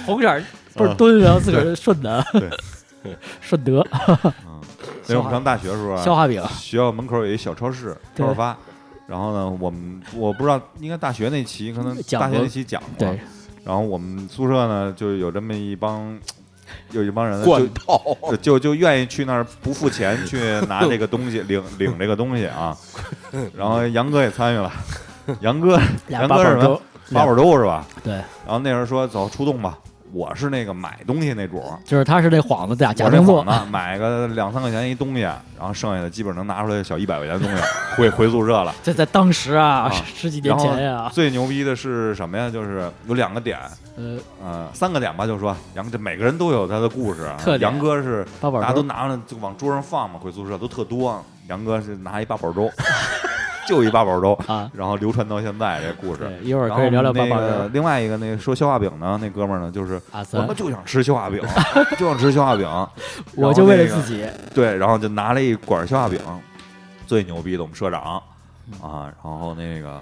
A: 红色儿倍儿敦，然后自个儿顺的
E: 嗯对，
A: *laughs* 顺德
E: 因为我们上大学的时候
A: 消
E: 啊，
A: 化饼，
E: 学校门口有一小超市
A: 对
E: 超市发，然后呢，我们我不知道应该大学那期可能
A: 讲
E: 大学
A: 过
E: 那期讲过，
A: 对，
E: 然后我们宿舍呢就有这么一帮。有一帮人呢就
B: 罐
A: *laughs*
B: 头，
E: 就就就愿意去那儿不付钱去拿这个东西，领领这个东西啊。然后杨哥也参与了，杨哥
A: *laughs* 俩
E: 杨
A: 八
E: 哥
A: 宝
E: 是什么
A: 粥？，
E: 八宝粥是吧？
A: 对，
E: 然后那时候说走出动吧，我是那个买东西那主儿，
A: 就是他是那幌子假啊假
E: 我这
A: 动作
E: 幌，子买个两三块钱一东西，然后剩下的基本能拿出来小一百块钱的东西回回宿舍了。
A: 这在当时啊，
E: 啊
A: 十十几年
E: 然后
A: 前呀，
E: 最牛逼的是什么呀？就是有两个点，
A: 呃，
E: 呃，三个点吧，就说杨这每个人都有他的故事啊。
A: 特点
E: 杨哥是
A: 八宝
E: 大家都
A: 粥
E: 拿了就往桌上放嘛，回宿舍都特多。杨哥是拿一八宝
A: *laughs*
E: 粥，就一八宝粥，
A: 啊，
E: 然后流传到现在这故事。
A: 对，一会儿
E: 然后
A: 可以聊聊八
E: 那
A: 宝
E: 个
A: 粥。
E: 另外一个那个说消化饼呢，那哥们儿呢就是
A: 阿
E: 我
A: 三
E: 们，就想吃
A: *laughs*
E: 消化饼，就想吃消化饼，然
A: 我
E: 后
A: 就为了
E: 那个
A: 自己，
E: 对，然后就拿了一管消化饼，最牛逼的我们社长啊，然后那个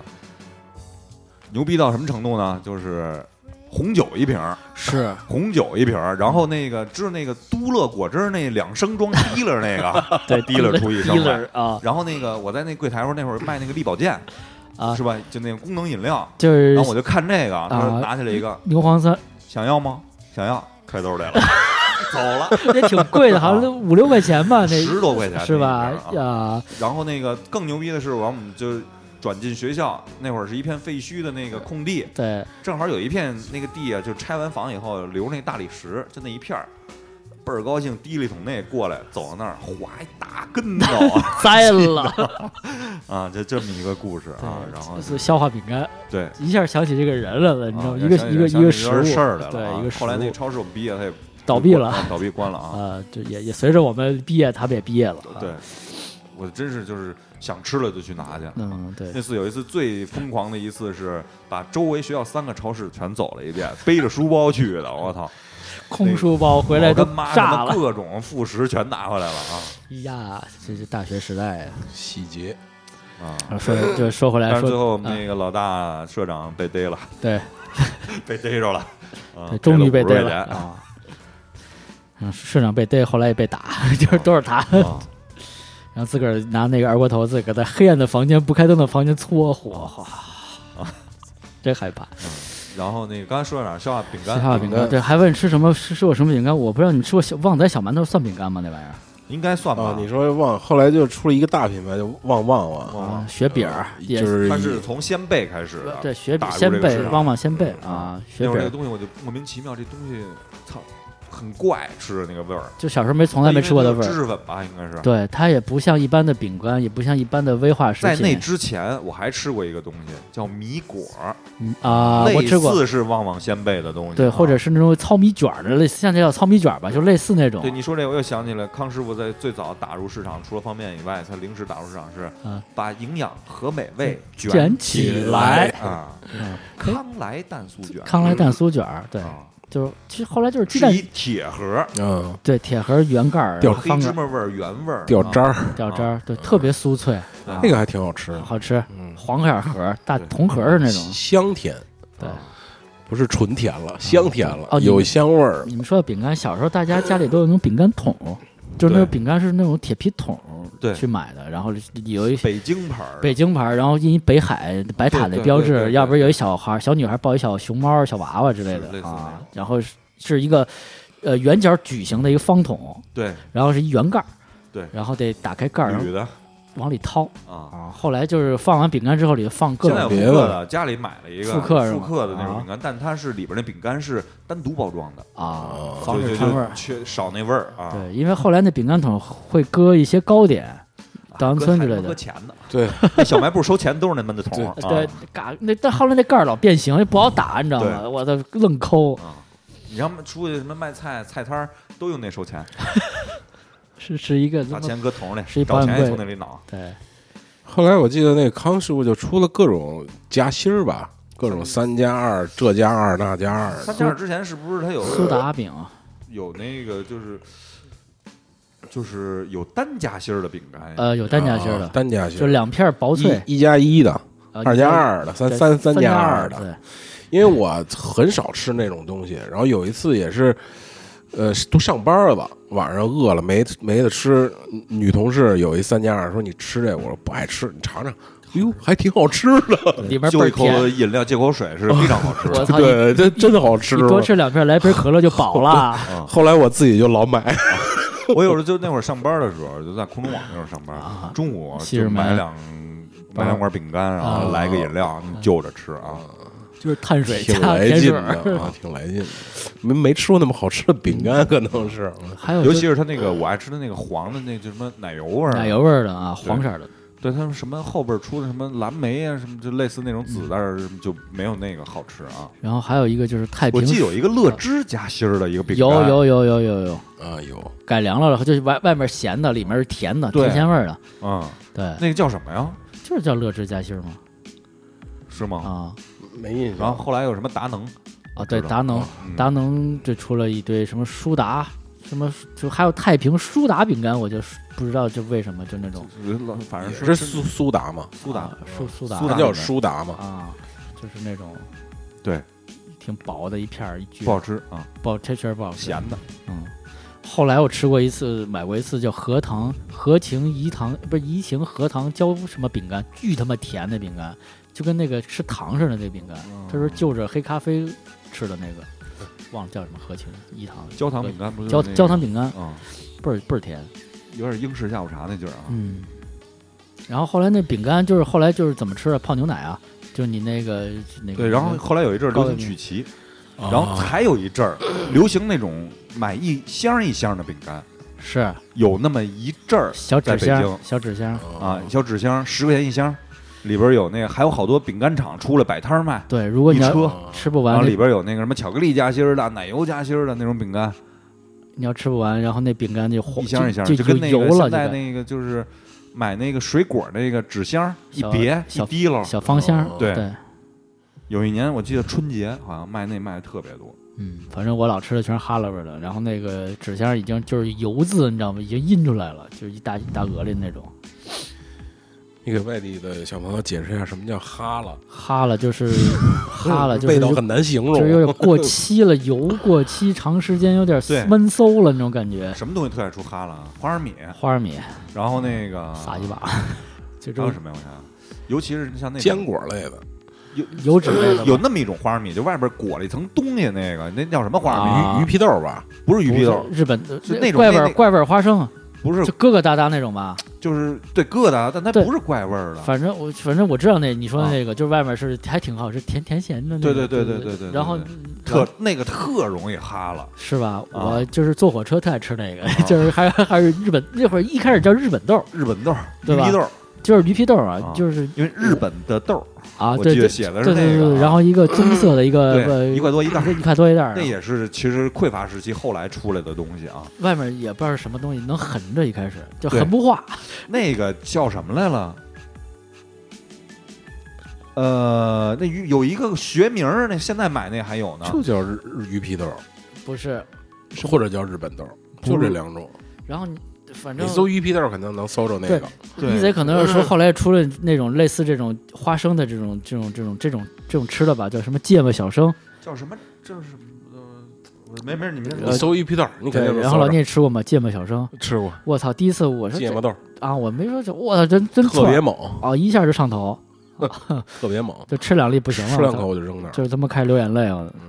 E: 牛逼到什么程度呢？就是红酒一瓶儿，
B: 是
E: 红酒一瓶儿，然后那个知道那个都乐果汁儿那两升装滴溜儿那 *laughs* 个，
A: 对，
E: 提溜出一
A: 提
E: 上
A: 溜
E: 来
A: 儿啊
E: 然后那个我在那柜台时候那会儿卖那个力保健，
A: 啊
E: 是，吧？就那个功能饮料，
A: 就是
E: 然后我就看这个，他说
A: 啊
E: 拿起来一个，
A: 牛磺酸
E: 想要吗？想要，揣兜里了， *laughs* 走了，
A: 也挺贵的，好
E: *laughs*
A: 像都五六块钱吧， *laughs* 那
E: 十多块钱
A: 是吧
E: 那一？瓶儿啊
A: 啊，
E: 然后那个更牛逼的是，我们就。转进学校那会儿是一片废墟的那个空地，
A: 对，
E: *laughs* 正好有一片那个地啊，就拆完房以后留那大理石，就那一片儿，倍儿高兴，提了一桶那过来，走到那儿，哗一大跟头
A: *laughs* 栽了。
E: *laughs* 啊，就这么一个故事啊。
A: 对
E: 然后
A: 是消化饼干，
E: 对，
A: 一下想起这个人来了，你知道
E: 啊
A: 吗？一个
E: 想起
A: 一个
E: 想
A: 一个
E: 起
A: 食
E: 这
A: 物
E: 事儿来了啊。
A: 对，一个食
E: 后来那
A: 物
E: 个超市我们毕业，他也
A: *laughs* 倒闭了
E: 啊倒闭关了啊。
A: 啊，这也也随着我们毕业，他们也毕业了。啊
E: 对，，我真是就是想吃了就去拿去。
A: 嗯，对，
E: 那次有一次最疯狂的一次是把周围学校三个超市全走了一遍，背着书包去的，我操！
A: 空书包回来
E: 我
A: 都
E: 跟妈什
A: 炸
E: 么
A: 了。哎
E: 各种副食全拿回来了啊
A: 呀，这是大学时代
B: 洗劫，
E: 啊！
A: 啊！说就说回
E: 但
A: 来
E: 是最
A: 说，嗯
E: 后我们那个老大社长被逮了，
A: 对，
E: 被逮着了，啊
A: 对终于被逮
E: 了
A: 了啊。嗯，社长被逮，后来也被打， *laughs* 就是都是他，
E: 50块钱。啊
A: *laughs* 然后自个儿拿那个二锅头，自个儿在黑暗的房间、不开灯的房间搓
E: 啊
A: 火，哇，真害怕。
E: 然后那个刚才说到哪儿？消化饼
A: 吃小
E: 干，
A: 饼干，对，还问吃什么吃吃过什么饼干？我不知道你吃过小旺仔小馒头算饼干吗？那玩意儿
E: 嗯应该算
B: 啊
E: 吧，？
B: 你说旺，后来就出了一个大品牌，叫旺旺旺，
E: 忘了，
A: 嗯雪饼儿也
B: 啊就是
E: 它呃是从鲜贝开始的。
A: 呃对雪饼
E: 打入
A: 鲜
E: 这个
A: 贝
E: 市场
A: 旺旺鲜贝啊，雪
E: 那会儿这
A: 饼
E: 个东西我就莫名其妙，这东西，操，很怪，吃的那个味儿，
A: 就小时候没从来没吃过的味
E: 芝
A: 儿。
E: 士粉吧，应该是。
A: 对，它也不像一般的饼干，也不像一般的威化食
E: 在那
A: 品。
E: 之前，我还吃过一个东西叫米果儿，
A: 嗯啊，我
E: 类
A: 吃过。
E: 似是旺旺仙贝的东西，
A: 对，
E: 啊
A: 或者是那种糙米卷儿的，类似像这叫糙米卷儿吧，就类似那种
E: 对。你说这个，我又想起来，康师傅在最早打入市场，除了方便以外，他零食打入市场是
A: 嗯
E: 把营养和美味
A: 卷
E: 起
A: 起来
E: 来啊，
A: 嗯，
E: 康莱蛋酥卷，
A: 康莱蛋酥卷儿，对，
E: 嗯啊，
A: 就是其实后来就是鸡
E: 是
A: 蛋
E: 一，铁盒，
B: 嗯，
A: 对，铁盒圆盖儿，
B: 掉
A: 然后
E: 黑
A: 方
E: 芝
A: 格
E: 麻味儿、原味儿，
B: 掉
E: 啊
B: 渣儿，
A: 掉渣儿，对，特别酥脆，
E: 啊
B: 那个还挺好吃的，
A: 好吃，
B: 嗯，
A: 黄色盒儿，大
B: 对
A: 铜盒儿是那种。
B: 香甜，
A: 对，
B: 不是纯甜了，香甜了，
A: 哦你
B: 有香
A: *laughs*
B: 味儿。
A: 你们说的饼干，小时候大家家里都有那种饼干桶，就是那
E: 对
A: 种饼干是那种铁皮桶
E: 对
A: 去买的，然后有一
E: 北京牌儿，
A: 北京牌儿，然后印一北海白塔
E: 对
A: 的
E: 对
A: 标
E: 对对
A: 志，
E: 对
A: 要不然有一小孩儿、小女孩抱一小熊猫、小娃娃之类
E: 是类
A: 的
E: 似那
A: 啊
E: 种。
A: 然后是是一个呃圆角矩形的一个方桶，
E: 对
A: 然后是一圆盖儿，
E: 对
A: 然后得打开盖儿，然后
E: 铝的
A: 往里掏
E: 啊。
A: 啊。后来就是放完饼干之后，里头放各
E: 现在有
A: 种
E: 复
B: 别
E: 刻
B: 的
E: 的，家里买了一个
A: 复刻是
E: 复
A: 吗
E: 刻的那种
A: 啊
E: 饼干，但它是里边那饼干是单独包装的，
A: 啊，防
E: 就
A: 止
E: 就
A: 串味
E: 就
A: 儿。
E: 缺少那味儿啊。
A: 对，因为后来那饼干桶会搁一些糕点，稻香村之类的
E: 搁钱的，
A: *laughs*
B: 对，
E: 那小卖部收钱都是那闷的桶
B: 对
E: 儿。
A: 对
E: 啊，
A: 嘎那但后来那盖儿老变形，也不好打，你知道吗？
E: 对
A: 我的愣抠，
E: 啊，你让出去什么卖菜菜摊儿都用那收钱，
A: 是是一个
E: 把钱搁桶里
A: 是一，
E: 找
A: 保
E: 钱
A: 险柜
E: 也从那里拿。
A: 对
B: 后来我记得那个康师傅就出了各种夹心儿吧，各种三加二、这加二、那加二，
E: 三加二之前是不是它有
A: 苏打饼，
E: 有那个就是就是有单夹心儿的饼干呀？
A: 呃，有单夹心儿
B: 啊
A: 的，
B: 单夹心儿，
A: 就两片薄脆，
B: 一一加一的，
A: 啊
B: 二加，二的，三
A: 对
B: 三
A: 三
B: 加
A: 二
B: 的。
A: 对，
B: 因为我很少吃那种东西。然后有一次也是，呃，都上班了吧，晚上饿了没没得吃，女同事有一三加二说你吃这个，我说不爱吃，你尝尝，哎呦，还挺好吃的，
A: 里面倍
E: 就
A: 儿
E: 一口
A: 甜，
E: 饮料借口水是非常好吃的。
A: 我操，你
B: 对，这真的好吃。
A: 你多吃两片，来瓶可乐就饱了。
B: 后来我自己就老买，
E: 我有时候就那会儿上班的时候，就在空中网那会儿上班，中午
A: 啊
E: 啊
A: 西
E: 就
A: 直门啊
E: 买两买两罐饼干，然后来个饮料，你就着吃啊。
A: 就是碳水
B: 挺
A: 加
B: 来
A: 甜
B: 劲
A: 水
B: 的
A: 儿，
B: 啊，挺来劲的。没没吃过那么好吃的饼干，可能 *laughs* 是
A: 还有
E: 尤其
A: 就是
E: 它那个我爱吃的那个黄的那叫什么奶油味儿啊，
A: 奶油味儿的啊，黄色儿的，
E: 对他们什么后边儿出的什么蓝莓啊，什么就类似那种
A: 嗯
E: 籽但是就没有那个好吃啊。
A: 然后还有一个就是太
E: 我
A: 平，
E: 记得有一个乐之夹心儿的一个饼干，
A: 嗯有有有有有有
B: 啊有
A: 改良了，就是外外面咸的，里面是甜的，
E: 对
A: 甜咸味儿的，
E: 嗯，
A: 对，
E: 那个叫什么呀？
A: 就是叫乐之夹心儿嘛，
E: 是吗？
A: 啊
B: 没印
E: 然后
B: 象。
E: 后来有什么达能？
A: 啊，对，
E: 哦知道
A: 达能
E: 嗯
A: 达能这出了一堆什么苏打，什么就还有太平苏打饼干，我就不知道就为什么就那种
E: 反正
B: 也
E: 是
B: 啊是苏苏打嘛，
E: 苏打
A: 啊，苏苏
E: 苏
A: 打
B: 它
E: 打
B: 叫
E: 饼干
B: 苏打嘛，
A: 啊，就是那种
E: 对
A: 挺薄的一片儿一撅
E: 不好吃啊，
A: 不好，这确实不好吃，
E: 咸的。
A: 嗯，后来我吃过一次，买过一次叫荷塘荷情饴糖，不是饴情荷塘椒什么饼干，巨他妈甜的饼干，就跟那个吃糖似的那饼干，
E: 嗯
A: 这是就着黑咖啡吃的那个，忘了叫什么荷情饴糖
E: 焦糖饼干不是
A: 焦
E: 那个
A: 焦糖饼干，
E: 啊，
A: 倍儿倍儿甜，
E: 有点英式下午茶那劲儿啊。
A: 嗯。然后后来那饼干就是后来就是怎么吃的，泡牛奶啊，就是你那个那个
E: 对，然后后来有一阵儿流行曲奇，
A: 啊
E: 然后还有一阵儿流行那种买一箱一箱的饼干，
A: 是
E: 有那么一阵儿
A: 小
E: 在
A: 纸
E: 北京
A: 箱，小纸箱，
E: 啊，小纸箱十块钱一箱，里边有那个，还有好多饼干厂出来摆摊儿卖，
A: 对，如果你
E: 一车
A: 要吃不
E: 然后
A: 完，
E: 里边有那个什么巧克力夹心儿的、奶油夹心儿的那种饼干，
A: 你要吃不完，然后那饼干就黄
E: 一箱一箱，
A: 就
E: 跟那
A: 油
E: 个
A: 了，
E: 现
A: 就
E: 在
A: 该
E: 那个就是买那个水果那个纸箱一
A: 小
E: 别一
A: 小
E: 滴了。
A: 小方箱儿，
E: 哦对
A: 对，
E: 有一年我记得春节好像卖那卖的特别多，
A: 嗯，反正我老吃的全是哈喇味儿的，然后那个纸箱已经就是油渍，你知道吗？已经印出来了，就是一大一大鹅的那种。
B: 你给外地的小朋友解释一下什么叫哈了，嗯
A: 哈了就是
E: *laughs*
A: 哈了，就是
B: 味道
A: 有
B: 很难形
A: 就是有
B: 容
A: 点。
B: *laughs*
A: 过期了，油过期，长时间有点
E: 对
A: 闷馊了那种感觉。
E: 什么东西特爱出哈喇啊？花生米，
A: 花生米
E: 然后那个
A: 撒一把，就这
E: 啊还有
A: 种
E: 什么呀？我想想，尤其是像那种
B: 坚果类的，
A: 油脂类的吧
E: 有那么一种花生米，就外边裹了一层东西，那个那叫什么花生米？
A: 啊
B: 鱼鱼皮豆吧，
E: 不是鱼皮豆
A: 不，是日本的
E: 是那种
A: 怪味
E: 那
A: 儿
E: 那
A: 怪味儿花生，
E: 不
A: *laughs*
E: 是
A: 就疙疙瘩瘩那种
E: 啊
A: 吧。
E: 就是对疙瘩，但它
A: 对
E: 不是怪味儿的。
A: 反正我反正我知道那你说的那个，就是外面是还挺好，是甜甜咸的那
E: 啊对
A: 种。
E: 对对对
A: 对
E: 对对对
A: 然后
E: 对特那个特容易哈了，
A: 是吧？
E: 啊
A: 我就是坐火车特爱吃那个， *laughs* 就是还还是日本那会儿一开始叫日本豆儿，
E: 日本豆儿、
A: 对
E: 鱼
A: 吧
E: 皮豆儿，
A: 就是驴皮豆儿啊
E: 啊，
A: 就是
E: 因为日本的豆儿，
A: 啊，
E: 我
A: 对
E: 记
A: 对
E: 得写的
A: 对
E: 是
A: 对
E: 那
A: 对，
E: 个
A: 对
E: 啊，
A: 然后一个棕色的一个呃
E: 对一块多一袋儿，
A: 一块多一袋儿，
E: 那也是其实匮乏时期后来出来的东西啊。
A: 外面也不知道是什么东西能横着，一开始就
E: 对
A: 横不化，
E: 那个叫什么来了？呃，那鱼有一个学名儿，那现在买那还有呢。
B: 就叫日日鱼皮豆，
A: 不是。
B: 啊或者叫日本豆，就这两种。
A: 然后你反
B: 你
A: 正
B: 搜鱼皮豆，肯定能搜着那个
A: 对。一贼可能是说
B: 嗯
A: 后来出了那种类似这种花生的这种这种这种这种这种吃的吧，叫什么芥末小生。
E: 叫什么？这是呃，没没事，你们
B: 你搜鱼皮豆，你肯定
A: 对，
B: 能
A: 然后老
B: 搜着。
A: 聂吃过吗？芥末小生，
B: 吃过
A: 我操！第一次我说
B: 芥
A: 这
B: 末豆，
A: 啊，我没说这，我操，真真
B: 特
A: 错
B: 别猛，
A: 啊，一下就上头，
B: 特别猛，
A: 就吃两粒不行了，
B: 吃两
A: 我操
B: 口我就扔那儿。
A: 就是他妈开始流眼泪啊！
B: 嗯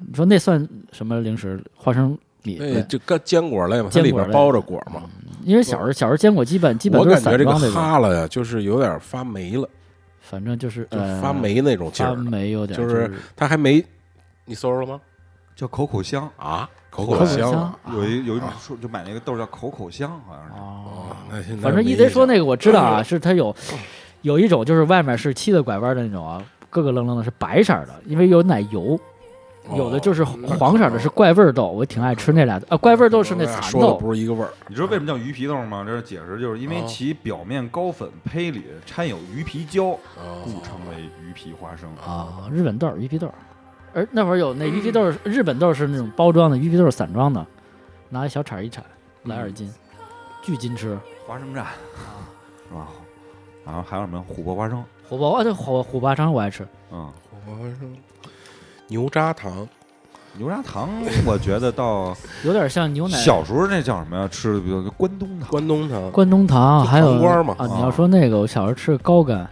A: 你说那算什么零食？花生米？
B: 那
A: 对
B: 这个坚果类嘛，它
A: 坚
B: 里
A: 果
B: 边
A: 类
B: 包着果嘛。
A: 因为小时候小时候坚果基本基本
B: 我
A: 都是
B: 感觉
A: 散
B: 这个
A: 装那种，
B: 哈了呀，就是有点发霉了，
A: 反正就是
B: 就
A: 呃
B: 发霉那种劲
A: 发
B: 儿了。
A: 霉有点
B: 就是
A: 是
B: 它还没，你搜着了吗？
E: 叫口口香，
B: 啊，口
E: 口
A: 口
B: 香
A: 香
B: 啊。
A: 啊
E: 有一有一种说就买那个豆儿叫口口香，好像是。
A: 哦
B: 哦，那现在
A: 反正
B: 没嗯
A: 一贼
B: 印
A: 说
B: 象
A: 那个我知道啊，是它有有一种就是外面是七的拐弯的那种啊，咯咯楞楞的是白色儿的，因为有奶油。有
B: 哦
A: 的就是黄色儿的，是怪味儿豆，我挺爱吃那俩的。啊，怪味儿豆是那
B: 可能俩
A: 蚕
B: 哎说的
A: 豆，
B: 不是一个味儿。
A: 嗯
E: 你知道为什么叫鱼皮豆吗？这是解释，就是因为
B: 哦
E: 其表面高粉胚里掺有鱼皮胶，
B: 哦
E: 故称为鱼皮花生。
A: 啊，日本豆儿、鱼皮豆儿，而那会儿有那
B: 嗯
A: 鱼皮豆儿，日本豆儿是那种包装的，鱼皮豆儿是散装的，拿一小铲儿一铲，
B: 嗯
A: 来二斤，巨斤吃。
E: 花生蘸，
A: 哦
E: *laughs* 是吧？然后还有什么琥珀花生？
A: 虎豹啊，对虎虎巴肠我爱吃，
E: 嗯，
B: 我说牛轧糖，
E: 牛轧糖，我觉得到
A: 有点像牛奶。
E: 小时候那叫什么呀？吃的比较关东糖，
B: 关东糖，
A: 关东糖，还有
B: 糖瓜儿嘛
A: 啊，你
E: 啊
A: 要说那个，我小时候吃的高杆，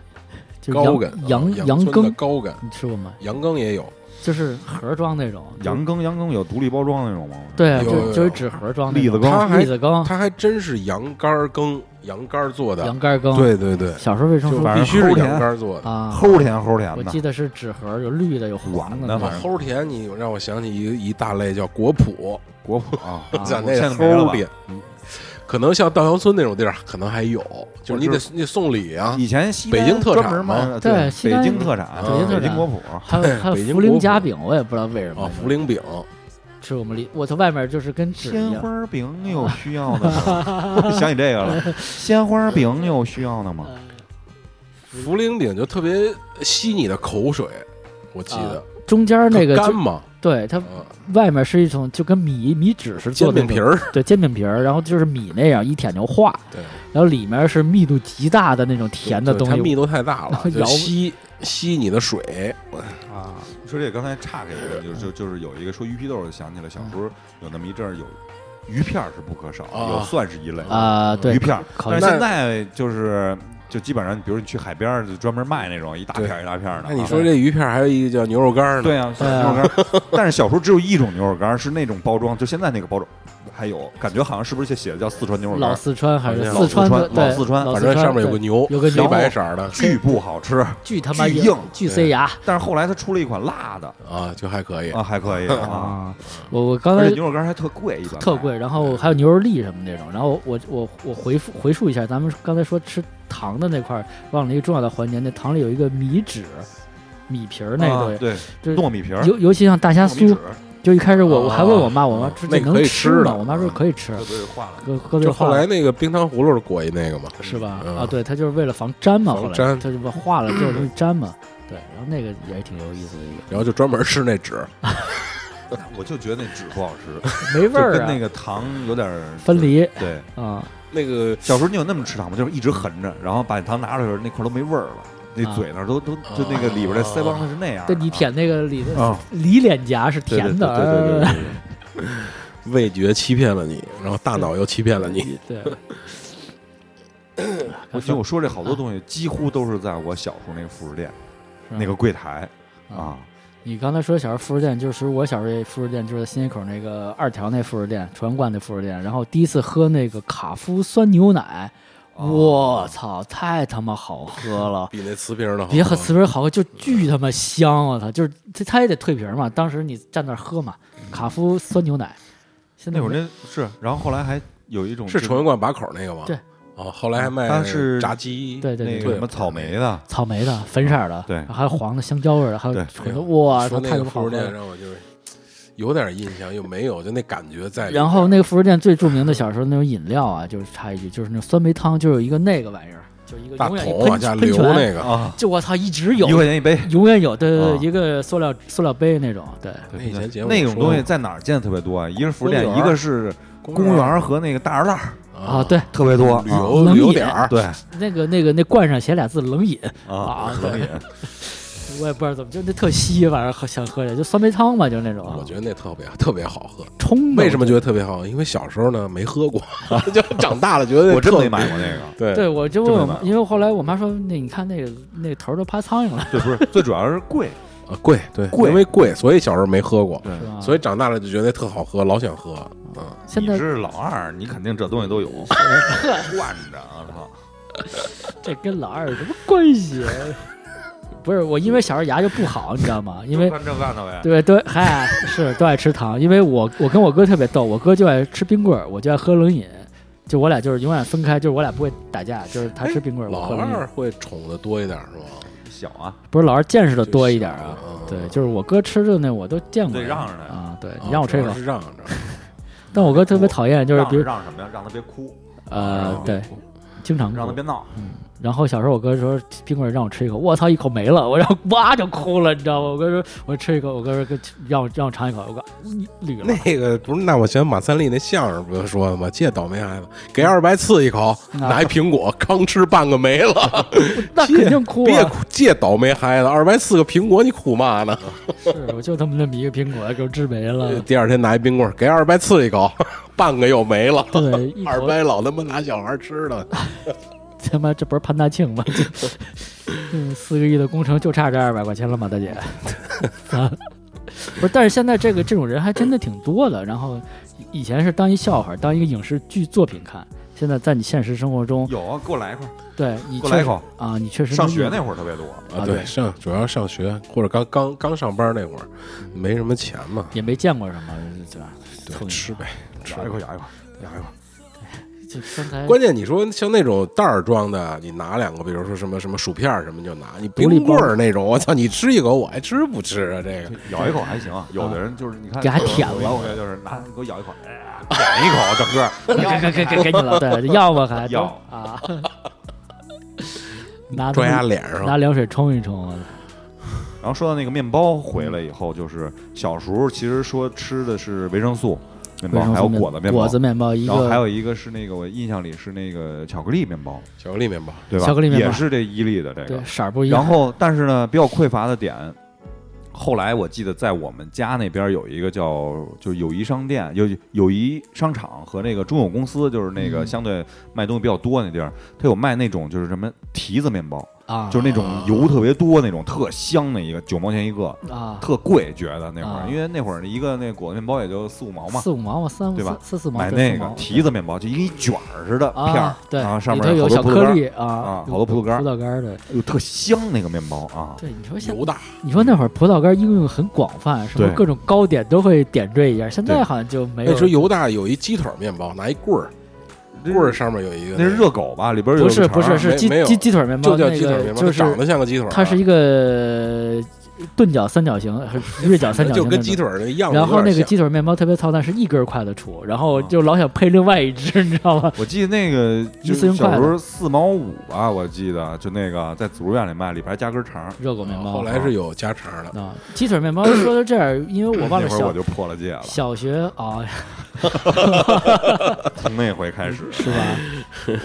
A: 就是
B: 高梗，
A: 羊羊
B: 羊
A: 羊
B: 村的
A: 羹，
B: 高梗，
A: 你吃过吗？
B: 羊羹也有，
A: 就是盒装那种
E: 羊，羹，羊羹有独立包装的那种吗？，
A: 对，啊
B: 有
A: 就
B: 有
A: 就是
B: 有
A: 纸盒装那
E: 栗子
A: 种
E: 羹，
B: 它还
A: 栗子羹、
B: 它还真是羊肝儿羹，羊肝儿做的，
A: 啊羊肝羹。，
B: 对对对，
A: 小时候为什么
E: 就
A: 说
E: 反
B: 必
E: 正
B: 须是
E: 齁甜
B: 羊肝儿做的。
A: 啊？
E: 齁甜齁甜
A: 我
E: 的
A: 记。得是纸盒，有绿的，有黄
E: 软的
A: 那
E: 反
A: 种
E: 正
B: 齁甜，你让我想起一一大类叫果脯，
E: 果脯啊，
A: 啊
B: 讲
E: 我
B: 那
E: 现在没了吧
B: 齁甜，可能像稻香村那种地儿可能还有，就是你
E: 我
B: 得
E: 知
B: 你得送礼啊，
E: 以前西单
B: 北京特产
E: 专门
B: 吗
E: 卖的
A: 对
E: 对，
A: 西
E: 北
A: 单
E: 京特产，
B: 北京特
E: 北京
A: 产
E: 果脯。
A: 还有还
B: 北
A: 有
B: 京
A: 茯苓
B: 果
A: 夹
B: 脯
A: 饼，我也不知道为什么。
B: 啊，茯苓饼，
A: 是我们里，我从外面就是跟纸一
E: 鲜
A: 样。
E: 花饼有需要的吗？我想起这个了，鲜花饼有需要的吗？
B: 茯苓饼就特别吸你的口水，我记得
A: 中间啊那个
B: 它干
A: 就
B: 嘛，
A: 对它
B: 啊
A: 外面是一种就跟米米纸是
B: 煎
A: 做的
B: 饼
A: 那
B: 皮
A: 种，
B: 儿，
A: 对煎饼皮儿，然后就是米那样一舔就化，
B: 对，
A: 然后里面是密度极大的那种甜的
B: 对
A: 东
B: 它密
A: 西
B: 度太大
A: *laughs*
B: 了，就
A: 摇
B: 吸吸你的水，
A: 啊，
E: 说这个刚才岔开一个，就就就是有一个说鱼皮豆，就想起来小时候有那么一阵儿有鱼片儿是不可少，
B: 啊
E: 有蒜是一类
A: 啊对
E: 鱼片儿。
A: 烤
E: 但
A: 鱼
E: 是
B: 那
E: 现在就是就基本上，比如你去海边儿就专门卖那种一大片儿一大片儿的啊。
B: 那你说这鱼片儿还有一个叫牛肉干儿呢，
E: 对啊，
A: 对啊
E: 牛肉干儿。但是小时候只有一种牛肉干儿是那种包装，就现在那个包装还有，感觉好像是不是写的叫四川牛肉干
A: 老
E: 儿，
A: 四川还是
B: 老
A: 四川
E: 四
A: 的
E: 川
A: 对
E: 老四川
A: 老
B: 反
A: 四
B: 正
A: 川
B: 上面有
A: 对
B: 个牛，
A: 有个
B: 黑
A: 牛
B: 白色儿的
E: 巨不好吃。
A: 巨他妈
E: 巨硬
A: 巨塞牙
E: 但是后来它出了一款辣的
B: 啊，就还可以。
E: 啊，还 *laughs* 可以啊，！
A: 我我刚
E: 而
A: 才
E: 且牛肉干儿还特贵，一般
A: 呃特
E: 卖
A: 贵，然后还有牛肉粒什么那种。然后我我我回复回述一下，咱们刚才说吃糖的那块儿，忘了一个重要的环节，那糖里有一个米纸、米皮儿那
E: 啊
A: 个东西，
E: 对
A: 就是
E: 糯米皮儿、
A: 尤尤其像大虾
E: 糯米
A: 酥
E: 纸，，
A: 就一开始我我还问我
B: 啊
A: 妈，我妈说
B: 那
A: 这
B: 个可
A: 能
B: 以吃
A: 吗？
B: 的
A: 我妈说可以吃
E: 这，不是化了。
A: 搁搁
B: 就
A: 这
B: 后
A: 化
B: 来
A: 了
B: 那个冰糖葫芦是裹一那个嘛，
A: 是吧？
B: 嗯
A: 啊，对，它就是为了防粘嘛，
B: 防
A: 后来它
B: 粘
A: 就把化了之后容易粘嘛。对，然后那个也挺有意思的一个，
B: 然后就专门吃那纸，
E: 我就觉得那纸不好吃，
A: 没味
E: 就
A: 儿
E: 跟
A: 啊，
E: 那个糖有点儿
A: 分。离
E: 对，
A: 啊，
B: 那个
E: 小时候你有那么吃糖吗？就是一直横着，然后把糖拿出来的时候，那块儿都没味儿了，那
A: 啊
E: 嘴那儿都都就那个里边儿的腮帮子是那样儿的啊。
A: 对你舔那个里的 *laughs*
E: 啊，
A: 里脸颊是 *laughs*
E: 对对
A: 甜的，嗯
E: 对对对对对
B: *laughs*
E: 对。
B: 味觉欺骗了你，然后大脑又欺骗了你。
A: 对，
E: 我觉得我说这好多东西几乎都是在我小时候那个副食店
A: 是吧
E: 那个柜台
A: 啊
E: 啊，
A: 你刚才说小时候副食店，就是我小时候也副食店就是新街口那个二条那副食店，船冠那副食店。然后第一次喝那个卡夫酸牛奶，我、操，太他妈好喝了！
B: 比那瓷瓶儿的好喝。
A: 别和瓷瓶好喝，就巨他妈香！我操，就是它它也得退瓶嘛。当时你站那儿喝嘛，卡夫酸牛奶。现在
E: 嗯那会儿
A: 没
E: 那是，然后后来还有一种
B: 是
E: 就
B: 崇文馆把口那个吗？
A: 对。
B: 哦，后来还卖
E: 嗯它是
B: 炸鸡，
A: 对对
E: 那
A: 对
E: 个
A: 对，
E: 什么草莓的，
A: 草莓的、粉色儿的，
E: 对
A: 还有黄的、香蕉味儿的，还有
E: 对
A: 很多哇，
B: 说
A: 它
B: 那
A: 太他
B: 个
A: 妈好
B: 服
A: 喝
B: 饰店
A: 了。
B: 让我就是有点印象，又没有，就那感觉在里边。
A: 然后那个副食店最著名的小时候那种饮料啊，就是插一句，就是那种酸梅汤，就有一个那个玩意儿，就一个
B: 大
A: 永远一
B: 桶
A: 喷
B: 往下
A: 喷
B: 流
A: 泉，
B: 那个，
E: 啊，
A: 就我操一直有
E: 一，块钱一杯。
A: 永远有，对对
E: 啊
A: 对，一个塑料塑料杯那种，对，
B: 那以前节目
E: 那种
B: 说
E: 东西在哪儿见的特别多啊？一个是服饰店
B: 公，园
E: 一个是公园儿和那个大二烂儿
A: 啊对，
E: 特别多。
B: 旅
E: 啊
B: 游
A: 冷
B: 旅游
A: 饮
B: 点儿，
E: 对
A: 那个那个那罐上写俩字冷饮，
E: 啊
A: 啊，
E: 冷饮
A: *laughs* 我也不知道怎么就那特稀，反正好想喝点，就酸梅汤嘛，就那
B: 我
E: 啊
A: 种
B: 觉得那特别特别好喝。
A: 冲的。
B: 为什么觉得特别好？因为小时候呢没喝过， *laughs* 就长大了觉得
E: 我真
B: 特
E: 没买过那个。
B: 对
A: 对，我就问
E: 这
A: 我
E: 么
A: 妈
E: 买，
A: 因为后来我妈说，那你看那个那个头儿都趴苍蝇了，
E: 对，不是，最主要是
A: *laughs*
E: 贵。
B: 啊贵对
E: 贵
B: 因为贵，所以小时候没喝过，
E: 对
A: 是吧？
B: 所以长大了就觉得特好喝，老想喝。嗯，
A: 现
E: 你
A: 在
E: 是老二，你肯定这东
A: *laughs*
E: 西都有，惯着啊！操，
A: 这跟老二有什么关系？ *laughs* 不是我，因为小时候牙就不好，你知道吗？因为
E: 干这干那呗。
A: 对对，嗨，是都爱吃糖。因为我我跟我哥特别逗，我哥就爱吃冰棍儿，我就爱喝冷饮，就我俩就是永远分开，就是我俩不会打架，就是他吃冰棍儿，我
B: 老
A: 喝冷饮
B: 二。会宠的多一点是吗？
E: 小啊，
A: 不是老二见识的多一点儿啊
B: 就小嗯，
A: 对，就是我哥吃的那我都见过
E: 对
A: 呀，
E: 让着呢
A: 啊，对
B: 啊
A: 你让我吃一
B: 主
A: 口
B: 要。是让
A: *laughs*
B: 着，
A: 但我哥特别讨厌，就是
E: 让
A: 比如
E: 让什么呀？让他别哭，
A: 呃，对，经常
E: 让他
A: 哭
E: 别闹。
A: 然后小时候我哥说冰棍儿让我吃一口，我操一口没了，我然后哇就哭了，你知道吗？我哥说我吃一口，我哥说让我让我尝一口，我哥绿了
B: 那个不是，那我想马三立那相声不就说的吗？这倒霉孩子，给二百刺
A: *laughs*
B: 一口，
A: 那
B: 拿一苹果，刚吃半个没
A: 啊
B: *laughs* 了，
A: 那肯定哭
B: 别
A: 啊！
B: 哭，这倒霉孩子，二百刺个苹果，你苦嘛呢？，
A: 是，我就他妈那么一个苹果给我治没了
B: 第二天拿一冰棍，儿，给二百刺一口， *laughs* 半个又没了。
A: 对，一
B: 二
A: 口
B: 掰老他妈拿小孩吃的，
A: 啊 *laughs* 他妈这不是潘大庆吗？就
E: *laughs*
A: 嗯，四个亿的工程就差这二百块钱了吗，大姐？ *laughs* 啊，不是，但是现在这个这种人还真的挺多的。然后以前是当一笑话，当一个影视剧作品看，现在在你现实生活中，
E: 有啊，给我来一块儿。
A: 对你
E: 给我来
A: 确
E: 一
A: 实
E: 口。
A: 啊，你确实
E: 上
A: 能
E: 学
A: 用
E: 那会儿特别多，
A: 啊
B: 对，
A: 对
B: 上主要上学或者刚刚刚上班那会儿，没什么钱嘛，
A: 也没见过什么，对吧？
B: 对，吃呗，吃
E: 咬一口，咬一口，咬一口。
A: 就身材
B: 关键你说像那种袋儿装的，你拿两个，比如说什么什么薯片儿什么就拿，你
A: 独立
B: 冰
A: 包
B: 棍儿那种，我操，你吃一口我还吃不吃啊？这个
E: 咬一口还行，啊嗯有的人就是你看
A: 给它舔了
E: 有的同学就是拿给我咬一口，哎舔一口，整个
A: 给给
E: *laughs*
A: 给给你了，对，要么还
E: 要 *laughs*
A: 啊，拿
B: 抓牙脸
A: 拿
B: 上，
A: 凉水冲一冲，
E: 然后说到那个面包回来以后，就是小时候其实说吃的是维生素面包，还有果子面包，
A: 果子面包一
E: 然后
A: 个，
E: 还有一个是那个我印象里是那个巧克力面包，
B: 巧克力面包，
E: 对吧？
A: 巧克力面包
E: 也是这伊利的这个
A: 对。色儿不一样，
E: 然后但是呢，比较匮乏的点。后来我记得在我们家那边有一个叫就友谊商店，有友谊商场和那个中友公司，就是那个
A: 嗯
E: 相对卖东西比较多那地儿，它有卖那种就是什么提子面包，
A: 啊，
E: 就是那种油特别多那种特香的一个，九毛钱一个，
A: 啊，
E: 特贵，觉得那会
A: 啊
E: 儿，因为那会儿一个那果子面包也就四五毛嘛，
A: 四五毛嘛，三
E: 对吧
A: 四四四毛，
E: 买
A: 对
E: 那
A: 四
E: 个
A: 毛
E: 提子面包就一卷儿似的片儿
A: 啊，，对，
E: 然后上
A: 里
E: 面
A: 头
E: 好
A: 有
E: 多
A: 小
E: 葡萄
A: 颗
E: 干儿，
A: 粒啊
E: 啊，好多葡萄干儿
A: 葡萄干儿对。
E: 哎呦，特香那个面包啊，
A: 对，你说现
B: 油大，
A: 你说那会儿葡萄干儿应用很广泛，什么
E: 对
A: 各种糕点都会点缀一下，现在
E: 对
A: 好像就没有。
B: 那时候哎油大有一鸡腿儿面包，拿一棍儿，棍儿上面有一个，
E: 那是热狗吧？里边有
A: 不
E: 个
A: 是
E: 肠
A: 不
E: 儿
A: 是是
B: 没
A: 鸡
B: 没有
A: 鸡鸡腿面包，
B: 就叫
A: 那
B: 鸡腿儿
A: 个
B: 面包，
A: 就
B: 它长
A: 是
B: 得像个鸡腿儿啊，
A: 它是一个钝角三角形，还是锐角三角形
B: 就
E: *laughs*
A: 那种，
B: 跟鸡腿儿那样子有点像，
A: 然后那个鸡腿面包特别操蛋，是一根筷子出，然后
E: 啊
A: 就老想配另外一只，你知道吗？
E: 我记得那个
A: 一
E: 就
A: 次
E: 是
A: 性筷
E: 小
A: 子
E: 时候四毛五吧，我记得就那个在组织院里卖，里边还加根肠儿。
A: 热狗面包。
B: 后来是有加肠的，
A: 啊，鸡腿面包说到这儿，因为我忘
E: 那
A: 了
E: 会儿我
A: 小
E: 就破了戒了，
A: 小学啊，
E: 从那回开始
A: 是吧？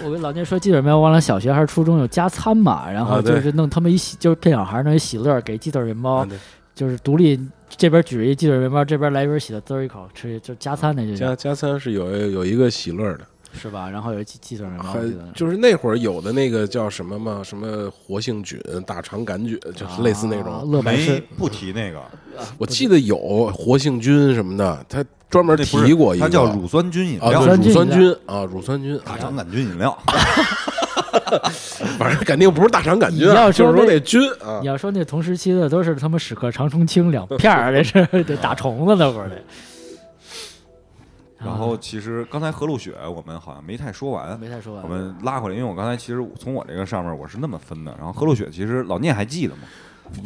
A: *laughs* 我跟老聂说，鸡腿面包忘了小学还是初中有加餐嘛，然后
B: 啊对
A: 就是弄他们一喜，就是骗小孩儿弄一喜乐，给鸡腿面包
B: 啊，对
A: 就是独立这边举着一鸡腿面包，这边来一瓶喜乐，滋儿一口吃，就加餐那就行
B: 加加餐是有有一个喜乐的，
A: 是吧？然后有寄寄生什么
B: 还
A: 啊我记得
B: 就是那会儿有的那个叫什么嘛，什么活性菌、大肠杆菌，就是类似那
A: 啊
B: 种。
A: 乐百
E: 没
A: 氏
E: 不提那个，
B: 我记得有活性菌什么的，他专门
E: 那不是
B: 提过一个，
E: 它叫乳酸菌饮
B: 啊，
E: 料，
B: 对乳酸
A: 酸菌
B: 菌啊，乳酸菌，
E: 大肠杆菌饮料。
B: 反正肯定不是大肠杆菌
A: 你
B: 啊，
A: 要
B: 就
A: 说
B: 是说
A: 那
B: 那菌啊
A: 你。要说那同时期的都是他妈屎壳长虫清两片儿，这是得打虫子那会儿得。
E: 然后其实刚才河路雪我们好像没太说
A: 啊
E: 完，
A: 没太说完，
E: 我们拉回来，因为我刚才其实从我这个上面我是那么分的。然后河路雪其实老聂还记得吗？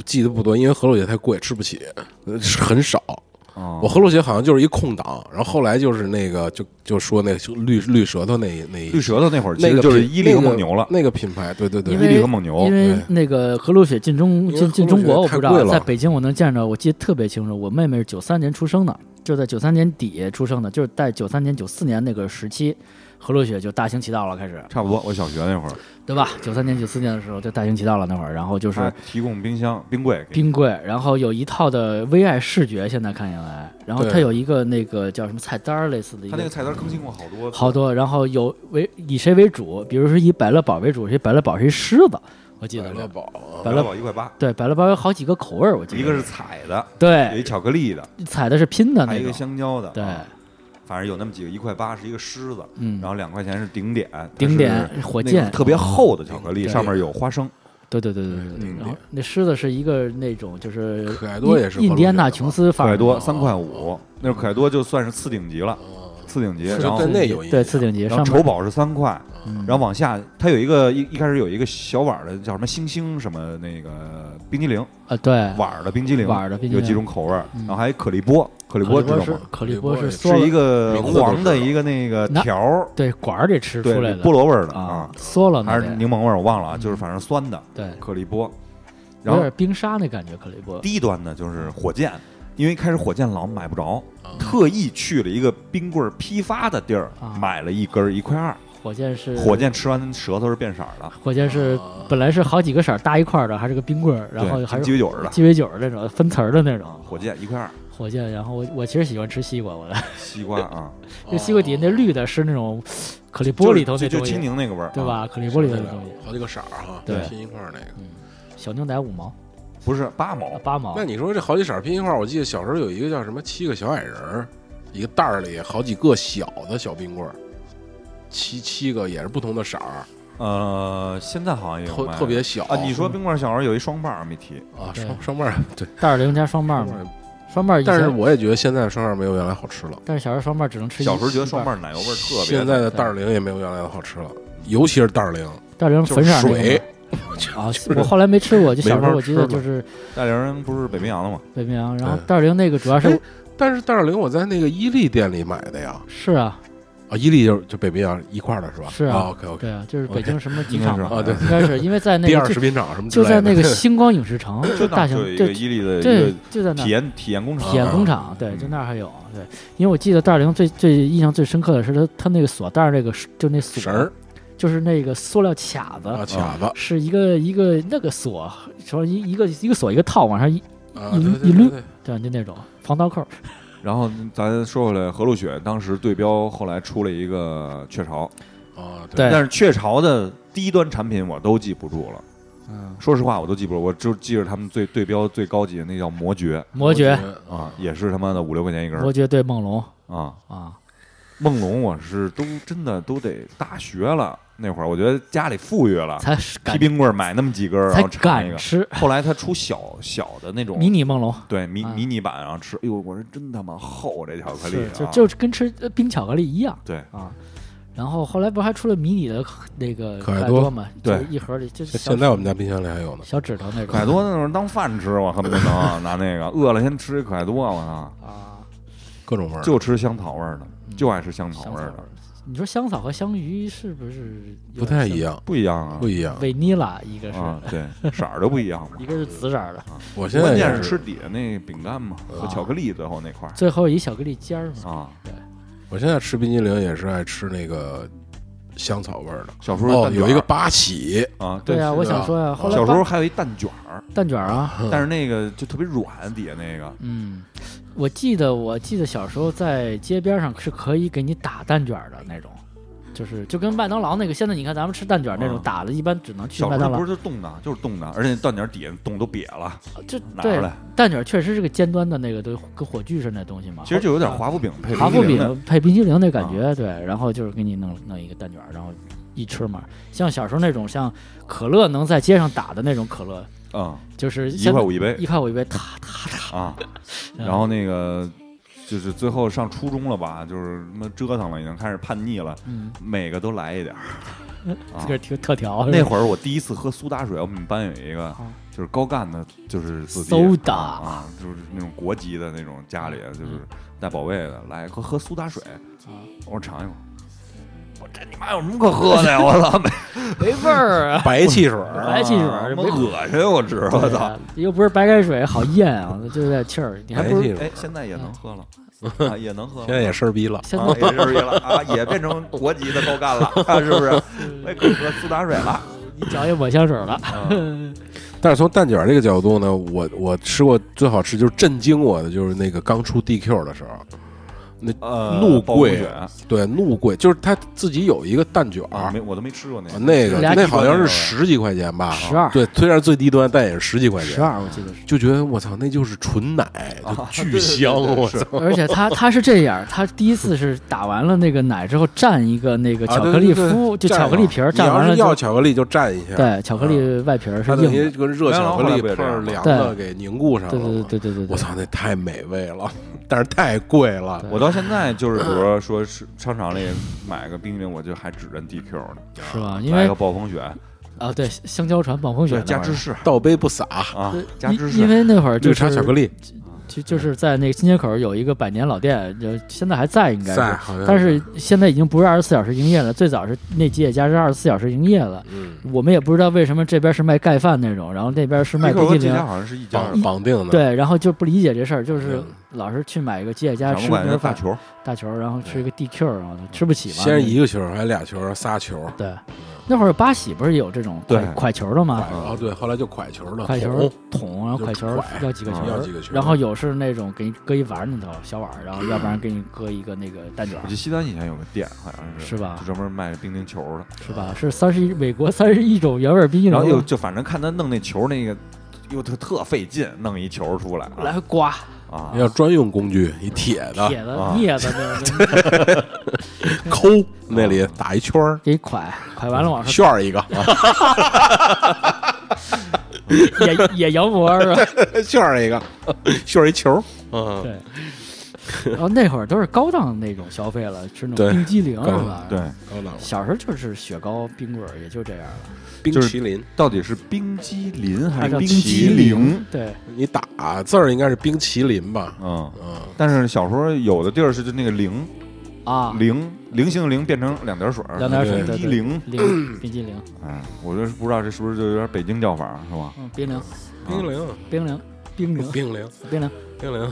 B: 记得不多，因为河洛血太贵，吃不起，呃是很少。
A: 哦
E: 啊
B: 我河洛血好像就是一空档，然后后来就是那个就就说那个绿绿舌头那一那一
E: 绿舌头那会儿其
B: 那
E: 实
B: 个
E: 就是
B: 品
E: 伊利和蒙牛了，
B: 那个那个品牌，对对对
A: 因，
E: 伊
A: 为
E: 利和蒙牛
A: 因。为那个河洛雪进中
B: 因为
A: 进进中国，我
B: 河洛雪太
A: 不知道
B: 贵，了
A: 在北京我能见着，我记得特别清楚。我妹妹是九三年出生的，就在九三年底出生的，就是在九三年九四年那个时期，河洛雪就大行其道了，开始
E: 差不多，我小学那会儿，
A: 对吧？九三年九四年的时候就大行其道了那会儿，然后就
E: 他
A: 是
E: 提供冰箱、冰柜给你，
A: 冰柜，然后有一套的微爱视觉，现在看下来，然后它
B: 对
A: 有一个那个叫什么菜单儿类似的一
E: 他那个菜单更新过好多次。
A: 好多，然后有为以谁为主，比如说以百乐宝为主，这百乐宝是一狮子，我记得
B: 百乐
A: 是
B: 宝啊
A: 百
E: 百
A: 乐
E: 乐宝一块八，
A: 对百乐宝有好几个口味儿，我记得
E: 一个是踩的，有一
A: 对
E: 巧克力的，
A: 踩的是拼的
E: 还有
A: 那
E: 一个
A: 种，
E: 香蕉的，
A: 对，
E: 啊反正有那么几个，一块八是一个狮子，
A: 嗯
E: 然后两块钱是顶点，它
A: 顶
E: 是
A: 点火
E: 那
A: 箭
E: 种特别厚的巧克力，
A: 对
E: 上面有花生，
A: 对对对对对对，
E: 嗯
A: 然后那狮子是一个那种就是
B: 可爱多也是
A: 印
B: 克
A: 印
B: 鲁
A: 第安
B: 雪
A: 纳
B: 的
A: 琼
B: 吧
A: 斯
E: 可
A: 法
E: 爱
A: 尔
E: 多
A: 摩
E: 三块五，那可爱多就算是次顶级了，次顶级，
A: 是
E: 然后
B: 跟那有印
A: 对
B: 象
A: 次顶级
E: 啊然
A: 哦上
E: 后
A: 面
E: 丑宝是三块，
A: 嗯
E: 然后往下它有一个一一开始有一个小碗儿的叫什么星星什么那个冰激凌
A: 啊对
E: 碗儿的冰激凌，
A: 碗儿的冰激
E: 有
A: 凌
E: 几种口味儿，
A: 嗯
E: 然后还有可丽波，可丽波知道
A: 是
E: 吗？
A: 可丽波
B: 可丽波
A: 是
B: 也
A: 缩
E: 是
A: 了
E: 一个
B: 名字都
E: 黄的
B: 知道
E: 一个那个
A: 那
E: 条儿，
A: 对管儿里吃出
E: 对
A: 来，的
E: 菠萝味儿的
A: 啊
E: 啊，，
A: 缩了呢
E: 还是
A: 得
E: 柠檬味儿，我忘了啊，
A: 嗯
E: 就是反正酸的
A: 对，
E: 可丽波。
A: 有
E: 然后
A: 点冰沙那感觉可丽波
E: 低端的就是火箭，因为一开始火箭老买不着，特意去了一个冰棍儿批发的地儿
A: 嗯啊
E: 买了一根儿一块二。
A: 火箭是
E: 火箭吃完舌头是变色儿的，
A: 火箭是
B: 啊
A: 本来是好几个色儿搭一块儿的，还是个冰棍儿，然后
E: 对
A: 还
E: 跟鸡尾
A: 是
E: 酒
A: *laughs*
E: 似的。啊
A: 鸡尾酒儿那种分层儿的那种
E: 火箭一块二，
A: 火箭。然后我我其实喜欢吃西瓜，我的
E: 西瓜
A: *laughs*
E: 啊，
B: 哦
A: 就西瓜底下那绿的是那种可丽波
E: 就是
A: 里头
E: 就
A: 那
E: 就
A: 东
E: 青
A: 西，
E: 柠那个味儿，
A: 对
E: 啊？
A: 吧？可丽波
B: 好
A: 里
B: 几
A: 头
B: 个
A: 那东西，
B: 好几个色儿哈，
A: 对嗯
B: 拼一块儿那个。
A: 小牛奶五毛
E: 不是八毛
A: 啊，八毛
B: 那，你说这好几色儿拼一块儿，我记得小时候有一个叫什么七个小矮人儿，一个袋儿里好几个小的小冰棍儿，七七个也是不同的色儿，
E: 呃，现在好像也有
B: 特
E: 卖
B: 特别小
E: 啊。你说冰棍儿小时候有一双棒儿没提，
B: 啊，
A: 对
B: 双双瓣儿对，
A: 袋儿零加双棒
B: 双瓣
A: 嘛，
B: 儿
A: 双棒以前
B: 但是我也觉得现在的双瓣儿没有原来好吃了，
A: 但是小时候双棒只能吃一
E: 小时候觉得双
A: 一半
E: 棒儿奶油味儿特别。
B: 现在的袋儿零也没有原来的好吃了，尤其是袋儿零，
A: 儿袋儿零
B: 就
A: 粉色
B: 是
A: 儿那
B: 水
A: 种。啊，我后来没吃过，就
B: 没
A: 小时候
B: 法
A: 我记得
B: 吃
A: 就
B: 了
A: 是
E: 大连人不是北冰洋的吗？
A: 北冰洋，然后
B: 对
A: 袋儿零那个主要是
B: 哎但是袋儿零我在那个伊利店里买的呀，
A: 是啊，
B: 啊，伊利就就北冰洋一块儿的是吧？
A: 是啊
B: OK OK，
A: 对啊，就是北
B: OK，
A: 京什么机
E: 应该
A: 场
E: 是
A: 嘛，
B: 啊对
A: 应该是因为在那
B: 第二
A: 个
B: 食
A: 就
B: 品厂什么之
A: 就
B: 类
A: 在
B: 的，
A: 那
B: *laughs*
A: 个星光影视城，就大型
E: 就有一个
A: 对
E: 伊利的一
A: 对
E: 个，
A: 就在那
E: 体
A: 儿
E: 验体验
B: 嗯
E: 工厂，啊
A: 体验工厂，对，就那儿还有对，因为我记得袋儿零最最印象最深刻的是它它那个锁袋儿那个就那锁
B: 绳儿
A: 就是那个塑料卡子，
B: 啊卡子
A: 是一个一个那个锁，说一一个一个锁一个套往上一
B: 啊，
A: 一
B: 对对
A: 一
B: 对
A: 撸
B: 对
A: 对就那种防盗扣儿，
E: 然后咱说回来，何路雪当时对标后来出了一个雀巢，
B: 啊，对
A: 对
E: 但是雀巢的低端产品我都记不住了。
A: 嗯，
E: 说实话，我都记不住，我就记着他们最对标最高级的那叫魔爵
A: 魔爵
E: 啊，也是他妈的五六块钱一根
A: 魔
E: 儿
A: 爵对梦龙
E: 啊。
A: 啊，
E: 梦龙我是都真的都得大学了那会儿，我觉得家里富裕了，
A: 才
E: 批
A: 敢
E: 冰棍儿买那么几根儿，然
A: 才
E: 后尝一
A: 敢
E: 个。
A: 吃
E: 后来他出小小的那种
A: 迷你梦龙。
E: 对迷
A: 啊
E: 迷你版，然后吃，哎呦，我说真他妈厚这巧克力
A: 是，就
E: 啊！
A: 就是跟吃呃冰巧克力一样。 *laughs*
E: 对
A: 啊，然后后来不还出了迷你的那个可
B: 可爱
A: 爱
B: 多
A: 多嘛？
E: 对
A: 就是一盒里就是小
B: 现在我们家冰箱里还有呢。
A: 小指头那种。
E: 可爱多那种当饭吃，我恨不得能拿那个，饿了先吃一可爱多，我操，
A: 啊，
B: 各种味儿，
E: 就吃香草味儿的，
A: 嗯
E: 就爱吃香草
A: 香
E: 味
A: 草
E: 儿
A: 味
E: 的，
A: 儿。你说香草和香芋是不是有
B: 不
A: 点
B: 太
A: 像
B: 一？样，
E: 不一样啊
B: 不一样。
A: 维尼拉一个是，
E: 啊，对，色儿都不一样嘛。
A: 一个是紫色儿的，
B: 我现在
E: 关键
B: 也
E: 是吃，底下那饼干嘛
A: 啊
E: 和巧克力最后那块儿
A: 最后一巧克力尖儿嘛。
E: 啊，
B: 我现在吃冰激凌也是爱吃那个香草味儿的。
E: 小时候
B: 哦，
E: 蛋卷儿
B: 有一个八喜，
E: 啊，
A: 对呀，
E: 是
A: 我
B: 的
A: 想说呀，后来
E: 小时
A: 蛋
E: 候还有一蛋卷儿，
A: 蛋卷儿啊，
E: 但是那个就特别软，底下那个
A: 嗯，我记得我记得小时候在街边上是可以给你打蛋卷儿的那种。就是就跟麦当劳那个，现在你看咱们吃蛋卷那种
E: 嗯
A: 打的，一般只能去
E: 小
A: 麦
E: 时
A: 当
E: 候
A: 劳
E: 不。是就冻的，啊就是冻的，而且到点底下冻都瘪了，
A: 这
E: 拿出
A: 对
E: 来，
A: 蛋卷确实是个尖端的那个，对，跟火炬似的那东西嘛。
E: 其实就有点华夫饼配
A: 华夫
E: 冰淇淋的啊
A: 饼配冰激凌那感觉，对，然后就是给你弄弄一个蛋卷儿，然后一吃嘛。像小时候那种像可乐能在街上打的那种可乐，
E: 嗯，
A: 就是
E: 一
A: 现
E: 块五一杯
A: 一块五一杯，啪啪
E: 啊，然后那个就是最后上初中了吧，就是他妈折腾了，已经开始叛逆了，
A: 嗯，
E: 每个都来一点儿。啊
A: 自个儿挺特调。
E: 那
A: 儿
E: 会儿我第一次喝苏打水，我们班有一
A: 啊
E: 个就是高干的，就是子弟
A: Soda
E: 啊，就是那种国籍的那种，家里就是
A: 嗯
E: 带保卫的，来喝喝苏打水，
A: 啊
E: 我说尝一口，我这你妈有什么可喝的呀？我
A: *laughs*
E: 操，没
A: 没味儿啊，
B: 白汽水儿，哦
A: 白汽水儿
E: 他妈恶心，我知 *laughs* 道，我
A: 对
E: 操。
A: 啊又不是白开水，好咽啊，就是带气儿。你还
B: 白
A: 不如
B: 汽水
E: 哎
B: 儿，，
E: 现在也能喝
B: *laughs*
E: 了，啊，也能喝了，
B: 现在也事儿逼了。
A: 现
E: 啊，
A: 在
E: 也是一了啊，也变成国籍的高干了，啊、是不
A: *laughs*
E: 是？我也可以喝苏打水了。
A: 你脚也抹香水了，
E: 啊
B: 但是从蛋卷这个角度呢，我我吃过最好吃就是震惊我的就是那个刚出 DQ 的时候，
E: 呃
B: 怒
E: 爆谷
B: 贵啊
E: 雪
B: 对怒贵就是他自己有一个蛋卷儿
E: 啊，没，我都没吃过那
B: 啊那个
A: 俩
B: 那
A: 鸡
B: 好
E: 蛋
B: 像
E: 那
B: 是
E: 个
B: 十几块钱吧，
A: 12
B: 对，虽然最低端，但也是十几块
A: 十
B: 钱，
A: 二我记得
E: *laughs*
A: 是。
B: 就觉得我操，那就是纯奶，就巨香，我操！
A: 而且他他是这样，他第一次是打完了那个奶之后蘸一个那个
B: 啊
A: 巧
B: 对
A: 克力
B: 对对
A: 敷，就
B: 蘸
A: 巧克
E: 啊
A: 力皮儿
B: 你
A: 蘸
B: 要
A: 完了
B: 是
A: 之
B: 要
A: 后，
B: 巧克力就蘸一下，
A: 对，巧克力外皮儿是
B: 它等于
A: 硬的，
B: 跟热巧克力碰上凉
A: 麦当劳
B: 的
A: 后
B: 给凝固上了
A: 对对
B: 嘛。
A: 对对对对对。
B: 我操，那太美味
A: *laughs*
B: 了，但是太贵了。
A: 对
E: 我到现在就是，比如说是商场里买个冰淇淋，我就还只认 DQ 呢，
A: 是吧？因
E: 来
A: 为
E: 个暴风雪，
A: 啊，对，香蕉船、暴风雪
E: 对，
A: 那
E: 加
A: 玩意
E: 芝
A: 儿
E: 士
B: 倒杯不洒，
E: 啊
A: 对，
E: 加芝
A: 因因
E: 士，
A: 为那会儿就
B: 绿
A: 是
B: 茶巧克力
A: 就就是在那个新街口有一个百年老店，就现在还在，应该
B: 在，
A: 是，
B: 好像
A: 但是现在已经不是二十四小时营业了，最早是那吉野家是二十四小时营业了。
B: 嗯，
A: 我们也不知道为什么这边是卖盖饭那种，然后那边是卖
E: DQ
A: 冰哦
E: 和
A: 淇
E: 这
A: 淋
E: 家，好像是一家
B: 绑绑定的。
A: 对，然后就不理解这事儿，就是
B: 嗯
A: 老是去买一个吉野家
E: 咱
A: 吃
E: 们
A: 一
E: 管
A: 顿
E: 人大
A: 饭
E: 球，
A: 大球，然后吃一个 DQ，然后就吃不起嘛。
B: 先是一个球，还俩球，仨球。
A: 对，那会儿巴西不是有这种
E: 对
A: 快快球的吗？
B: 哦，对，后来就蒯球了，
A: 快球
B: 桶
A: 桶，然后快球
B: 就快
A: 要几
E: 啊
A: 个球
B: 嗯要几个球
A: 然后有是那种给你搁一碗儿里头小碗儿，然后要不然给你搁一个那个蛋卷儿
E: 我记，得西单以前有个店，好像
A: 是吧
E: 就专门卖冰冰球的，
A: 是吧？是三十一美国三十一种原味冰激
E: 然后又
A: 凌，
E: 就反正看他弄那球那个，又特特费劲，弄一球出来
A: 来回刮
E: 啊
B: 要专用工具，一铁的
A: 铁的
E: 啊
A: 镊子那个，
B: 抠那里打一圈儿，
A: 给你蒯蒯完了往上
B: 旋儿一个，
A: 也也摇膜是吧？
B: 旋儿一个，旋儿一球。嗯，
A: 对。然后那会儿都是高档那种消费了，吃那种
B: 对
A: 冰激凌
B: 高
A: 是吧？
E: 对。
B: 高档
A: 小时候就是雪糕、冰棍儿，也就这样了。
B: 冰
E: 就是
B: 淇淋，
E: 到底是冰激凌还
A: 按
E: 是
A: 照
E: 冰
A: 激
E: 淇淋？
A: 对，
B: 你打字儿应该是冰淇淋吧？
E: 嗯，
B: 嗯，
E: 但是小时候有的地儿是就那个零
A: 啊，
E: 零零星零变成两点水儿，
A: 两点水
B: 对
A: 对
E: 冰激
A: 对
E: 凌。
A: 零冰激凌，
E: 哎，我就是不知道这是不是就有点北京叫法是吧？
A: 嗯，冰凌，
B: 冰凌，
A: 冰凌，冰凌，
B: 啊冰凌，
A: 冰凌
B: 冰凌，
A: 啊，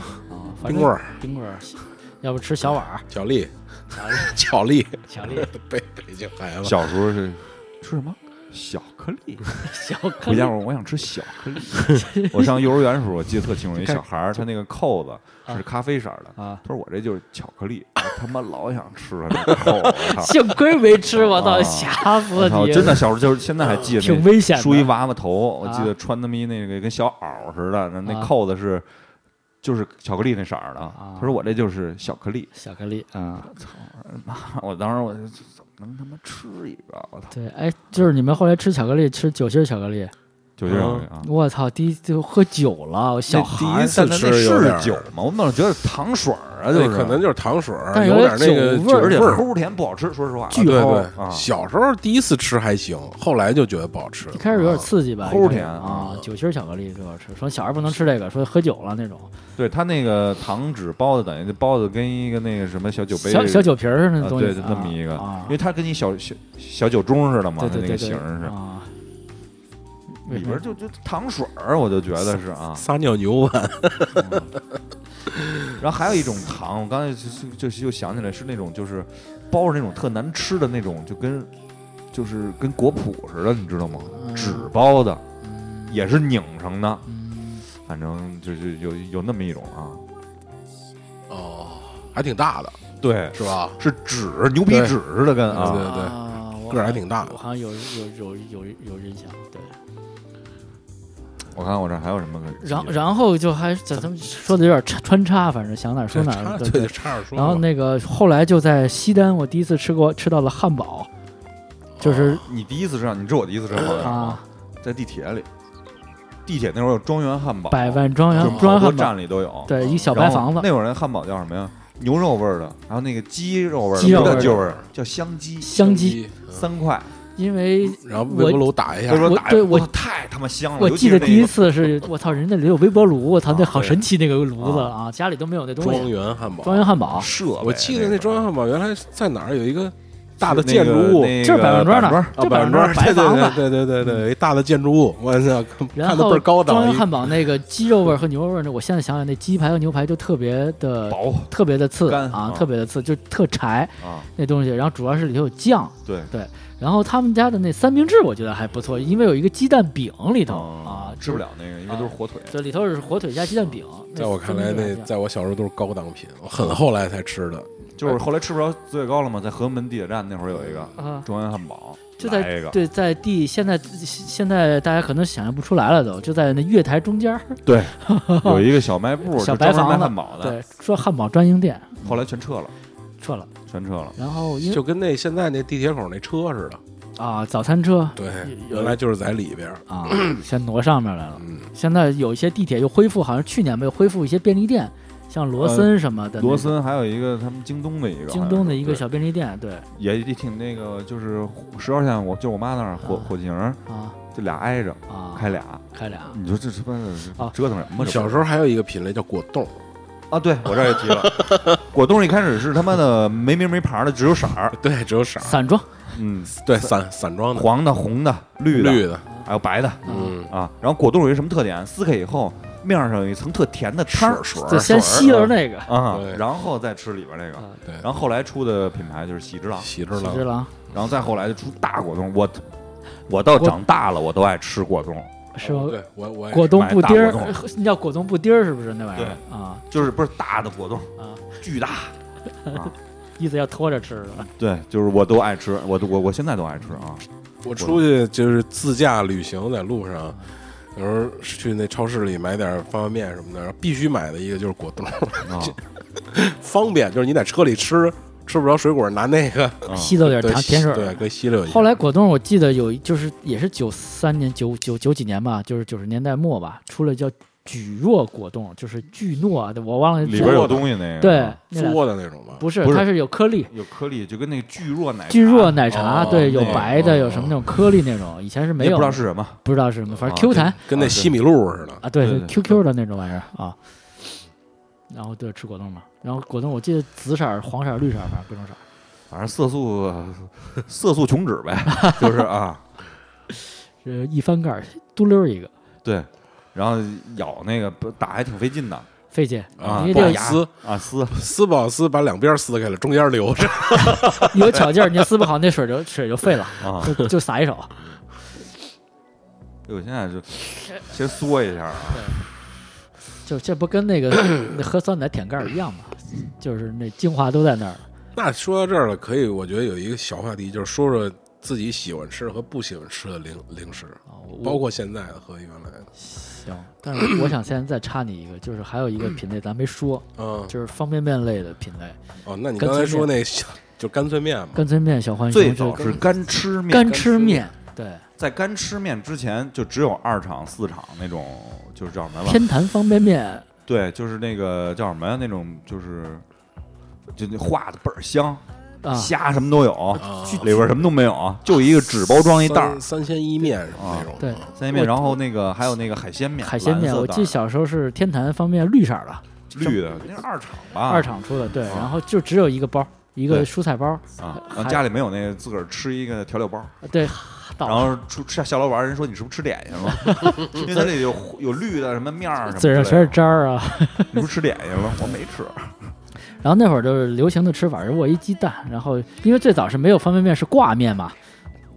A: 反正
B: 冰棍，儿，
A: 冰棍儿，要不吃小碗儿，
B: 巧克力，巧克力， *laughs*
A: 巧克
E: *laughs*
A: 力，
B: 北北京孩子，
E: 小时
A: *laughs*
E: 候是吃什么？小克力，
A: 小克
E: 回
A: 力
E: 家我我想吃小克
A: *laughs*
E: 力。我上幼儿园的时候，我记得特清楚，一小孩儿他那个扣子是咖啡色儿的，
A: 啊，
E: 他说我这就是巧克力，我他妈老想吃了这扣
A: *laughs*
E: 子，我操
A: 幸亏没吃，我操，
E: 啊
A: 吓死
E: 我操！
A: 你！
E: 真的，小时候就是现在还记得那
A: 挺危险的
E: 梳一娃娃头，我记
A: 啊
E: 得穿那么一那个跟小袄似的，那那
A: 啊
E: 扣子是就是巧克力那色儿的。他说我这就是巧克力，
A: 小克力啊，
E: *laughs* 我当时我就怎么能他妈吃一个？我操！
A: 对，哎，就是你们后来吃巧克力，吃酒心儿巧克力，
E: 就这样啊。
A: 我操，第一就喝酒了，我小
E: 那
A: 孩
E: 第一
A: 儿，
E: 次
B: 但是
E: 吃
B: 那是
E: 是
B: 酒
E: 酒吗？我老觉得糖水儿啊，就
B: 对，
E: 是
B: 可能就是糖水儿，
A: 但是
B: 有
A: 有
B: 点那
A: 点
B: 个
A: 酒
B: 酒
A: 味儿
E: 而且
B: 味儿。
E: 齁甜，不好吃。说实话，
A: 巨
B: 对
A: 齁
B: 对，
E: 啊
B: 小时候第一次吃还行，后来就觉得不好吃
A: 一。开始有点刺激吧，
E: 齁
A: 一开始
E: 甜
A: 啊，酒心儿巧克力最好吃，说小孩儿不能吃这个，说喝酒了那种，
E: 对它那个糖纸包的，等于那包的跟一个那个什么小酒杯
A: 小小酒瓶儿似
E: 啊
A: 的东西，
E: 对，就那么一个
A: 啊，
E: 因为它跟你小小小酒盅似的嘛，
A: 对
E: 它
A: 对
E: 那
A: 对
E: 个
A: 对
E: 形儿是。
A: 啊，
E: 里边就就糖水儿，我就觉得是
B: *laughs*
E: 啊。
B: 撒尿牛丸，
E: 然后还有一种糖，我刚才就就就就想起来是那种就是包着那种特难吃的那种，就跟就是跟果脯似的，你知道吗？
A: 嗯
E: 纸包的，也是拧成的，
A: 嗯
E: 反正就是有有那么一种啊。
B: 哦，还挺大的，
E: 对，
B: 是吧？
E: 是纸，牛皮
B: 对
E: 纸似的跟
B: 对
E: 啊，
B: 对对
A: 啊我
B: 个儿还
A: 好
B: 挺大
A: 我好像有有有有有印象，对。
E: 我看我这还有什么可？
A: 然然后就还在咱们说的有点穿穿插，反正想哪儿说
B: 对
A: 哪
B: 哎插
A: 儿。
B: 对对，插着说吧。
A: 然后那个后来就在西单，我第一次吃过吃到了汉堡，就是
E: 你第一次吃，你知道我第一次吃
B: 哦
E: 汉堡在哪儿吗？
A: 啊，
E: 在地铁里，地铁那会儿有庄园汉堡，
A: 百万庄
E: 就是
A: 园庄
E: 好
A: 园汉
E: 多
A: 堡，
E: 站里都有。
A: 对，一小
E: 小
A: 白啊房子，
E: 那会儿那汉堡叫什么呀？牛肉味儿的，然后那个鸡肉味儿的，
A: 鸡肉
E: 不
A: 味儿
E: 叫
A: 的
E: 鸡肉味儿，叫香鸡，
A: 香鸡。，
B: 嗯
E: 三块。
A: 因为
B: 然后微波炉打一下
E: 微，波
A: 我
E: 炉打
A: 对
E: 一下
A: 我
E: 哇太他妈香了。
A: 我
E: 尤
A: 记
E: 其
A: 得
E: 是
A: 第一
E: 那个
A: 次是，我操，人家里有微波炉，我操，那
E: 啊
A: 好
E: 对
A: 神奇那个炉子啊，家里都没有那东
B: 庄
A: 西。
B: 园汉堡。
A: 庄园汉堡，
E: 啊设备，
B: 我记得那庄园
E: 个啊
B: 汉堡原来在哪儿有一个大的
E: 那个
B: 建筑物，
E: 那个
A: 这是百万庄
E: 百
A: 呢，
B: 啊，
A: 这
B: 百
A: 百万
B: 万庄
A: 庄
B: 对
A: 白房
B: 对
A: 子。嗯
B: 对对对对，一大的建筑物，我操，
A: 然
B: 看的倍
A: 后
B: 儿高
A: 庄
B: 档
A: 园。汉堡那个鸡肉味儿和牛肉味儿呢，我现在想想那鸡排和牛排就特别的
E: 薄
A: 特别的刺
E: 干
A: 啊
E: 啊，
A: 特别的刺，就特柴
E: 啊，
A: 那东西。然后主要是里头有酱，
E: 对
A: 对。然后他们家的那三明治我觉得还不错，因为有一个鸡蛋饼里头啊
E: 嗯，吃不，了那个，因为都是火腿。
A: 就里头是火腿加鸡蛋饼。那
B: 在我看来，
A: 三明治
B: 那
A: 还行
B: 在我小时候都是高档品，我很后来才吃的。
E: 就是后来吃不着最高了嘛，在河门地铁站那会儿有一个
A: 啊，
E: 中央汉堡，
A: 就
E: 来一
A: 在
E: 个
A: 对在地现在现在大家可能想象不出来了都，就在那月台中间儿， *laughs*
E: 有一个小卖部，
A: 小
E: 就专
A: 白
E: 门卖
A: 房子
E: 汉堡的，
A: 对，说汉堡专营店
E: 后来全撤了，
A: 撤了，
E: 全撤了。
A: 然后因为
B: 就跟那现在那地铁口那车似的，
A: 啊早餐车
B: 对，原来就是在里边儿，
A: 啊先挪上面来了，
B: 嗯，
A: 现在有一些地铁又恢复，好像去年吧又恢复一些便利店，像罗森什么的那种，
E: 罗森还有一个他们京东的一个，
A: 京东的一个
E: 好像
A: 小便利店，对
E: 是也也挺那个，就是十号线，我就我妈那儿火
A: 啊
E: 火警儿
A: 啊
E: 就俩挨着
A: 啊
E: 开嗯俩，嗯
A: 开俩
E: 你说这他妈的是
A: 啊
E: 折腾什么？这不是
B: 小时候还有一个品类叫果冻，
E: 啊，对我这儿也提了， *laughs* 果冻一开始是他妈的没名没牌儿的，只有色儿，
B: 对，只有色儿，
A: 散装
E: *laughs* 嗯，
B: 对，散散装的，
E: 黄的、红的、绿的，
A: 啊
B: 绿的，
E: 还有白的
B: 嗯，
E: 啊。然后果冻有一什么特点？撕开以后，面上有一层特甜的汤儿
B: 水
A: 就
B: 水
A: 先吸了那个
E: 啊
B: 对，
E: 然后再吃里边那
A: 啊
E: 个。
B: 对
E: 然后后来出的品牌就是喜之郎，
B: 喜之
A: 喜之
B: 郎，
A: 郎，
E: 然后再后来就出大果冻。我我到长大了，我都爱吃果冻，
A: 是吧
B: 哦对我我也
A: 果冻
E: 买
A: 布
E: 大
A: 丁儿 *laughs*
E: 果冻，
A: 那叫果冻布丁儿是不是那玩意儿
E: 对
A: 啊？
E: 就是不是大的果冻
A: 啊，
E: 巨大。
A: 意思要拖着吃是吧？
E: 对，就是我都爱吃，我都我我现在都爱吃啊。
B: 我出去就是自驾旅行，在路上，有时候去那超市里买点方便面什么的，然后必须买的一个就是果冻，
E: 啊 *laughs*
B: 方便，就是你在车里吃吃不着水果，拿
A: *laughs*
B: 那个
E: 啊
A: 吸到点
B: 对
A: 甜甜水
B: 对，
A: 儿。
B: 跟吸溜一下。
A: 后来果冻我记得有一，就是也是九三年九九九几年吧，就是九十年代末吧，出了叫蒟蒻果冻，就是巨诺，我忘了
E: 里边有东西那个
A: 对，那俩
B: 嘬的那种吧，
A: 不是
E: 嗯不是
A: 它是有颗粒。
E: 有颗粒，就跟那个巨弱奶茶
A: 巨弱奶茶，
B: 哦
A: 对，有
E: 那个
A: 白的，有什么
B: 哦
A: 那种颗粒那种，以前是
E: 你
A: 没
E: 也
A: 有，
E: 不知道是什么，
A: 不知道是什么，反正
E: 啊
A: Q
E: 对
A: 弹
B: 跟那西米露似的。
A: 啊，对
E: 对
A: 对
E: 对
A: ，QQ 的那种玩意儿啊。然后对吃果冻嘛，然后果冻我记得紫色儿、黄色儿、绿色儿，反正各种色儿。
E: 反正色素 *laughs* 色素琼脂呗， *laughs* 就是啊，
A: 呃，一翻盖儿嘟溜儿一个，
E: 对，然后咬那个不打还挺费劲的
A: 费劲
B: 啊
A: 你
B: 不好
A: 得
E: 牙
B: 撕
E: 啊，撕
B: 撕不好撕，把两边撕开了，中间留着。 *laughs*
A: 有巧劲儿，你撕不好那水就水就废了，
E: 啊，
A: 就就撒一手。
E: 我现在就先缩一下啊，
A: 嗯就这不跟那个那喝酸奶舔盖儿一样吗？就是那精华都在那儿。
B: 那说到这儿了，可以，我觉得有一个小话题，就是说说自己喜欢吃和不喜欢吃的零零食，
A: 啊我
B: 包括现在的和原来的。
A: 行，但是我想先再插你一个，就是还有一个品类咱没说，
B: 嗯，
A: 就是方便面类的品类，
B: 哦，那你
A: 干
B: 刚才
A: 脆
B: 说那就干脆面嘛，
A: 干脆面、小浣
E: 最
A: 熊，这
E: 早
A: 个
E: 是干吃面，
A: 干吃面，对，
E: 在干吃面之前就只有二厂四厂那种，就是叫什么来了？
A: 天坛方便面
E: 对，就是那个叫什么呀？那种就是就那画的倍儿香，
A: 啊，
E: 虾什么都有
B: 啊，
E: 里边什么都没有，就一个纸包装一袋儿
B: 三三鲜一面什么那种。
A: 对，
E: 三鲜面，
A: 我
E: 然后那个还有那个海鲜面，
A: 海鲜面，
E: 蓝色
A: 我
E: 袋儿
A: 记小时候是天坛方便面绿色儿的，
E: 绿的，那是二厂吧？
A: 二厂出的，对，然后就只有一个包，一个
E: 啊对
A: 蔬菜包，
E: 啊，
A: 还
E: 然后家里没有那个，自个儿吃一个调料包，
A: 对，
E: 啊
A: 倒
E: 然后出吃下楼玩儿，人说你是不是吃点心了？ *laughs* 因为它里有有绿的什么面儿什么之
A: 嘴
E: 类的，
A: 上全是渣儿啊。 *laughs*
E: 你是不是吃点心了？我没吃，
A: 然后那会儿就是流行的吃法是握一鸡蛋，然后因为最早是没有方便面，是挂面嘛，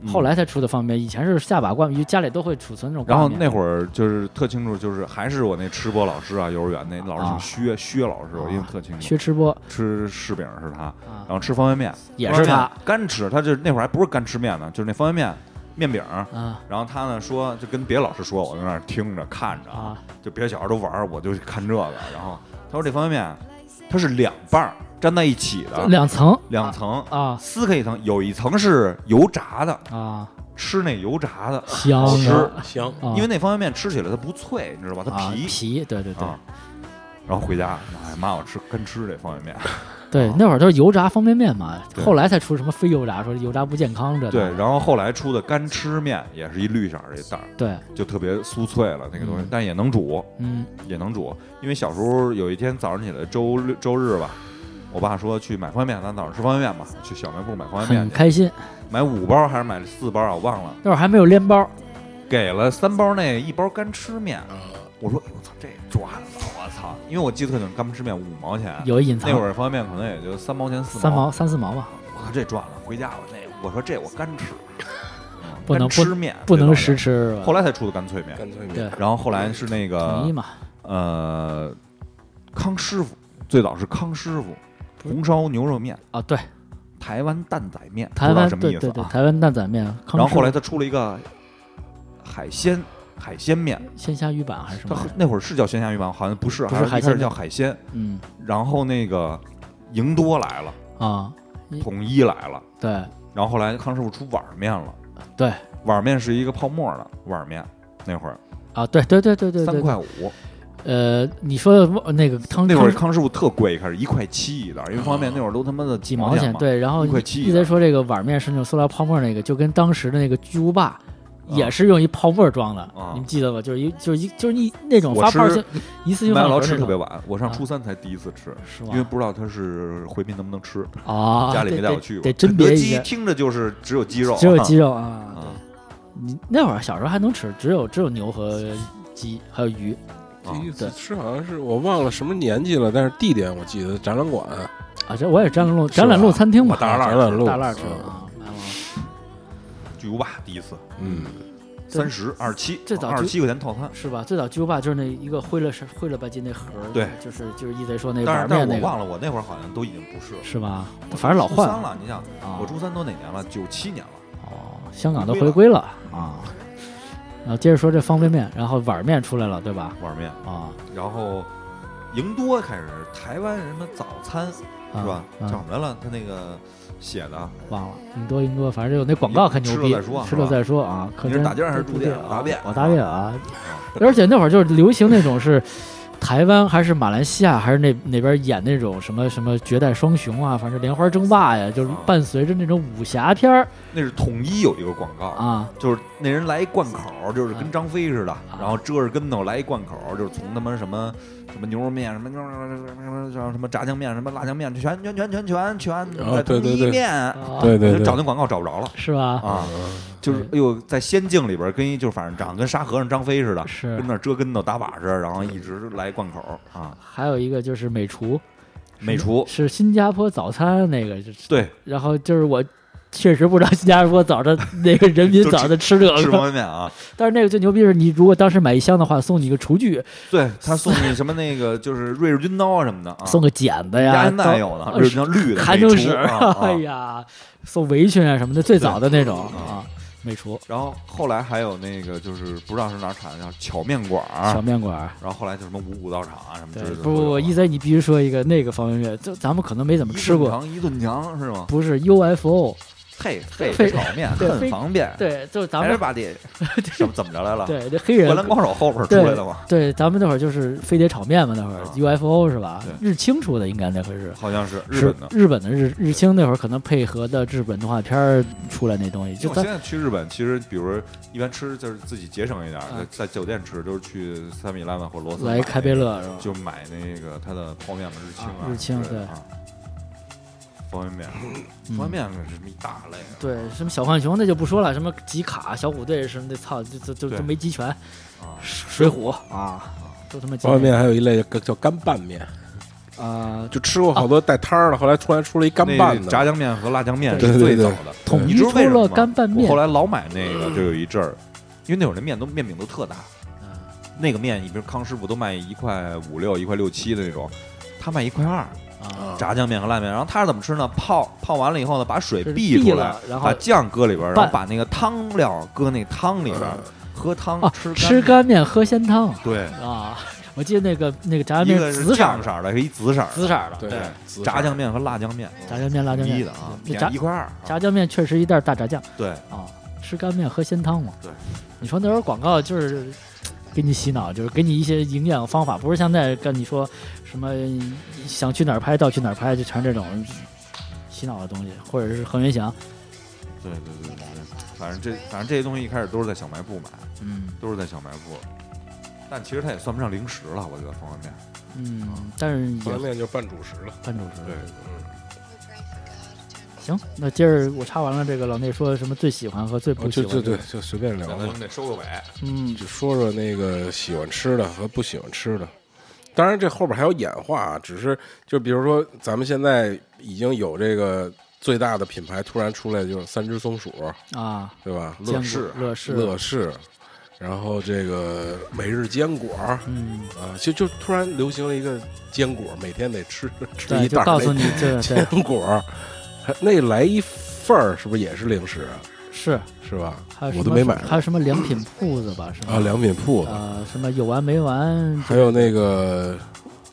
E: 嗯
A: 后来才出的方便面，以前是下把灌，家里都会储存那种
E: 然后
A: 挂面。
E: 那会儿就是特清楚，就是还是我那吃播老师啊，幼儿园那老师
A: 啊
E: 姓薛，薛老师，我印象特清楚。
A: 薛吃播
E: 吃柿饼是他，
A: 啊
E: 然后吃方便面
A: 也是他
E: 方便面干吃，他就那会儿还不是干吃面呢，就是那方便面面饼。
A: 啊
E: 然后他呢说，就跟别的老师说，我在那儿听着看着，
A: 啊
E: 就别的小孩都玩儿，我就看这个。然后他说这方便面它是两半儿粘在一起的，
A: 两层
E: 两层
A: 啊
E: 撕开一层，有一层是油炸的，
A: 啊，
E: 吃那油炸的，
A: 香
E: 好吃
A: 啊！
B: 香，
A: 啊
E: 因为那方便面吃起来它不脆，你知道吧？它
A: 啊
E: 皮
A: 皮，对对对
E: 啊。然后回家，哎妈，我吃干吃这方
A: *laughs*
E: 便面。
A: 对
E: 啊，
A: 那会儿都是油炸方便面嘛，
E: 对
A: 后来才出什么非油炸，说油炸不健康这
E: 对，
A: 的。
E: 然后后来出的干吃面也是一绿色儿这袋儿，
A: 对，
E: 就特别酥脆了那个东西
A: 嗯，
E: 但也能煮，
A: 嗯
E: 也能煮。因为小时候有一天早上起来，周六周日吧，我爸说去买方便面，咱早上吃方便面吧，去小卖部买方便
A: 很
E: 面去，
A: 开心。
E: 买五包还是买四包啊？我忘了，
A: 那会儿还没有面包，
E: 给了三包那一包干吃面。我说哎我操，这赚了！我操，因为我记得特清，干吃面五毛钱，
A: 有隐藏
E: 那会儿方便面可能也就三毛钱四
A: 三毛三四毛吧，
E: 我靠，这赚了！回家我那我说这我干吃，嗯
A: 不能
E: 干吃面
A: 不能实。
E: 实
A: 吃吧。
E: 后来才出的干脆面，
B: 干脆面
A: 对，哦
E: 然后后来是那
A: 统一
E: 个
A: 嘛，
E: 呃康师傅，最早是康师傅
A: 不是
E: 红烧牛肉面、
A: 啊，对，
E: 台湾担仔面，
A: 台
E: 不知道
A: 湾
E: 什么
A: 对
E: 意
A: 对
E: 思
A: 对，
E: 啊？
A: 台湾担仔面。康
E: 然后后来
A: 师
E: 他出了一个海鲜海鲜面，
A: 傅鲜虾鱼板还是什
E: 他
A: 么？
E: 那会儿是叫鲜虾鱼板，好像不是，
A: 不是
E: 好像
A: 海
E: 一开始
A: 鲜
E: 叫海鲜。
A: 嗯
E: 然后那个赢多来了，
A: 啊，
E: 统一来了，
A: 对
E: 然后后来康师傅出碗面了。
A: 对
E: 碗面是一个泡沫的碗面，那会儿
A: 啊，对对对对对
E: 三
A: 对。
E: 块五，
A: 呃，你说的那个汤
E: 那会
A: 汤
E: 儿
A: 啊
E: 康师傅特贵，一开始一块七一袋儿，因为方便面那会儿都他妈的
A: 几毛钱，
E: 嘛，
A: 对，然后
E: 一块
A: 一
E: 七
A: 一
E: 的
A: 直说这个碗面是那种塑料泡沫那个，就跟当时的那个巨无霸。也
E: 啊
A: 是用一泡沫装的，
E: 啊
A: 你们记得吧？就是一就是一就是一那种
E: 我
A: 发泡
E: 吃
A: 性一次性
E: 麦
A: 饭
E: 当劳
A: 盒
E: 吃
A: 那
E: 特别
A: 种，
E: 晚，我上
A: 啊
E: 初三才第一次吃，
A: 是
E: 因为
A: 吗？
E: 不知道它是回民能不能吃，
A: 啊，
E: 家里
A: 得
E: 没带我
A: 得
E: 去过。
A: 得甄
E: 肯德
A: 别一
E: 基
A: 下，
E: 听着就是只有鸡肉，
A: 只有鸡
E: 肉，
A: 肉啊。
E: 啊
A: 对你那会儿小时候还能吃，只有只有牛
E: *laughs*
A: 和鸡还有鱼
E: 啊
B: 第一次
A: 对
B: 吃好像是我忘了什么年纪了，但是地点我记得展览馆，
A: 啊。这我也是展览路
B: 是吧
A: 展览路餐厅嘛，
B: 我大
A: 大
B: 栅栏路
A: 栅栏吃的啊。麦当劳
E: 啊巨无霸第一次
B: 嗯，
A: 对
E: 三十二十七，
A: 最早
E: 二
A: 就
E: 十七块钱套餐，
A: 是吧？最早巨无霸就是那一个灰了是灰了吧唧那盒儿，
E: 对
A: 就是就是一贼说那
E: 但
A: 碗
E: 是但
A: 面
E: 是我
A: 那
E: 忘
A: 个
E: 了，我那会儿好像都已经不是了，
A: 是吧？反正老换
E: 初三了，你想
A: 啊
E: 我。初三都哪年了？九七年了，
A: 哦，香港都回归了啊。然后接着说这方便面，然后碗面出来了，对吧？
E: 碗面，
A: 啊，
E: 然后赢多开始台湾什么早餐。
A: 啊
E: 是吧？
A: 嗯
E: 叫什么来了？他那个写的，
A: 忘了，赢多赢多，反正就那广告可牛逼
E: 吃了再说，
A: 吃了再说啊。可
E: 你是
A: 真
E: 打尖儿还是
A: 住
E: 住店
A: 啊？
E: 答辩
A: 我答辩啊。 *laughs* 而且那会儿就是流行那种是。台湾还是马来西亚还是那那边演那种什么什么绝代双雄啊，反正莲花争霸呀，就是
E: 啊
A: 伴随着那种武侠片儿
E: 那是统一有一个广告，
A: 啊
E: 就是那人来一贯口，就是跟张飞似的，然后遮着跟头来一贯口，就是从他妈什么什么牛肉面、什么牛肉什么什么什么什么炸酱面、什么辣酱面，全全全全全全
B: 啊
E: 在
B: 对
E: 统
B: 对
E: 一
B: 对
E: 面，
A: 啊
B: 对对
E: 就找
B: 对，
E: 那广告找不着了
A: 是吧？
E: 啊，就是哎呦，在仙境里边跟一就是反正长得跟沙和尚张飞似的，
A: 是
E: 跟那儿遮跟头打把式，然后一直来贯口啊，
A: 还有一个就是美厨，
E: 美厨
A: 是新加坡早餐那个，就是 *laughs*
E: 对
A: 然后就是我确实不知道新加坡早上那个人
E: *laughs*
A: 民早上吃这
E: 吃
A: 个
E: 方，便面啊，
A: 但是那个最牛逼是你如果当时买一箱的话，送你一个厨具，
E: 对他送你什么那个就是瑞士军刀啊什么的啊，
A: 送个剪子
E: 鸭
A: 呀，
E: 现在还
A: 刀
E: 有呢，
A: 呃
E: 瑞士军刀绿的
A: 韩
E: 美
A: 正
E: 厨
A: 史，
E: 啊啊
A: *laughs* 哎呀，送围裙啊什么的，最早的那种
E: 对
A: 啊，美厨
E: 然后后来还有那个就是不知道是哪儿产的，叫巧面馆
A: 小
E: 儿。
A: 面馆儿。
E: 然后后来就什么五谷道场啊什么之
A: 对
E: 类的，，
A: 不不不，一
E: 一
A: 贼，你必须说一个那个方便面，就咱们可能没怎么吃过，
E: 一顿娘是吗？
A: 不是 UFO，
E: 嘿嘿，
A: 非
E: 炒面
A: 对
E: 很
A: 非
E: 方便，
A: 对，就是咱
E: 哎还是
A: 们 *laughs*
E: 吧得怎么怎么着来了？
A: 对这黑人
E: 灌篮高手后边出
A: 对
E: 来的嘛，
A: 对，咱们那会儿就是飞碟炒面嘛，那会儿
E: 啊
A: UFO 是吧？
E: 对
A: 日清出的应该那会儿是
E: 好像是日
A: 是
E: 本的。
A: 日本的日日清那会儿可能配合的日本动画片儿出来那东西，
E: 因为
A: 就
E: 我
A: 咱
E: 现在去日本，其实比如一般吃就是自己节省一点儿，在在酒店吃，就是去三米拉曼或罗斯
A: 嗯来
E: 买
A: 开
E: 那
A: 杯
E: 个
A: 乐是吧？
E: 就买那个它的泡面嘛，日清
A: 啊日清
E: 之类的
A: 对
E: 啊，方便面，
A: 嗯
E: 方便面是什么一大类啊？
A: 对，什么小浣熊那就不说了，什么吉卡、小虎队什么的，操，就就就
E: 对
A: 就没集全，
E: 啊
A: 水浒啊，都他妈集
B: 方便
A: 没
B: 面还有一类叫干拌面，
A: 啊，
B: 就吃过好多带汤儿的，后来突然出了一干拌
E: 啊那炸
B: 的，
E: 酱面和辣酱面
B: 对
E: 是
B: 对
E: 最
B: 对
E: 早的。
A: 统
E: 你
A: 一
E: 知
A: 出
E: 道为什么
A: 了
E: 吗
A: 干拌
E: 我
A: 面
E: 后，来老买那个，就有一阵儿，因为那会儿那面都面饼都特大，
A: 啊
E: 那个面，你比如康师傅都卖一块五六、一块六七的那种，他卖一块二，
A: 啊，
E: 炸酱面和辣面。然后他是怎么吃呢？泡泡完了以后呢，把水
A: 就是
E: 避
A: 避
E: 出来
A: 了，然后
E: 把酱搁里边儿，然后
A: 拌
E: 把那个汤料搁那汤里边儿，喝汤
A: 啊
E: 吃
A: 吃
E: 干
A: 干面喝鲜汤
E: 面。对，
A: 啊，我记得那个那个炸酱
E: 一
A: 面
E: 个
A: 是
E: 是
A: 紫色
E: 酱
A: 儿的，
E: 色儿的，是一紫色儿的。啊
A: 紫色儿的，
B: 对
E: 对，
B: 紫
E: 炸
B: 色
E: 酱面和辣酱面，
A: 炸酱面、辣酱
E: 统一
A: 面
E: 的啊，
A: 那
E: 便
A: 炸
E: 宜一块二。
A: 炸酱面确实一袋儿大炸酱
E: 对，
A: 啊，吃干面喝鲜汤嘛。
E: 对，
A: 你说那时候广告就是给你洗脑，就是给你一些营养方法，不是像现在跟你说什么想去哪儿拍到去哪儿拍，就全是这种嗯洗脑的东西，或者是恒源祥，
E: 对对对对对，反正这反正这些东西一开始都是在小卖部买，
A: 嗯
E: 都是在小卖部，但其实它也算不上零食了，我觉得方便面。
A: 嗯，但是
B: 方
A: 也
B: 便面就拌主食了。
A: 办主持。
E: 对
A: 行，那今儿我插完了这个，老内说什么最喜欢和最
B: 哦
A: 不喜
B: 就
A: 欢、
B: 就对，，就随便聊吧。
E: 得收个尾。
A: 嗯，
B: 就说说那个喜欢吃的和不喜欢吃的。当然，这后边还有演化啊，只是就比如说，咱们现在已经有这个最大的品牌突然出来，就是三只松鼠，
A: 啊，
B: 对吧？
A: 坚果乐事，
B: 乐事，然后这个每日坚果啊，
A: 嗯，
B: 就就突然流行了一个坚果，每天得吃吃
A: 对，
B: 一
A: 就
B: 袋
A: 告诉
B: 儿 *laughs*
A: 你，对对
B: 那坚果，还那来一份儿是不是也是零食啊？
A: 是，
B: 是吧
A: 还有？什
B: 我
A: 么
B: 都没买
A: 还有什么良品铺子吧，是吧？
B: 啊，良品铺子。
A: 呃，什么有完没完？
B: 还有那个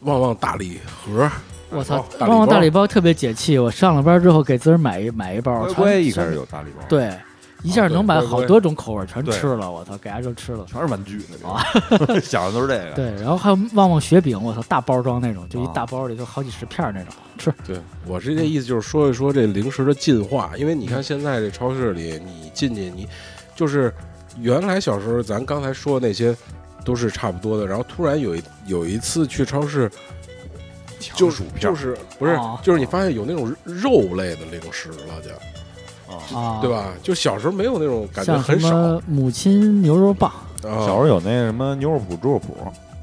B: 旺旺大礼盒，
A: 我操，
B: 大礼包
A: 旺旺大礼包特别解气。我上了班之后给自个儿买一买一包，
E: 乖
A: 全
E: 乖一开始有大礼包，，
A: 对，一下能买
B: 对乖
A: 好
B: 乖
A: 多种口味，全
E: 对
A: 吃了。我操，给家就吃了。
E: 全是玩具那种，想的都是这个。
A: 啊
E: *laughs*
A: 对，然后还有旺旺雪饼，我操，大包装那种，就一
E: 啊
A: 大包里头好几十片儿那种，吃。
B: 对我是这意思，就是说一说这零食的进化。因为你看现在这超市里，你进去你就是原来小时候咱刚才说的那些都是差不多的，然后突然有一有一次去超市，就
E: 薯片
B: 就
E: 儿
B: 是不是
A: 哦
B: 就是你发现有那种肉类的零食了，就
A: 啊，
B: 对？吧？就小时候没有那种感觉
A: 像什
B: 很少
A: 么母亲牛肉棒
E: 小时候
B: 啊。
E: 有那什么牛肉脯、猪肉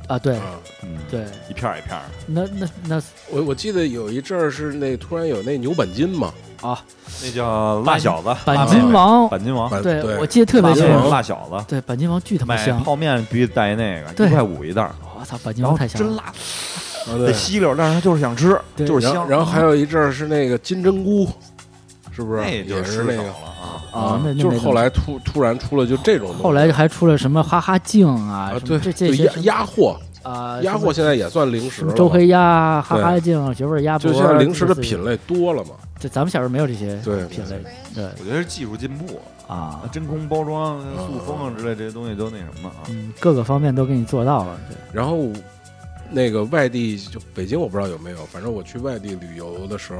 E: 脯，
A: 啊，对
B: 啊
E: 嗯，
A: 对，
E: 一片儿一片儿的，
A: 那那那
B: 我我记得有一阵儿是那突然有那牛板筋嘛，
A: 啊，
E: 那叫辣小子、
A: 板
E: 辣
A: 筋
E: 妹妹、
A: 王，
E: 板筋王，
B: 板
A: 哦对
B: 对
A: 我记得特别
E: 辣
A: 清
E: 妹妹
A: 楚，
E: 辣小子，
A: 对，板筋王巨他妈
E: 买
A: 香。
E: 泡面必须带那个，
A: 对
E: 一块五一袋儿，
A: 我操，板筋
E: 然
A: 王
E: 后
A: 太香
E: 真
A: 了，
E: 辣，
B: 啊
E: 得
B: 对，
E: 吸溜儿，但是它就是想吃，
A: 对
E: 就是
B: 然后
E: 香。
B: 然后还有一阵儿是那个金针菇，是不是？
E: 那
B: 也
E: 就是吃
B: 那
E: 少
B: 个
E: 了啊，
A: 啊那那
B: 就是
A: 没
B: 后
A: 得
B: 来突突然出了就这种东西。
A: 后来还出了什么哈哈镜啊，
B: 啊，
A: 什
B: 对
A: 么这，这
B: 对
A: 些
B: 鸭鸭货，
A: 啊，
B: 鸭
A: 什
B: 货
A: 么
B: 现在也算零食
A: 什么
B: 了。
A: 周黑鸭、啊哈
B: 对
A: 哈镜、绝味儿鸭脖啊
B: 就
A: 儿，
B: 现在零食的品
A: 类，
B: 类多了嘛？
A: 这咱们小时候没有这些
B: 对
A: 品类，对
E: 我觉得是技术进步，
A: 啊，
E: 真空包装、塑封
B: 嗯
E: 啊之类这些东西都那什么了啊。
A: 嗯，各个方面都给你做到了，对
B: 然后那个外地就北京我不知道有没有，反正我去外地旅游的时候，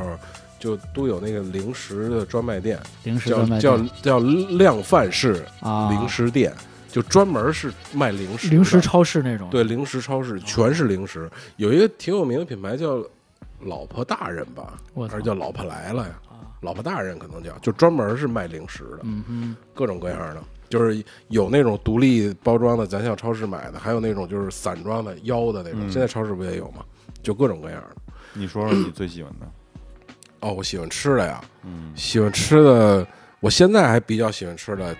B: 就都有那个零食的专卖店，
A: 零食
B: 叫
A: 专卖
B: 叫
A: 店
B: 叫量贩式
A: 啊，
B: 零食店，就专门是卖零食的
A: 零食超市那种，
B: 对，零食超市全是零食，有一个挺有名的品牌叫“老婆大人”吧，
A: 我操啊
B: 还是叫“老婆来了”呀？老婆大人可能叫，就专门是卖零食的，
A: 嗯哼，
B: 各种各样的，就是有那种独立包装的，咱像超市买的，还有那种就是散装的、腰的那
A: 嗯
B: 种，现在超市不也有吗？就各种各样的。
E: 你说说你最喜 *laughs* 欢的，
B: 哦，我喜欢吃的呀，喜欢吃的，我现在还比较喜欢吃的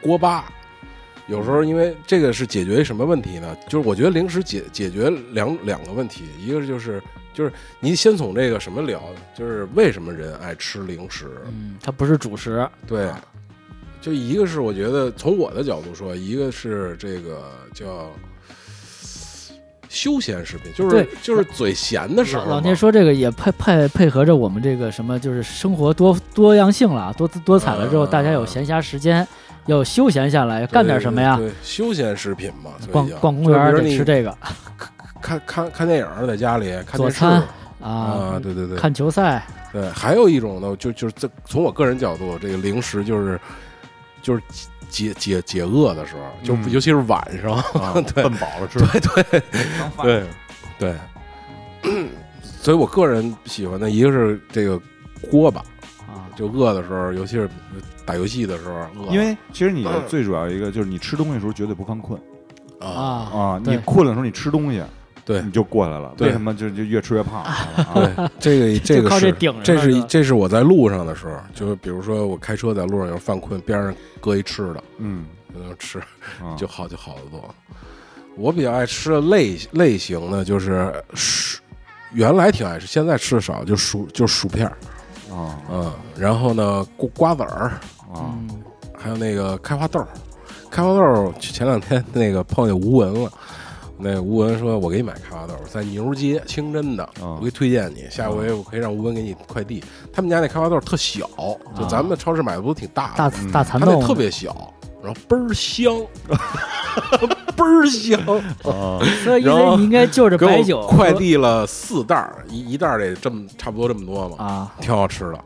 B: 锅巴。有时候因为这个是解决什么问题呢？就是我觉得零食解解决两两个问题，一个就是就是您先从这个什么聊呢，就是为什么人爱吃零食？
A: 嗯，它不是主食，
B: 对，就一个是我觉得从我的角度说，一个是这个叫。休闲食品就是
A: 对
B: 就是嘴闲的时候
A: 老
B: 嘛，
A: 老聂说这个也配配配合着我们这个什么，就是生活多多样性了，多姿多彩了之后，
B: 嗯
A: 大家有闲暇时间，要休闲下来，干点什么呀？
B: 对，对休闲食品嘛，所以
A: 逛
B: 叫
A: 逛公园儿
B: 就
A: 得
B: 比如你
A: 吃这个
B: 看看看电影儿在家里看
A: 佐
B: 电视
A: 餐
B: 啊，
A: 啊，
B: 对对对，
A: 看球赛，
B: 对，还有一种呢，就就是这从我个人角度，这个零食就是就是解解解饿的时候，就
E: 嗯
B: 尤其是晚上，
E: 啊
B: 对
E: 奔饱了吃，对对，
B: *laughs*
E: 当饭
B: 对对，所以我个人喜欢的一个是这个锅巴，
A: 啊，
B: 就饿的时候，尤其是打游戏的时候，饿了
E: 因为其实你
B: 嗯
E: 的最主要一个就是你吃东西的时候绝对不犯困
B: 啊
A: 啊
E: 啊，
A: 对
E: 你困了的时候你吃东西，
B: 对
F: 你就过来了。
B: 对
F: 为什么就就越吃越胖了啊？
B: 对，这
A: *laughs*
B: 个这
A: 就
B: 个
A: 靠这
B: 是
A: 顶着
B: 这
A: 是
B: 是
A: 吧
B: 这是我在路上的时候，就是比如说我开车在路上，有时候犯困，边上搁一吃的，
F: 嗯，
B: 在那吃
F: 啊
B: 就好就好得多。我比较爱吃的类类型呢，就是薯，原来挺爱吃，现在吃的少，就薯就薯片儿，
F: 啊
B: 嗯，然后呢瓜瓜子儿，
A: 嗯
F: 啊
B: 还有那个开花豆儿，开花豆儿前两天那个碰见吴文了。那吴文说：“我给你买开花豆儿，在牛肉街清真的，
F: 啊
B: 我给你推荐你。下回我可以让吴文给你快递。他们家那开花豆儿特小，就咱们超市买的不是挺大
A: 大
B: 的，
A: 大蚕
B: 他那
A: 豆
B: 特别小，然后倍儿香，倍儿香。
F: 啊！
A: 所以意
B: 然后
A: 思你应该就着
B: 给
A: 白酒
B: 我快递了四袋儿，一一袋儿得这么差不多这么多嘛，
A: 啊，
B: 挺好吃的。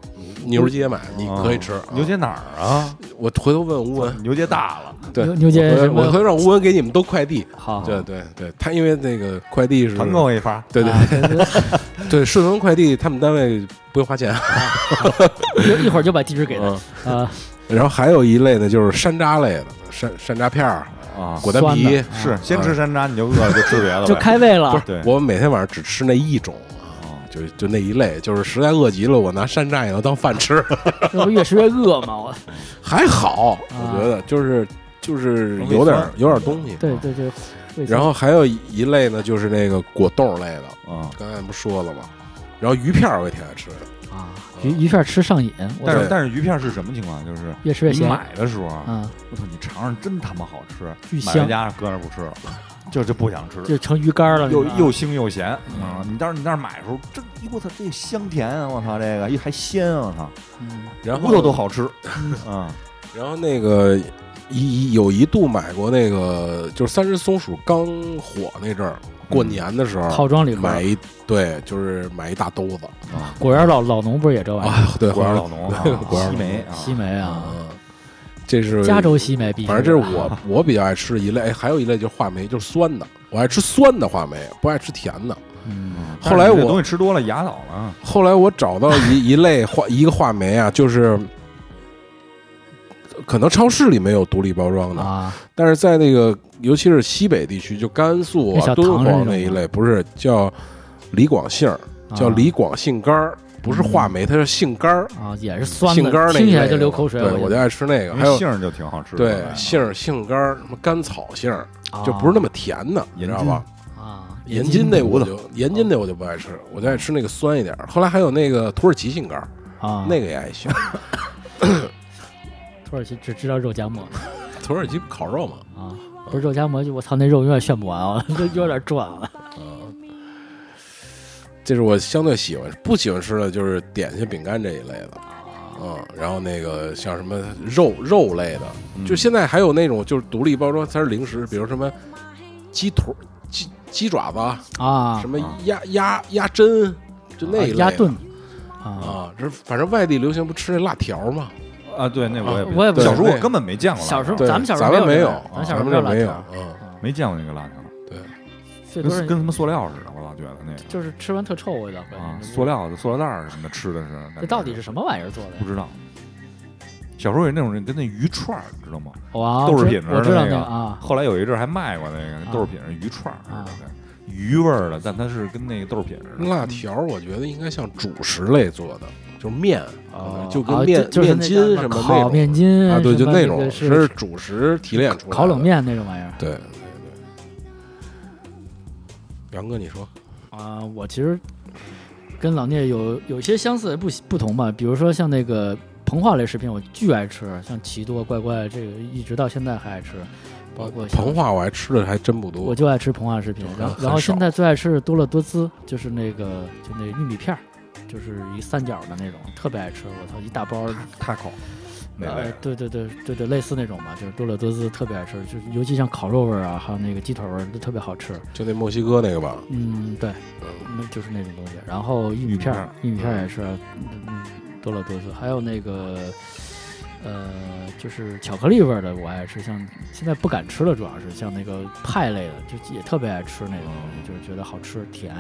B: 牛肉街买，你可以吃。啊
F: 牛街哪儿啊？
B: *laughs* 我嗯回头问吴文，
F: 牛街大了，
B: 对，
A: 牛牛街
B: 我回
A: 什么啊
B: 我会让吴文给你们都快递。
A: 好，
B: 对对对，他因为那个快递是，
F: 团购一发。
B: 对对
A: 啊对对
B: *laughs* 对，顺丰快递他们单位不用花钱。
A: 对一一会儿就把地址给他
B: 嗯
A: 啊，
B: 然后还有一类呢，就是山楂类的，山山楂片儿、
F: 啊，
B: 果丹皮
A: 酸。
F: 是先吃山楂，你就饿了就吃
A: *laughs*
F: 别的呗，
A: 就开胃了
B: 嗯不是
F: 对，
B: 我每天晚上只吃那一种
F: 哦
B: 啊，就就那一类，就是实在饿极了，我拿山楂也能当饭吃， *laughs*
A: 这不越吃越饿嘛？我
B: 嗯还好，我觉得就是就是有点儿有点儿东西。
A: 啊
B: 啊
A: 对对对，胃酸
B: 然后还有一类呢，就是那个果冻类的，
F: 啊。
B: 刚才不说了吗？然后鱼片儿我也挺爱吃的。
A: 啊，鱼鱼片吃上瘾，我
F: 但
A: 操
F: 是但是鱼片是什么情况？啊就是
A: 越吃越
F: 你
A: 咸
F: 买的时候啊，
A: 啊，
F: 我操，你尝尝真他妈好吃，
A: 巨
F: 买回
A: 香，
F: 家搁那儿不吃了，
B: 嗯
F: 就就不想吃，
A: 就成鱼干了，
F: 又
A: 你知道吗
F: 又腥又咸啊！你当时你那儿买的时候，这哎我操，这香甜啊！我操，这个一还鲜啊！我操，
A: 嗯
B: 然后
F: 骨头都 *laughs* 好吃啊！
B: 然后那个一一有一度买过那个，就是三只松鼠刚火那阵儿，过年的时
A: 嗯套
B: 候、
A: 装里边
B: 买
A: 儿，
B: 一对，就是买一大兜子
A: 果园老老农不是也这玩意儿？
B: 啊，对，
F: 果
B: 好
F: 园
B: 像
F: 老农啊
B: 对，果园
F: 西梅啊，
A: 西梅啊，
B: 嗯，这是
A: 加州西梅必须，
B: 反正这是我 *laughs* 我比较爱吃的一类，哎还有一类就是话梅，就是酸的，我爱吃酸的话梅，不爱吃甜的。
A: 嗯
B: 后
F: 但
B: 来
F: 是你这东
B: 我
F: 西吃多了牙倒了，
B: 后来我找到一一类话一个话梅啊，就是可能超市里没有独立包装的，
A: 啊，
B: 但是在那个尤其是西北地区，就甘肃
A: 那小糖
B: 啊、敦
A: 是
B: 煌
A: 什么
B: 那一类，不是叫李广杏儿，叫
A: 啊
B: 李广杏干儿，不是话梅，它是杏干儿，
A: 啊也是酸
B: 杏
A: 的
B: 干儿，那一
A: 听起来
B: 类
A: 就
B: 的
A: 流口水，
B: 对，我
A: 觉
B: 就
A: 得
B: 爱吃那个，
F: 因
B: 还
F: 为
B: 有
F: 杏儿就挺好吃的，
B: 对
F: 啊
B: 杏儿、杏干儿、什么甘草杏儿，就
A: 啊
B: 不是那么甜的，你知道吧？
A: 啊，
B: 盐津那我
A: 的
B: 就盐津那我就不爱吃，我就爱吃那个酸一点儿。后来还有那个土耳其杏干儿，
A: 啊，
B: 那个也
A: *laughs*
B: 爱吃。
A: 土耳其只知道肉夹馍
B: 土耳其烤肉嘛，
A: 啊，不是肉夹馍就我操那肉永远炫不完啊， *laughs* 都有点转了
B: 这是我相对喜欢吃，不喜欢吃的就是点心、饼干这一类的，
A: 啊
B: 嗯，然后那个像什么肉肉类的，
F: 嗯
A: 嗯
B: 就现在还有那种就是独立包装，它是零食，比如什么鸡腿、鸡鸡爪子啊，
A: 啊
B: 什，么鸭鸭鸭胗，就那一类的
A: 鸭炖啊，
B: 啊，这反正外地流行不吃那辣条嘛，
F: 啊，对，那我也
A: 我也不
F: 小时候
B: 对
F: 我根本没见过辣条，
A: 小时候
B: 对，
A: 咱们小时候
B: 咱们
A: 没有
B: 有
A: 这个，咱小时候
B: 咱们
A: 没有
B: 这
A: 辣
B: 没有
A: 条，
B: 嗯，
F: 没见过那个辣条，
B: 对，
A: 最
F: 跟
A: 多
F: 跟
A: 啊是
F: 什么塑料似的，我老觉得那个
A: 就是吃完特臭味道，关
F: 啊
A: 键，是
F: 塑料的塑料袋儿什么的吃的是，
A: 这到底是什么玩意儿做的呀
F: 不？知道。小时候有那种人跟那鱼串儿，你知道吗？
A: 哇，
F: 豆制
A: 我知
F: 品似的
A: 我知道
F: 那
A: 个
F: 个
A: 啊
F: 后来有一阵儿还卖过那个那豆制品是鱼串儿似的
A: 啊嗯
F: 对，鱼味儿的，但它是跟那个豆制品似的。
B: 辣条我觉得应该像主食类做的，就是面，
A: 啊，
B: 哦就跟
A: 啊
B: 面
A: 就是
B: 面
A: 那
B: 筋
A: 叫
B: 什么那
A: 烤
B: 种
A: 面筋
B: 啊，对，
A: 什
B: 就
A: 么
B: 那
A: 那
B: 种
A: 个
B: 是主食提炼出来的
A: 烤冷，面那种玩意儿
B: 对对对。杨哥，你说
A: 啊。我其实跟老聂有有些相似的不不同吧，比如说像那个膨化类食品，我巨爱吃，像奇多、怪怪这个，一直到现在还爱吃，包括像
B: 膨化，我还吃的还真不
A: 我
B: 多。
A: 就爱吃膨化食品，然后
B: 很
A: 然后
B: 少
A: 现在最爱吃的多乐多滋，就是那个就那玉米片儿，就是一三角的那种，特别爱吃。我操，一大包儿，
F: 塔口那
A: 呃
F: 类，
A: 对对对对对，类似那种吧，就是多乐多滋特别爱吃，就是尤其像烤肉味儿啊，还有那个鸡腿味儿都特别好吃。
B: 就那墨西哥那个吧，
A: 嗯，对，那就是那种东西。然后玉米片儿，玉米片儿也是，嗯，多乐多滋，还有那个。呃，就是巧克力味儿的，我爱吃。像现在不敢吃了，主要哦是像那个派类的，就也特别爱吃那种东西，就是觉得好吃甜。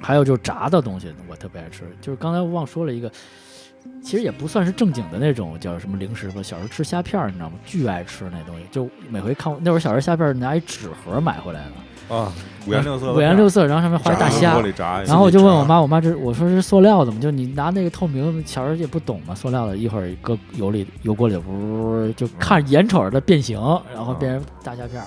A: 还有就是炸的东西，我特别爱吃。就是刚才忘说了一个，其实也不算是正经的那种叫什么零食吧。小时候吃虾片儿，你知道吗？巨爱吃那东西。就每回看我那会儿小时候虾片儿拿一纸盒买回来了，
F: 啊，五颜六色的，
A: 五颜六色，然后上面画一大
F: 炸
A: 虾
F: 锅。里炸一下，
A: 然后我就问我妈，我妈这我说是塑料的嘛，就你拿那个透明，小时候也不懂嘛，塑料的，一会儿搁油里油锅里呜，就看眼瞅着它变形，然后变成大虾片儿，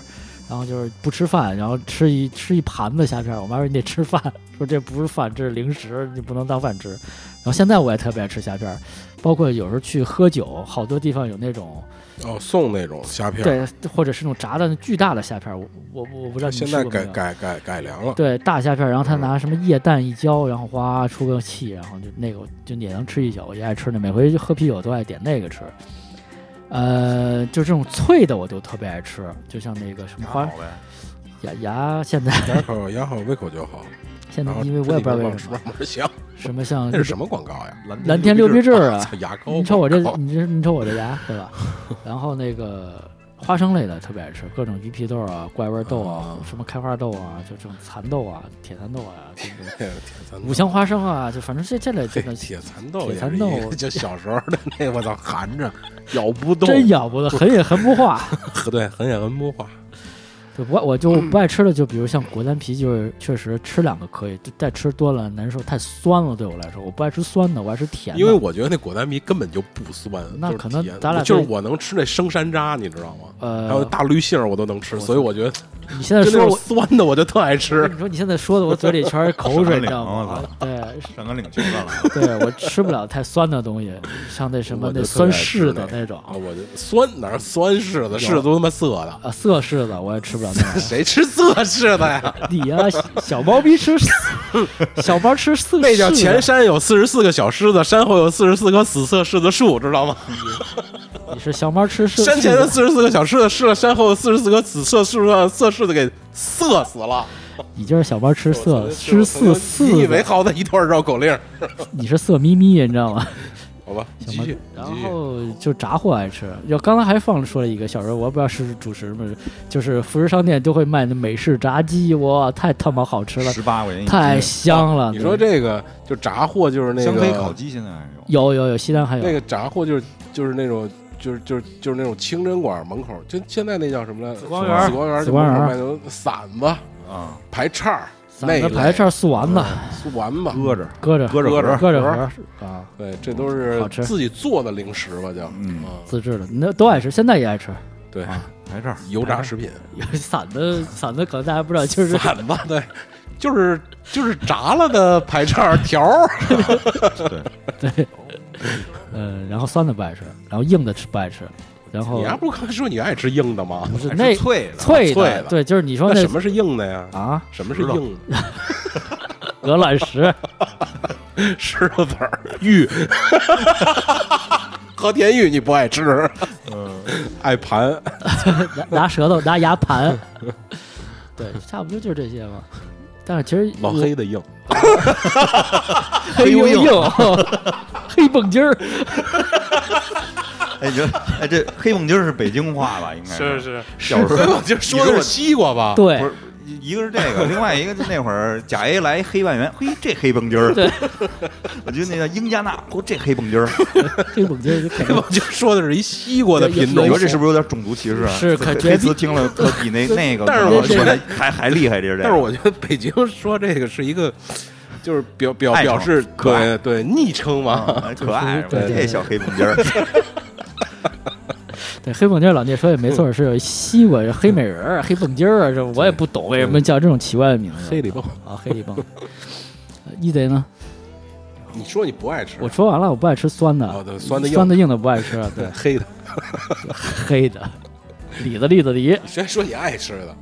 A: 然后就是不吃饭，然后吃一吃一盘子虾片儿。我妈说你得吃饭，说这不是饭，这是零食，你不能当饭吃。然后现在我也特别爱吃虾片儿，包括有时候去喝酒，好多地方有那种
B: 哦，送那种虾片儿，
A: 对，或者是那种炸的巨大的虾片儿，我我我不知道你们
B: 现
A: 吃
B: 在
A: 过没
B: 改
A: 有。
B: 改改改良 *laughs* 了，
A: 对，大虾片儿，然后他拿什么液氮一浇，然后哗出个气，然后就那个我就也能吃一宿，我就爱吃那，每回就喝啤酒都爱点那个吃。呃，就这种脆的我都特别爱吃，就像那个什么花
F: 好呗，
A: 牙牙，现在
B: 牙口养好胃口就好。
A: 现在
B: 然后
A: 嗯因为我也不知道为
B: *laughs* 往
A: 什么
B: 慢慢香，
A: *laughs* 什么像
B: 那是什么广告呀？
A: 蓝天六必治啊，
B: 操 *laughs* 牙膏！
A: 你瞅我这
B: 广告，
A: 你这你瞅我这牙，对吧？然后那个花生类的特别爱吃，各种鱼皮豆啊、怪味豆啊、什么开花豆啊，就这种蚕豆啊、铁蚕豆啊，这个
B: *laughs* 铁蚕豆
A: 五香花生啊，就反正这这类
B: 嘿
A: 真的，
B: *laughs* 铁蚕豆
A: 铁
B: 也
A: 蚕
B: 是一
A: 豆
B: 个，就小时候的那我操，含着咬不动，
A: 真咬不得，狠也狠不
B: *laughs*
A: 化。
B: 对，很眼文不化。
A: 对，我我就
B: 嗯
A: 不爱吃的，就比如像果丹皮，就是确实吃两个可以，就再吃多了难受，太酸了对我来说，我不爱吃酸的，我爱吃甜的。
B: 因为我觉得那果丹皮根本就不酸，
A: 那
B: 就是
A: 可能
B: 甜
A: 咱俩
B: 就是
A: 对
B: 我能吃那生山楂，你知道吗？还有
A: 呃，
B: 大绿杏儿我都能吃，
A: 我
B: 所以我觉得
A: 你现在
B: 就那
A: 说
B: 种
A: 我，
B: 酸的我就特爱
A: 我
B: 吃
A: 跟。你说你现在说的我嘴里全是口水，
F: 上
A: 你
F: 了
A: 知道
F: 脸了
A: 吗？对，
F: 上纲领球了，
A: *laughs* 对我吃不了太酸的东西，像那什么
B: 我就
A: 那
B: 特别
A: 酸
B: 爱吃
A: 柿子
B: 那
A: 那种
B: 啊，我就酸哪儿酸柿子，柿子都他妈涩的，
A: *laughs* 啊，涩柿子我也吃不了那种。
B: 谁吃涩柿子呀？
A: 你呀、小猫逼吃小猫
B: *laughs*
A: 吃涩柿子，
B: *laughs* 那叫前山有四十四个小狮子，山后有四十四棵死色柿子树，知道吗？
A: 你是小猫吃柿
B: 山前
A: 柿
B: 有
A: 子
B: 四十四个小狮子，吃了山后有四十四棵紫色树上色柿子给涩死了。
A: 你就是小猫吃
B: 我
A: 涩
B: 曾
A: 吃涩
B: 我曾你
A: 柿
B: 以为
A: 子，
B: 好的一段绕口令儿，
A: 你是涩咪咪，你知
B: *laughs*
A: 道吗？
B: 好吧？继
A: 小猫
B: 续，
A: 然
B: 继续。
A: 后就炸货爱吃。要刚才还放说了一个小时候，我不知道是不是主食嘛，就是服饰商店都会卖那美式炸鸡，哇，太他妈好吃了，
F: 十八块钱一斤，
A: 太香了。
B: 你说这个就炸货，就是那
F: 香妃烤
B: 个
F: 鸡啊现在还有，
A: 有有有西单还有
B: 那个炸货，就是就是那种就是就是就是那种清真馆门口，就现在那叫什么来着？紫
A: 光园儿
B: 紫光园儿，
A: 紫光园儿
B: 就门口卖那种馓子、
F: 啊，
B: 排叉儿、那
A: 散
B: 一
A: 的
B: 类
A: 排叉素丸子，
B: 酥丸子，
F: 搁着，
A: 搁着
F: 搁着
B: 搁着
A: 搁着
B: 盒儿
A: 盒儿啊，
B: 对，这都
A: 好
B: 是
A: 吃
B: 自己做的零食吧，叫啊
F: 嗯，
A: 自制的，那都爱吃，现在也爱吃。 *laughs*
B: 对，
A: 啊
F: 排这儿，
B: 油炸食品，
A: 有散的散的可能大家不知道，就是
B: 散吧， *laughs* 对，就是就是炸了的排叉条儿，
A: 嗯，然后酸的不爱吃，然后硬的吃不爱吃，然后
B: 你还不是刚才说你爱吃硬的吗？
A: 不是
F: 还
A: 那
F: 是脆的，
A: 脆
B: 脆的
A: 对，就是你说
B: 那
A: 那
B: 什么是硬的呀？
A: 啊，
B: 什么是硬的？
A: 鹅卵石，
B: 石头子儿、玉， *laughs* 和田玉你不爱吃，
A: 嗯
B: 爱盘。
A: 拿 *laughs* 拿舌头拿牙盘，对，差不多就是这些嘛。但是其实
B: 老黑的硬，
A: 黑又硬，
B: *laughs*
A: 黑蹦筋儿，
E: 哎，你觉得哎，这黑蹦筋儿是北京话吧？应该
F: 是，
E: 小时候
B: 就说的是西瓜吧？
E: 不
A: 对
E: 是。一个是这
F: *laughs*
E: 个，另外一个就那会儿贾 A 来黑万元，嘿，这黑蹦筋
F: *laughs*
E: 儿，
A: 对，
E: 我觉得那叫英加纳，嚯，这黑蹦筋儿，
A: 黑蹦筋儿就肯
B: 对
A: 定
B: 吧？就说的是一西瓜的品
E: 你
B: 种
E: 说。这是不是有点种族歧视啊？
A: 是可
E: 黑
A: 绝
E: 黑
A: 逼
E: 词
A: *laughs*
E: 听了可比那那个，
B: 但是我
E: 可能
B: 觉得
E: 还还厉害，这是这个。
B: 但是我觉得北京说这个是一个，就是表表
E: 爱称
B: 表示
E: 可爱
B: 对对昵称嘛。
E: 啊可爱，
A: 对对
E: 这小黑蹦筋儿，
A: 对黑蹦筋儿，老聂说也没
B: 嗯
A: 错，是有西瓜、黑美人儿、黑蹦筋儿啊，这我也不懂为什么叫这种奇怪的名字。
B: 嗯黑里蹦，
A: 啊，黑里蹦。呃一贼呢？
B: *laughs* 你说你不爱吃
A: 嗯我，说完了，我不爱吃酸的，
B: 哦对酸的硬
A: 酸的硬的不爱吃，啊对，
B: 黑的。
A: 黑的，里子栗子梨
B: 谁说你爱吃的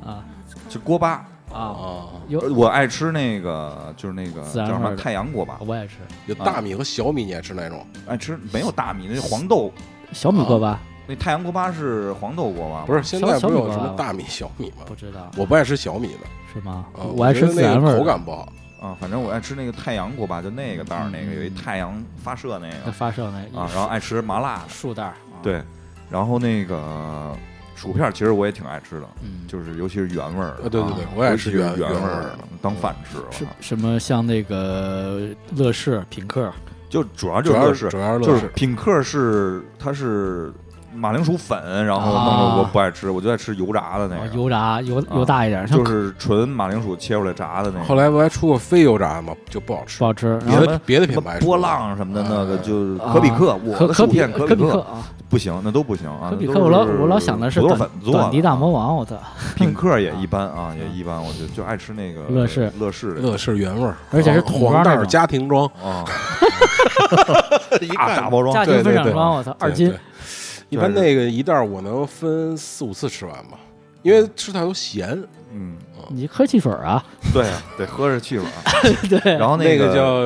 E: 就锅巴。
A: 啊，
E: 呃
B: 啊？
A: 有
E: 我爱吃那个，就是那个
A: 孜
E: 叫
A: 然
E: 什
A: 味
E: 么
A: 儿的哦
E: 太阳锅巴，
A: 我也吃
B: 有大米和小米，你爱吃哪种？
E: 爱吃没有大米，那是黄豆。
A: 小米锅巴，
E: 那太阳锅巴是黄豆锅巴，
B: 不是，现在
A: 啊小
B: 不是
A: 小
B: 有
A: 米
B: 什
A: 吧
B: 么大米、小米吗
A: 不？知道
B: 我不爱吃小米的，
A: 是吗？
B: 啊
A: 爱
B: 觉
A: 吃
B: 得
A: 孜
B: 那
A: 然
B: 个
A: 味儿
B: 口
A: 的，
B: 感不好。
E: 啊，反正我爱吃那个太阳锅巴，就那个袋儿那个
A: 嗯
E: 有一太阳发射那
A: 那
E: 个啊
A: 发射那
E: 啊，然后爱吃麻辣的，
A: 树袋儿，
E: 对，然后那个薯片其实我也挺爱吃的，
A: 嗯，
E: 就是尤其是原味儿的。
B: 啊对对对
E: 啊
B: 我也
E: 尤
B: 是
E: 其是
B: 原
E: 原
B: 原
E: 味
B: 味儿
E: 儿的，当饭吃。
A: 是
E: 啊
A: 什么像那个乐事、品客，
E: 就主要
B: 主
E: 就是
B: 要
E: 乐
B: 是
E: 事
B: 主，要是
E: 就
B: 乐
E: 是
B: 事，
E: 品客是它是马铃薯粉，然后弄
B: 啊
E: 得我不爱吃，我就爱吃油炸的那
A: 哦
E: 个，
A: 油炸油油大一点，像
E: 哎啊就是纯马铃薯切出来炸的那
B: 后
E: 个。
B: 来不还出过非油炸的吗？就不好吃
A: 不。好吃。然
B: 别
A: 后
B: 的别的品
E: 什
B: 牌
E: 么
B: 出
E: 波
B: 的
E: 浪什么的那个，
B: 哎
E: 就是
A: 啊
E: 可比克，我
A: 可
E: 的薯
A: 可比
E: 片可
A: 可比
E: 比克
A: 啊，
E: 不行，那都不行啊。
A: 可比
E: 那
A: 克，
E: 都
A: 我老我老想的是
E: 土豆
A: 短
E: 粉做
A: 短笛
E: 的啊
A: 大魔王，我操！
E: 品客也一般啊，也一般，我就就爱吃那个
A: 乐事
E: 乐事的
B: 乐事原味儿，啊
A: 而且是桶装
B: 黄袋
A: 那
B: 儿
A: 种
B: 家庭装， *laughs*
E: 啊，
B: 一
E: 大大包
A: 家
E: 装，
A: 庭
B: 对
A: 分
B: 对
A: 享
B: 对
A: 装，我操，二斤
B: 对。一般那个一袋儿我能分四五次吃完吧，因为吃太多咸。
E: 嗯，
A: 你喝汽水啊？
E: 对啊，得喝着汽水
A: *laughs*
E: 儿。对，然后
B: 那
E: 个
B: 叫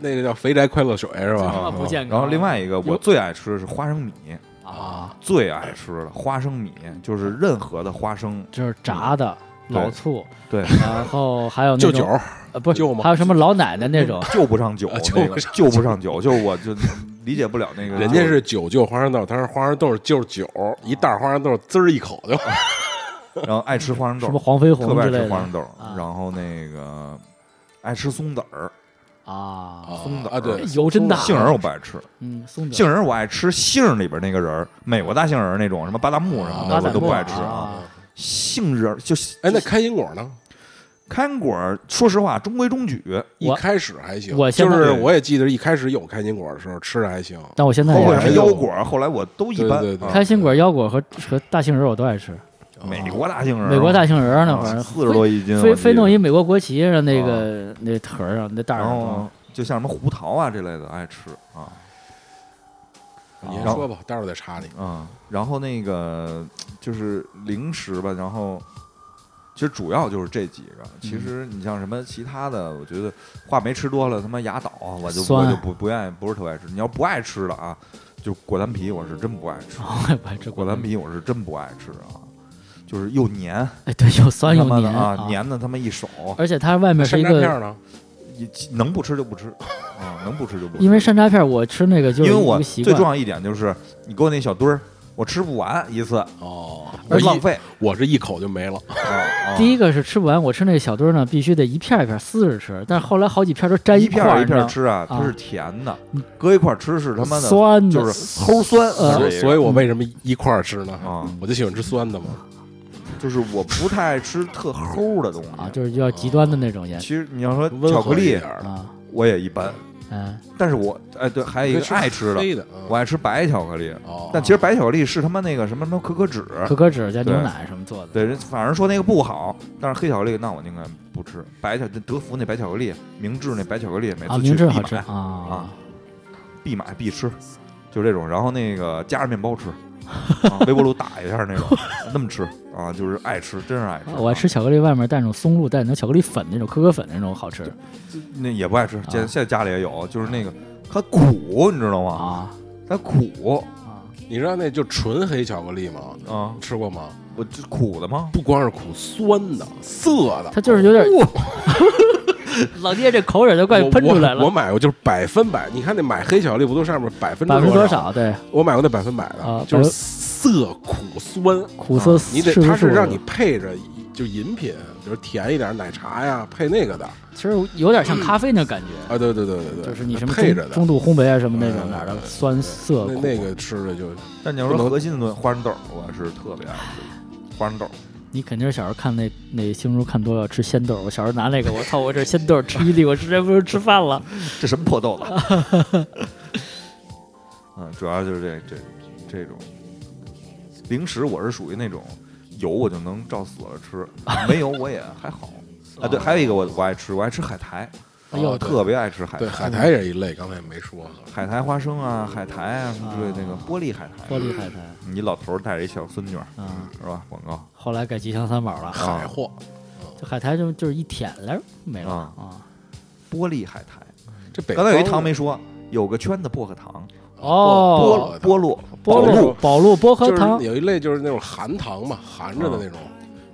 B: 那个叫肥宅快乐水是
A: 他妈
B: 吧？
A: 不健康。
E: 啊然后另外一个
A: 有
E: 我最爱吃的是花生米，
A: 啊，
E: 最爱吃的花生米就是任何的花生，
A: 就是炸的老醋，
E: 嗯对，
A: 然后还有那
B: 就
A: 种
B: 酒儿，
A: 呃不
B: 舅
A: 是，
B: 吗
A: 还有什么老奶奶那种
E: 就不上酒，
B: 啊就
E: 那
B: 不
E: 个
B: 上
E: 就不上酒，就是我就理解不了那个，
B: *laughs* 人家是酒就花生豆，他是花生豆就是酒，一袋儿花生豆滋儿一口就。
E: 然后爱吃花生
A: 什么
E: 豆，
A: 黄飞
E: 特
A: 鸿
E: 别爱
A: 之
E: 吃
A: 类
E: 花
A: 的
E: 生豆
A: 啊，
E: 然后那个爱吃松子儿，嗯
A: 啊，
E: 松子
B: 啊，对，
A: 油真大
E: 杏仁儿我不爱吃，
A: 嗯，松子
E: 杏仁儿我爱吃杏儿里边那个仁儿，美国大杏仁儿那种什么巴旦木什么
A: 啊
E: 的我都不爱
A: 巴
E: 吃
A: 旦木啊。
E: 杏仁儿就是
B: 哎，那开心果呢？
E: 开心果儿，说实话中规中矩，
B: 一
A: 我
B: 开始还行，
A: 我现
B: 就
A: 在
B: 是我也记得一开始有开心果的时候吃着还行，
A: 但我现在
E: 包括
A: 也
E: 什
A: 是
E: 么腰果儿，后来我都一般
B: 对对。对
E: 啊
A: 开心果、腰果和和大杏仁儿我都爱吃，
E: 美国大杏仁儿，
A: 美国大杏仁儿那会
E: 啊
A: 儿
E: 四十多一斤，
A: 非
E: 我记得啊
A: 非弄一。美国国旗上那个那盒儿上那袋儿
E: 然
A: 上
E: 后
A: 装，
E: 就像什么胡桃啊这类的爱吃啊
B: 你先
E: 然后
B: 说吧，待会儿再查你。
E: 啊，然后那个就是零食吧，然后其实主要就是这几个。其
A: 嗯
E: 实你像什么其他的，我觉得话梅吃多了他妈牙倒，啊我就我
A: 酸
E: 就不不愿意，不是特爱吃。你要不爱吃的啊，就果丹皮，我是真不爱吃。
A: 我也不爱吃
E: 哦果丹。皮我是真不爱吃啊，就是又黏，
A: 哎，对，又酸又
E: 他妈的
A: 黏
E: 啊，黏的他妈一手，
A: 而且它外面是
B: 山
A: 一
B: 楂片
A: 个，
B: 儿呢？
E: 一能不吃就不吃啊，能不吃就不吃。
A: 因为山楂片儿我吃那个就
E: 因
A: 是一
E: 为我
A: 个习
E: 最
A: 惯
E: 重。要一点就是，你给我那小堆儿，我吃不完一次，
B: 哦，
E: 我
B: 我
E: 浪
B: 一
E: 费。啊
B: 我是一口就没了。
A: 第一
E: 一
A: 个是吃不完，我吃那个小堆儿呢，必须得一片儿一片儿撕着吃，但是后来好几片儿都粘
E: 一
A: 块
E: 片
A: 儿，
E: 儿一片儿
A: 你知
E: 吃啊，它
A: 啊
E: 是甜的，搁一块儿吃是他妈的
A: 酸的
E: 就是齁酸。
A: 呃
E: 它
B: 所以
E: 是
B: 所以我为什么一块儿吃呢？
E: 啊，
B: 我就喜欢吃酸的嘛。
E: 就是我不太爱吃特齁的东
A: 道吗啊，
E: 西。
A: 就是要极端的那种盐
E: 其实你要说
B: 温
E: 巧
B: 和
E: 克
B: 一
E: 力
B: 点，儿的，
A: 啊，
E: 我也一般，
A: 嗯，
E: 但是我哎对，还有
B: 可以
E: 一
B: 吃
E: 个爱吃的，
B: 黑的，
E: 我爱吃白巧克力。
B: 哦，
E: 但其实白巧克力是他妈那个什么什么可可脂，
A: 可可脂加牛
E: 对
A: 奶什么做的，
E: 对，人反正说那个不好，但是黑巧克力那我宁愿不吃。白巧德芙那白巧克力，明治那白巧克力，每
A: 啊，
E: 次去
A: 明
E: 必
A: 治
E: 买、
A: 好吃啊
E: 啊
A: 啊，
E: 必买必吃，就这种。然后那个夹着面包吃，啊、微波炉打一下那种，那么吃啊，就是爱吃，真是爱啊吃。
A: 啊我爱吃巧克力，外面带那种松露，带那种巧克力粉那种可可粉那种好吃
E: 那也不爱吃，现
A: 啊
E: 现在家里也有，就是那个它苦，你知道吗？
A: 啊
E: 它苦
A: 啊，
B: 你知道那就纯黑巧克力吗？
E: 啊，
B: 吃过吗？
E: 我这苦的吗？
B: 不光是苦，酸的、涩的，
A: 它就是有点，老爹这口水都快
B: 我
A: 喷出来
B: 我我
A: 了，
B: 买过就是百分百，你看那买黑巧克力不都上面百分之
A: 百分之多
B: 少？
A: 少？对，
B: 我买过那百分百
A: 啊
B: 的，就是涩、苦、酸，
A: 苦涩
B: 你
A: 是
B: 得
A: 不
B: 它
A: 是
B: 是让你配着就饮品，比如甜一点奶茶呀，配那个的啊，
A: 其实有点像咖啡那感觉，
B: 对对对对对，
A: 就是你什么
B: 配着
A: 中
B: 的
A: 中度烘焙啊什么那种
B: 嗯
A: 哪儿的酸涩
B: 那
A: 苦
B: 那个吃的就
E: 但你要
B: 不
E: 说
B: 能
E: 核心的东西，花生豆儿我是特别爱吃，花生豆儿。
A: 你肯定是小时候看那那星叔看多了吃鲜豆，我小时候拿那个，我操，我这鲜豆吃一粒，我直接不是吃饭了。
E: 这什么破豆子？ *laughs* 嗯，主要就是这这这种零食，我是属于那种有我就能照死了 *laughs* 吃，没有我也还好。啊，对，还有一个我我爱吃，我爱吃海苔，
A: 哎呦
E: 我特别爱吃海
B: 对
E: 苔
B: 海，苔也是一类，刚才也没说。
E: 海苔花生啊，海苔啊什么之类的那个玻璃海苔，
A: 玻璃海苔
E: 你老头儿带着一小孙女儿
A: 啊，
E: 是吧？广告
A: 后来改吉祥三宝了，
B: 海货，
A: 这海苔就就是一舔了没了
E: 啊
A: 啊。
E: 玻璃海苔，
B: 这北
E: 刚才有一糖
B: 方
E: 没说，有个圈子薄荷糖，
A: 哦，
E: 菠菠萝
A: 菠
E: 露
A: 萝、宝露、薄荷
B: 就是
A: 糖
E: 啊
B: 有一类就是那种含糖嘛，含着的那种，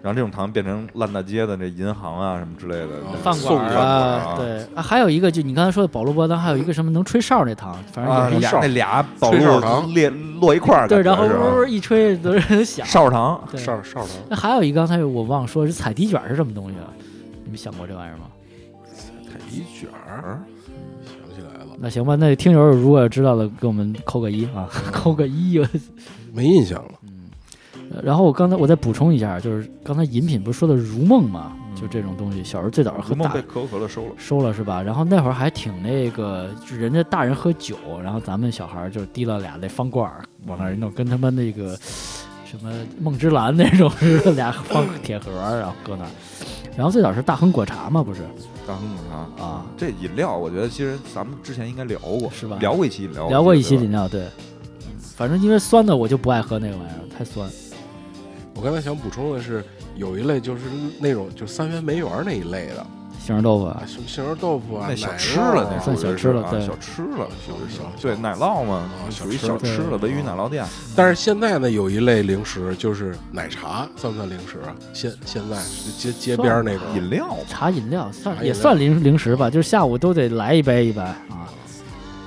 E: 然后这种糖变成烂大街的那银行啊什么之类的
B: 哦
A: 饭
B: 送
A: 馆儿
B: 饭馆
E: 儿
A: 啊，
E: 啊
A: 对啊，还有一个就你刚才说的保罗伯当，还有一个什么能吹哨那糖，反正
E: 啊，
A: 也是
E: 俩
A: 哨
E: 那俩宝
B: 吹哨糖
E: 路列摞一块儿，
A: 对，然
E: 感觉
A: 后
E: 是啊
A: 呜呜一吹都是响。
E: *laughs* 哨糖
A: 对，
B: 哨哨糖，
A: 那还有一刚才我忘说是彩笛卷是什么东西了，你们想过这玩意儿吗？
B: 太一卷儿，想起来了，
A: 那行吧，那听友如果知道的，给我们扣个一啊，扣个一。我
B: 没印象了。
A: 然后我刚才我再补充一下，就是刚才饮品不是说的如梦吗？就这种东西，小时候最早是喝
E: 如梦
A: 大
E: 被可口可乐收了，
A: 收了是吧？然后那会儿还挺那个，就人家大人喝酒，然后咱们小孩儿就提了俩那方罐儿往那儿一弄，跟他妈那个什么梦之蓝那种似的，俩方铁盒儿，然后搁那儿。然后最早是大亨果茶嘛，不是
E: 大亨果茶。
A: 啊？
E: 这饮料，我觉得其实咱们之前应该聊过，
A: 是吧
E: 聊过一期饮料，
A: 聊过一期
E: 对吧
A: 饮料，对。反正因为酸的，我就不爱喝那个玩意儿，太酸。
B: 我刚才想补充的是，有一类就是那种就三元梅园儿那一类的
A: 杏仁豆腐
B: 啊，什么杏仁豆腐啊，
E: 那小
B: 奶
E: 吃
B: 酪啊
E: 了，那
A: 算
E: 属
A: 小
E: 于
A: 吃
E: 是
A: 了
E: 啊
A: 对
E: 小吃了，属于是啊
B: 小吃
E: 对奶酪嘛
A: 哦
B: 啊，
E: 属于
B: 小
E: 小
B: 吃
E: 吃
A: 对
E: 了，
A: 哦
E: 维语奶酪店
B: 但是现在呢，有一类零食就是奶茶，算不算零食啊？现现在街街边儿那种
E: 饮料嘛，
A: 茶饮料算
B: 茶饮料
A: 也算零零食吧，就是下午都得来一杯一般啊，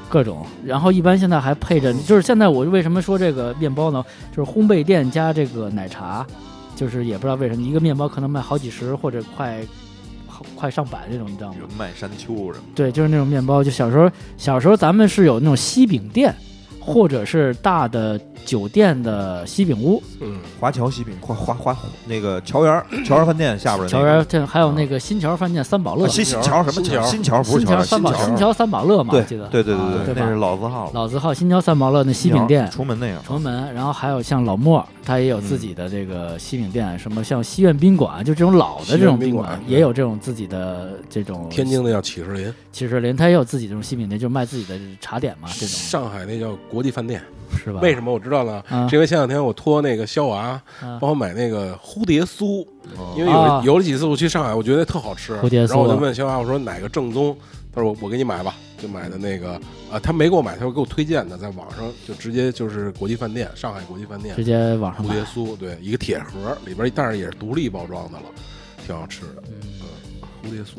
A: 各种。然后一般现在还配着，就是现在我为什么说这个面包呢？就是烘焙店加这个奶茶，就是也不知道为什么一个面包可能卖好几十或者快好快上百这种，你知道吗？
E: 云麦山丘什么
A: 对，就是那种面包。就小时候，小时候咱们是有那种西饼店，或者是大的酒店的西饼屋，
B: 嗯，
E: 华侨西饼，华华华那个桥
A: *clears throat*
E: 园儿桥园儿饭店下边儿那
A: 桥
E: 个
A: 园这还有那个新桥饭店三宝乐
E: 啊，新
B: 新
E: 新
B: 桥
E: 桥什么
B: 新桥
E: 桥？新桥不是
A: 新
E: 桥园，
A: 三
E: 新
A: 宝
E: 桥
A: 新桥三宝乐嘛，
E: 对
A: 记得
E: 对对
A: 啊
E: 对
A: 对吧
E: 那是老字号了，
A: 老字号新桥三宝乐那西
E: 新
A: 饼
E: 桥
A: 店。
E: 崇文那个，
A: 崇门，然后还有像老莫，他也有自己的这个西饼店，什么像西苑宾馆，就这种老的这种宾
B: 西苑宾馆
A: 也有这种自己的这种。
B: 天津那叫起士林，
A: 其实连他也有自己这种西饼店，就是卖自己的茶点嘛，这种
B: 上海那叫国际饭店。
A: 是吧？
B: 为什么我知道呢？
A: 啊
B: 是因为前两天我托那个肖娃
A: 啊
B: 帮我买那个蝴蝶酥，因为
A: 啊
B: 有有了几次我去上海，我觉得特好吃。
A: 蝴蝶酥啊
B: 然后我就问肖娃，我说哪个正宗？他说我我给你买吧，就买的那个啊，他没给我买，他说给我推荐的，在网上就直接就是国际饭店，上海国际饭店
A: 直接网上
B: 蝴
A: 买
B: 蝶？酥，对，一个铁盒里边，但是也是独立包装的了，挺好吃的。
A: 嗯，
B: 蝴蝶酥，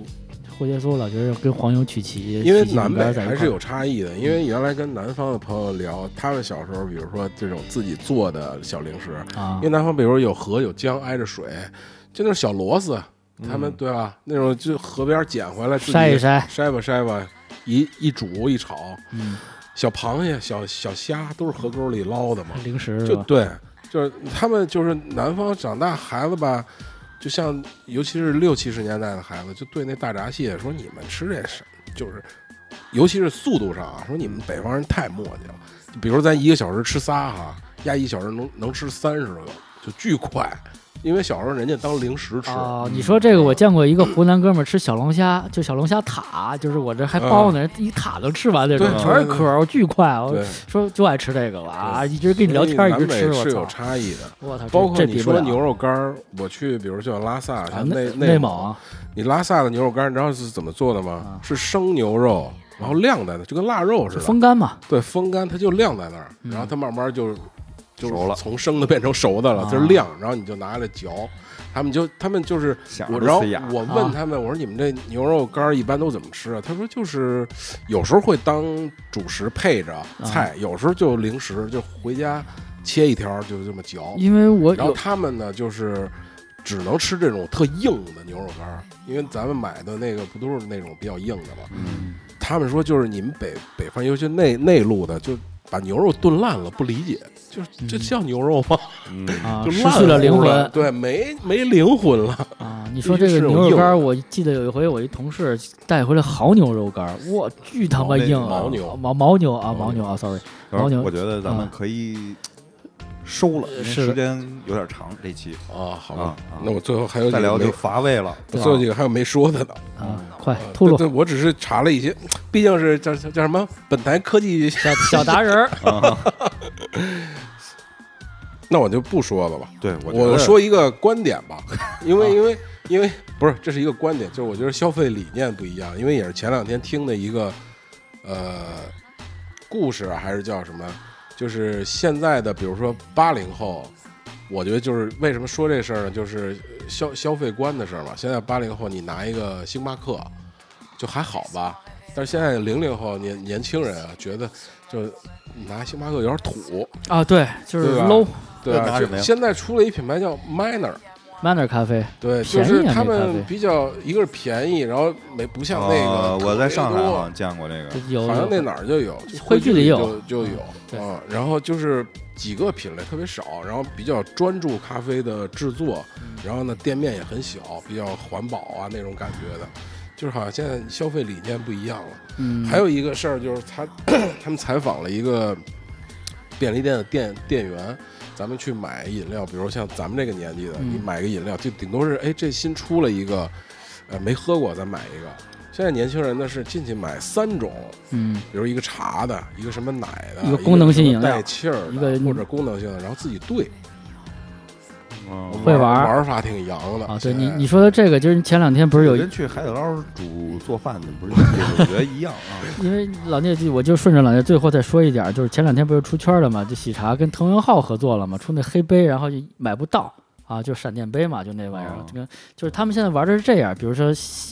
A: 蝴蝶酥我老觉得跟黄油曲奇，
B: 因为
A: 曲奇
B: 南
A: 饼干
B: 北
A: 在一
B: 还
A: 块
B: 是
A: 儿
B: 有差异的。因为原来跟南方的朋友聊，他们小时候，比如说这种自己做的小零食，
A: 啊
B: 因为，南方比如说有河有江挨着水，就那种小螺丝，他们对吧？那种就河边捡回来自己
A: 嗯筛一筛
B: 筛吧筛吧，一一煮一炒，
A: 嗯，
B: 小螃蟹、小小虾都是河沟里捞的嘛，
A: 零食是
B: 就
A: 吧？
B: 对， *laughs* 就是他们就是南方长大孩子吧，就像尤其是六七十年代的孩子，就对那大闸蟹说你们吃这是就是，尤其是速度上啊，说你们北方人太磨叽了。就比如咱一个小时吃仨哈，压一小时能能吃三十个，就巨快。因为小时候人家当零食吃，嗯
A: 哦，你说这个我见过一个湖南哥们儿吃小龙虾，就小龙虾塔，就是我这还包呢，一塔都吃完那种，
B: 嗯对
A: 全是壳儿，我巨快，我
B: 对，
A: 说就爱吃这个哇，一直跟你聊天，一
B: 南
A: 直
B: 北
A: 吃，
B: 是有
A: 我操，
B: 差异的。
A: 我操，这
B: 包括
A: 这
B: 你
A: 比不了
B: 说牛肉干儿，我去，比如像拉萨，
A: 啊
B: 像
A: 内
B: 内
A: 内
B: 蒙
A: 蒙，
B: 你拉萨的牛肉干，你知道是怎么做的吗？是生牛肉，然后晾在那，就跟腊肉
A: 就
B: 似的。
A: 啊风嗯干嘛，
B: 对，风干它就晾在那儿，然后它慢慢就就
E: 熟了
B: 从生的变成熟的了，
A: 啊
B: 就是晾，然后你就拿来嚼。他们就他们就是
E: 想
B: 我，
E: 着
B: 然后
E: 呲牙
B: 我
A: 啊
B: 问他们，我说你们这牛肉干儿一般都怎么吃啊？他说就是有时候会当主食配着
A: 啊
B: 菜，有时候就零食，就回家切一条就这么嚼。
A: 因为我
B: 然后
A: 有
B: 他们呢，就是只能吃这种特硬的牛肉干儿，因为咱们买的那个不都是那种比较硬的吗？
A: 嗯
B: 他们说就是你们北北方，尤其内内陆的，就把牛肉炖烂了，不理解，就是这叫牛肉吗？
E: 嗯，
A: 嗯啊
B: 就
A: 失
B: 烂
A: 去了
B: 乎
A: 灵魂
B: 对，没没灵魂了。
A: 啊，你说
B: 必
A: 这
B: 须
A: 个
B: 是有
A: 牛肉
B: 硬
A: 干儿，
B: 的
A: 我记得有一回我一同事带回来好牛肉干儿，哇，巨他妈
E: 毛那
A: 硬啊，
B: 牦牛
A: 牦牦牛啊，
B: 牦
A: 牦牛啊，sorry，
E: 然后
A: 牦牛
E: 我觉得咱们
A: 啊
E: 可以收了，因为
A: 是的
E: 时间有点长，这期
B: 啊，好
E: 吧
B: 吧，那我最后还有
E: 再
B: 几
E: 聊
B: 个没
E: 就乏味了。
B: 我最后几个还有没说的呢。
A: 啊，快
B: 啊
A: 吐
B: *laughs* 对
A: 露
B: 对，我只是查了一些，毕竟是叫叫叫什么本台科技
A: 小小达人儿，
B: 那我就不说了吧。
E: 对，我觉
B: 我
E: 得啊
B: 说一个观点
E: *laughs*
B: 吧，因为因为因为不是，这是一个观点，就是我觉得消费理念不一样，因为也是前两天听的一个呃故事啊还是叫什么，就是现在的比如说八零后。我觉得就是为什么说这事儿呢，就是消消费观的事儿嘛。现在八零后，你拿一个星巴克，就还好吧。但是现在零零后年年轻人啊，觉得就拿星巴克有点土，
A: 啊，对，就是
B: 对吧
A: low
B: 对
G: 拿
B: 啊。
G: 什
B: 就
G: 么呀
B: 现在出了一品牌叫 Manner，
A: manner 咖啡，
B: 对，
A: 便
B: 就
A: 宜啊
B: 是他
A: 这咖啡
B: 们比较一个是便宜，然后没不像那
G: 呃
B: 个特别多、
G: 我在上海好像见过这个
A: 就，有
B: 好像那哪儿就有，就
A: 汇聚里有嗯
B: 就就有
A: 对
B: 啊。然后就是几个品类特别少，然后比较专注咖啡的制作，
A: 嗯
B: 然后呢店面也很小，比较环保啊那种感觉的，就是好像现在消费理念不一样了。
A: 嗯
B: 还有一个事儿就是他 *clears throat* 他们采访了一个便利店的店店员。咱们去买饮料，比如像咱们这个年纪的，
A: 嗯
B: 你买个饮料，就顶多是哎，这新出了一个，呃，没喝过，咱买一个。现在年轻人呢是进去买三种，
A: 嗯
B: 比如一个茶的，一个什么奶的，
A: 一个功能性饮料
B: 一个什么带气儿的，
A: 一个
B: 或者功能性的，然后自己兑，
G: 嗯
A: 会玩
B: 玩
A: 儿
B: 玩法挺洋的
A: 啊，对
B: 现
A: 你
B: 在
A: 你说的这个就是前两天不是有一
G: 跟去海底捞煮做饭的不是，我觉得一样啊。 *laughs*
A: 因为老聂，我就顺着老聂最后再说一点儿，就是前两天不是出圈了嘛，就喜茶跟腾云浩合作了嘛，出那黑杯，然后就买不到啊，就闪电杯嘛，就那玩意儿
G: 哦，
A: 这个就是他们现在玩的是这样，比如说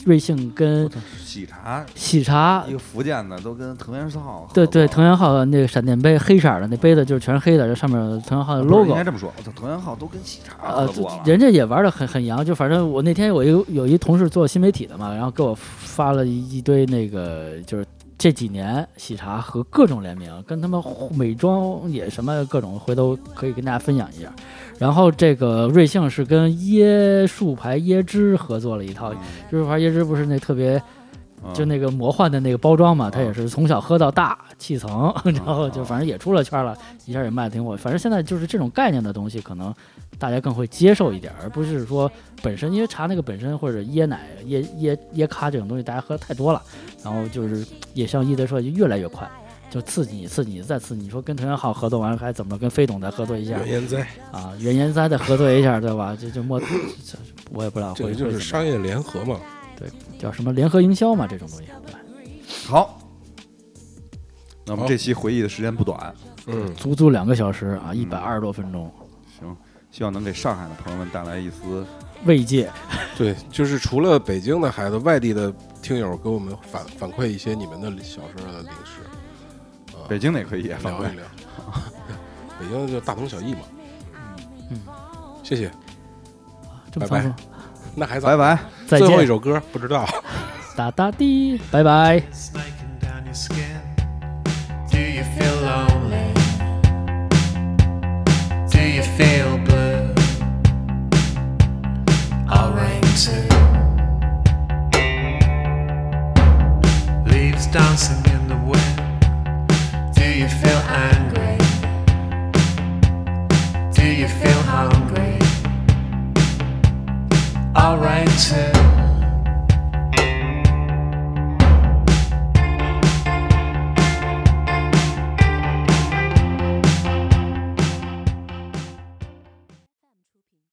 A: 瑞幸跟
G: 喜茶
A: 喜茶
G: 一。个福建的都跟藤原四号合作
A: 对对，藤原浩那个闪电杯黑色儿的那杯子就是全是黑的，这上面有藤原
E: 啊
A: 浩的
G: 不是
A: logo
G: 应该这么说，藤原浩都跟喜茶
A: 呃
G: 合，作了。
A: 人家也玩的很很洋，就反正我那天有一个有一同事做新媒体的嘛，然后给我发了一一堆那个就是。这几年喜茶和各种联名，跟他们美妆也什么各种，回头可以跟大家分享一下。然后这个瑞幸是跟椰树牌椰汁合作了一套，椰树牌椰汁不是那特别
G: 嗯
A: 就那个魔幻的那个包装嘛，它也是从小喝到大，气层， *laughs* 然后就反正也出了圈了，一下也卖得挺火。反正现在就是这种概念的东西，可能大家更会接受一点，而不是说本身因为茶那个本身或者椰奶、椰椰椰咖这种东西，大家喝太多了，然后就是也像一德说，就越来越快。就刺激你，刺激你，再刺激你。说跟陈元浩合作完，还怎么着？跟飞董再合作一下
B: 原研哉，
A: 啊，袁研哉再合作一下，对吧？这就莫，这这我也不知道
B: 这
A: 会
B: 个就
A: 会
B: 是
A: 怎么
B: 商业联合嘛。
A: 样叫什么联合营销嘛，这种东西，对吧？
G: 好，
B: 那
G: 我们这期回忆的时间不短，
B: 嗯，
A: 足足两个小时啊，一百二十多分钟，
G: 希望能给上海的朋友们带来一丝
A: 慰藉。
B: 对，就是除了北京的孩子，外地的听友给我们反反馈一些你们的小时候的零食，
G: 北京的也可以反
B: 啊聊
G: 馈
B: 一。
A: *laughs*
B: 聊。北京就大同小异嘛。
A: 嗯，
B: 谢谢。
A: 这么放
B: 拜拜
A: 松，
B: 那还
G: 拜
B: 早，
G: 拜。
A: 再
B: 最后一
A: 见，
B: 首歌不知道。
A: 哒哒滴，拜拜。
D: snaking down your skin. Do you feel lonely? Do you feel blue? I'll ring too. Leaves dancing in the wind. Do you feel angry? Do you feel hungry? I'll ring too.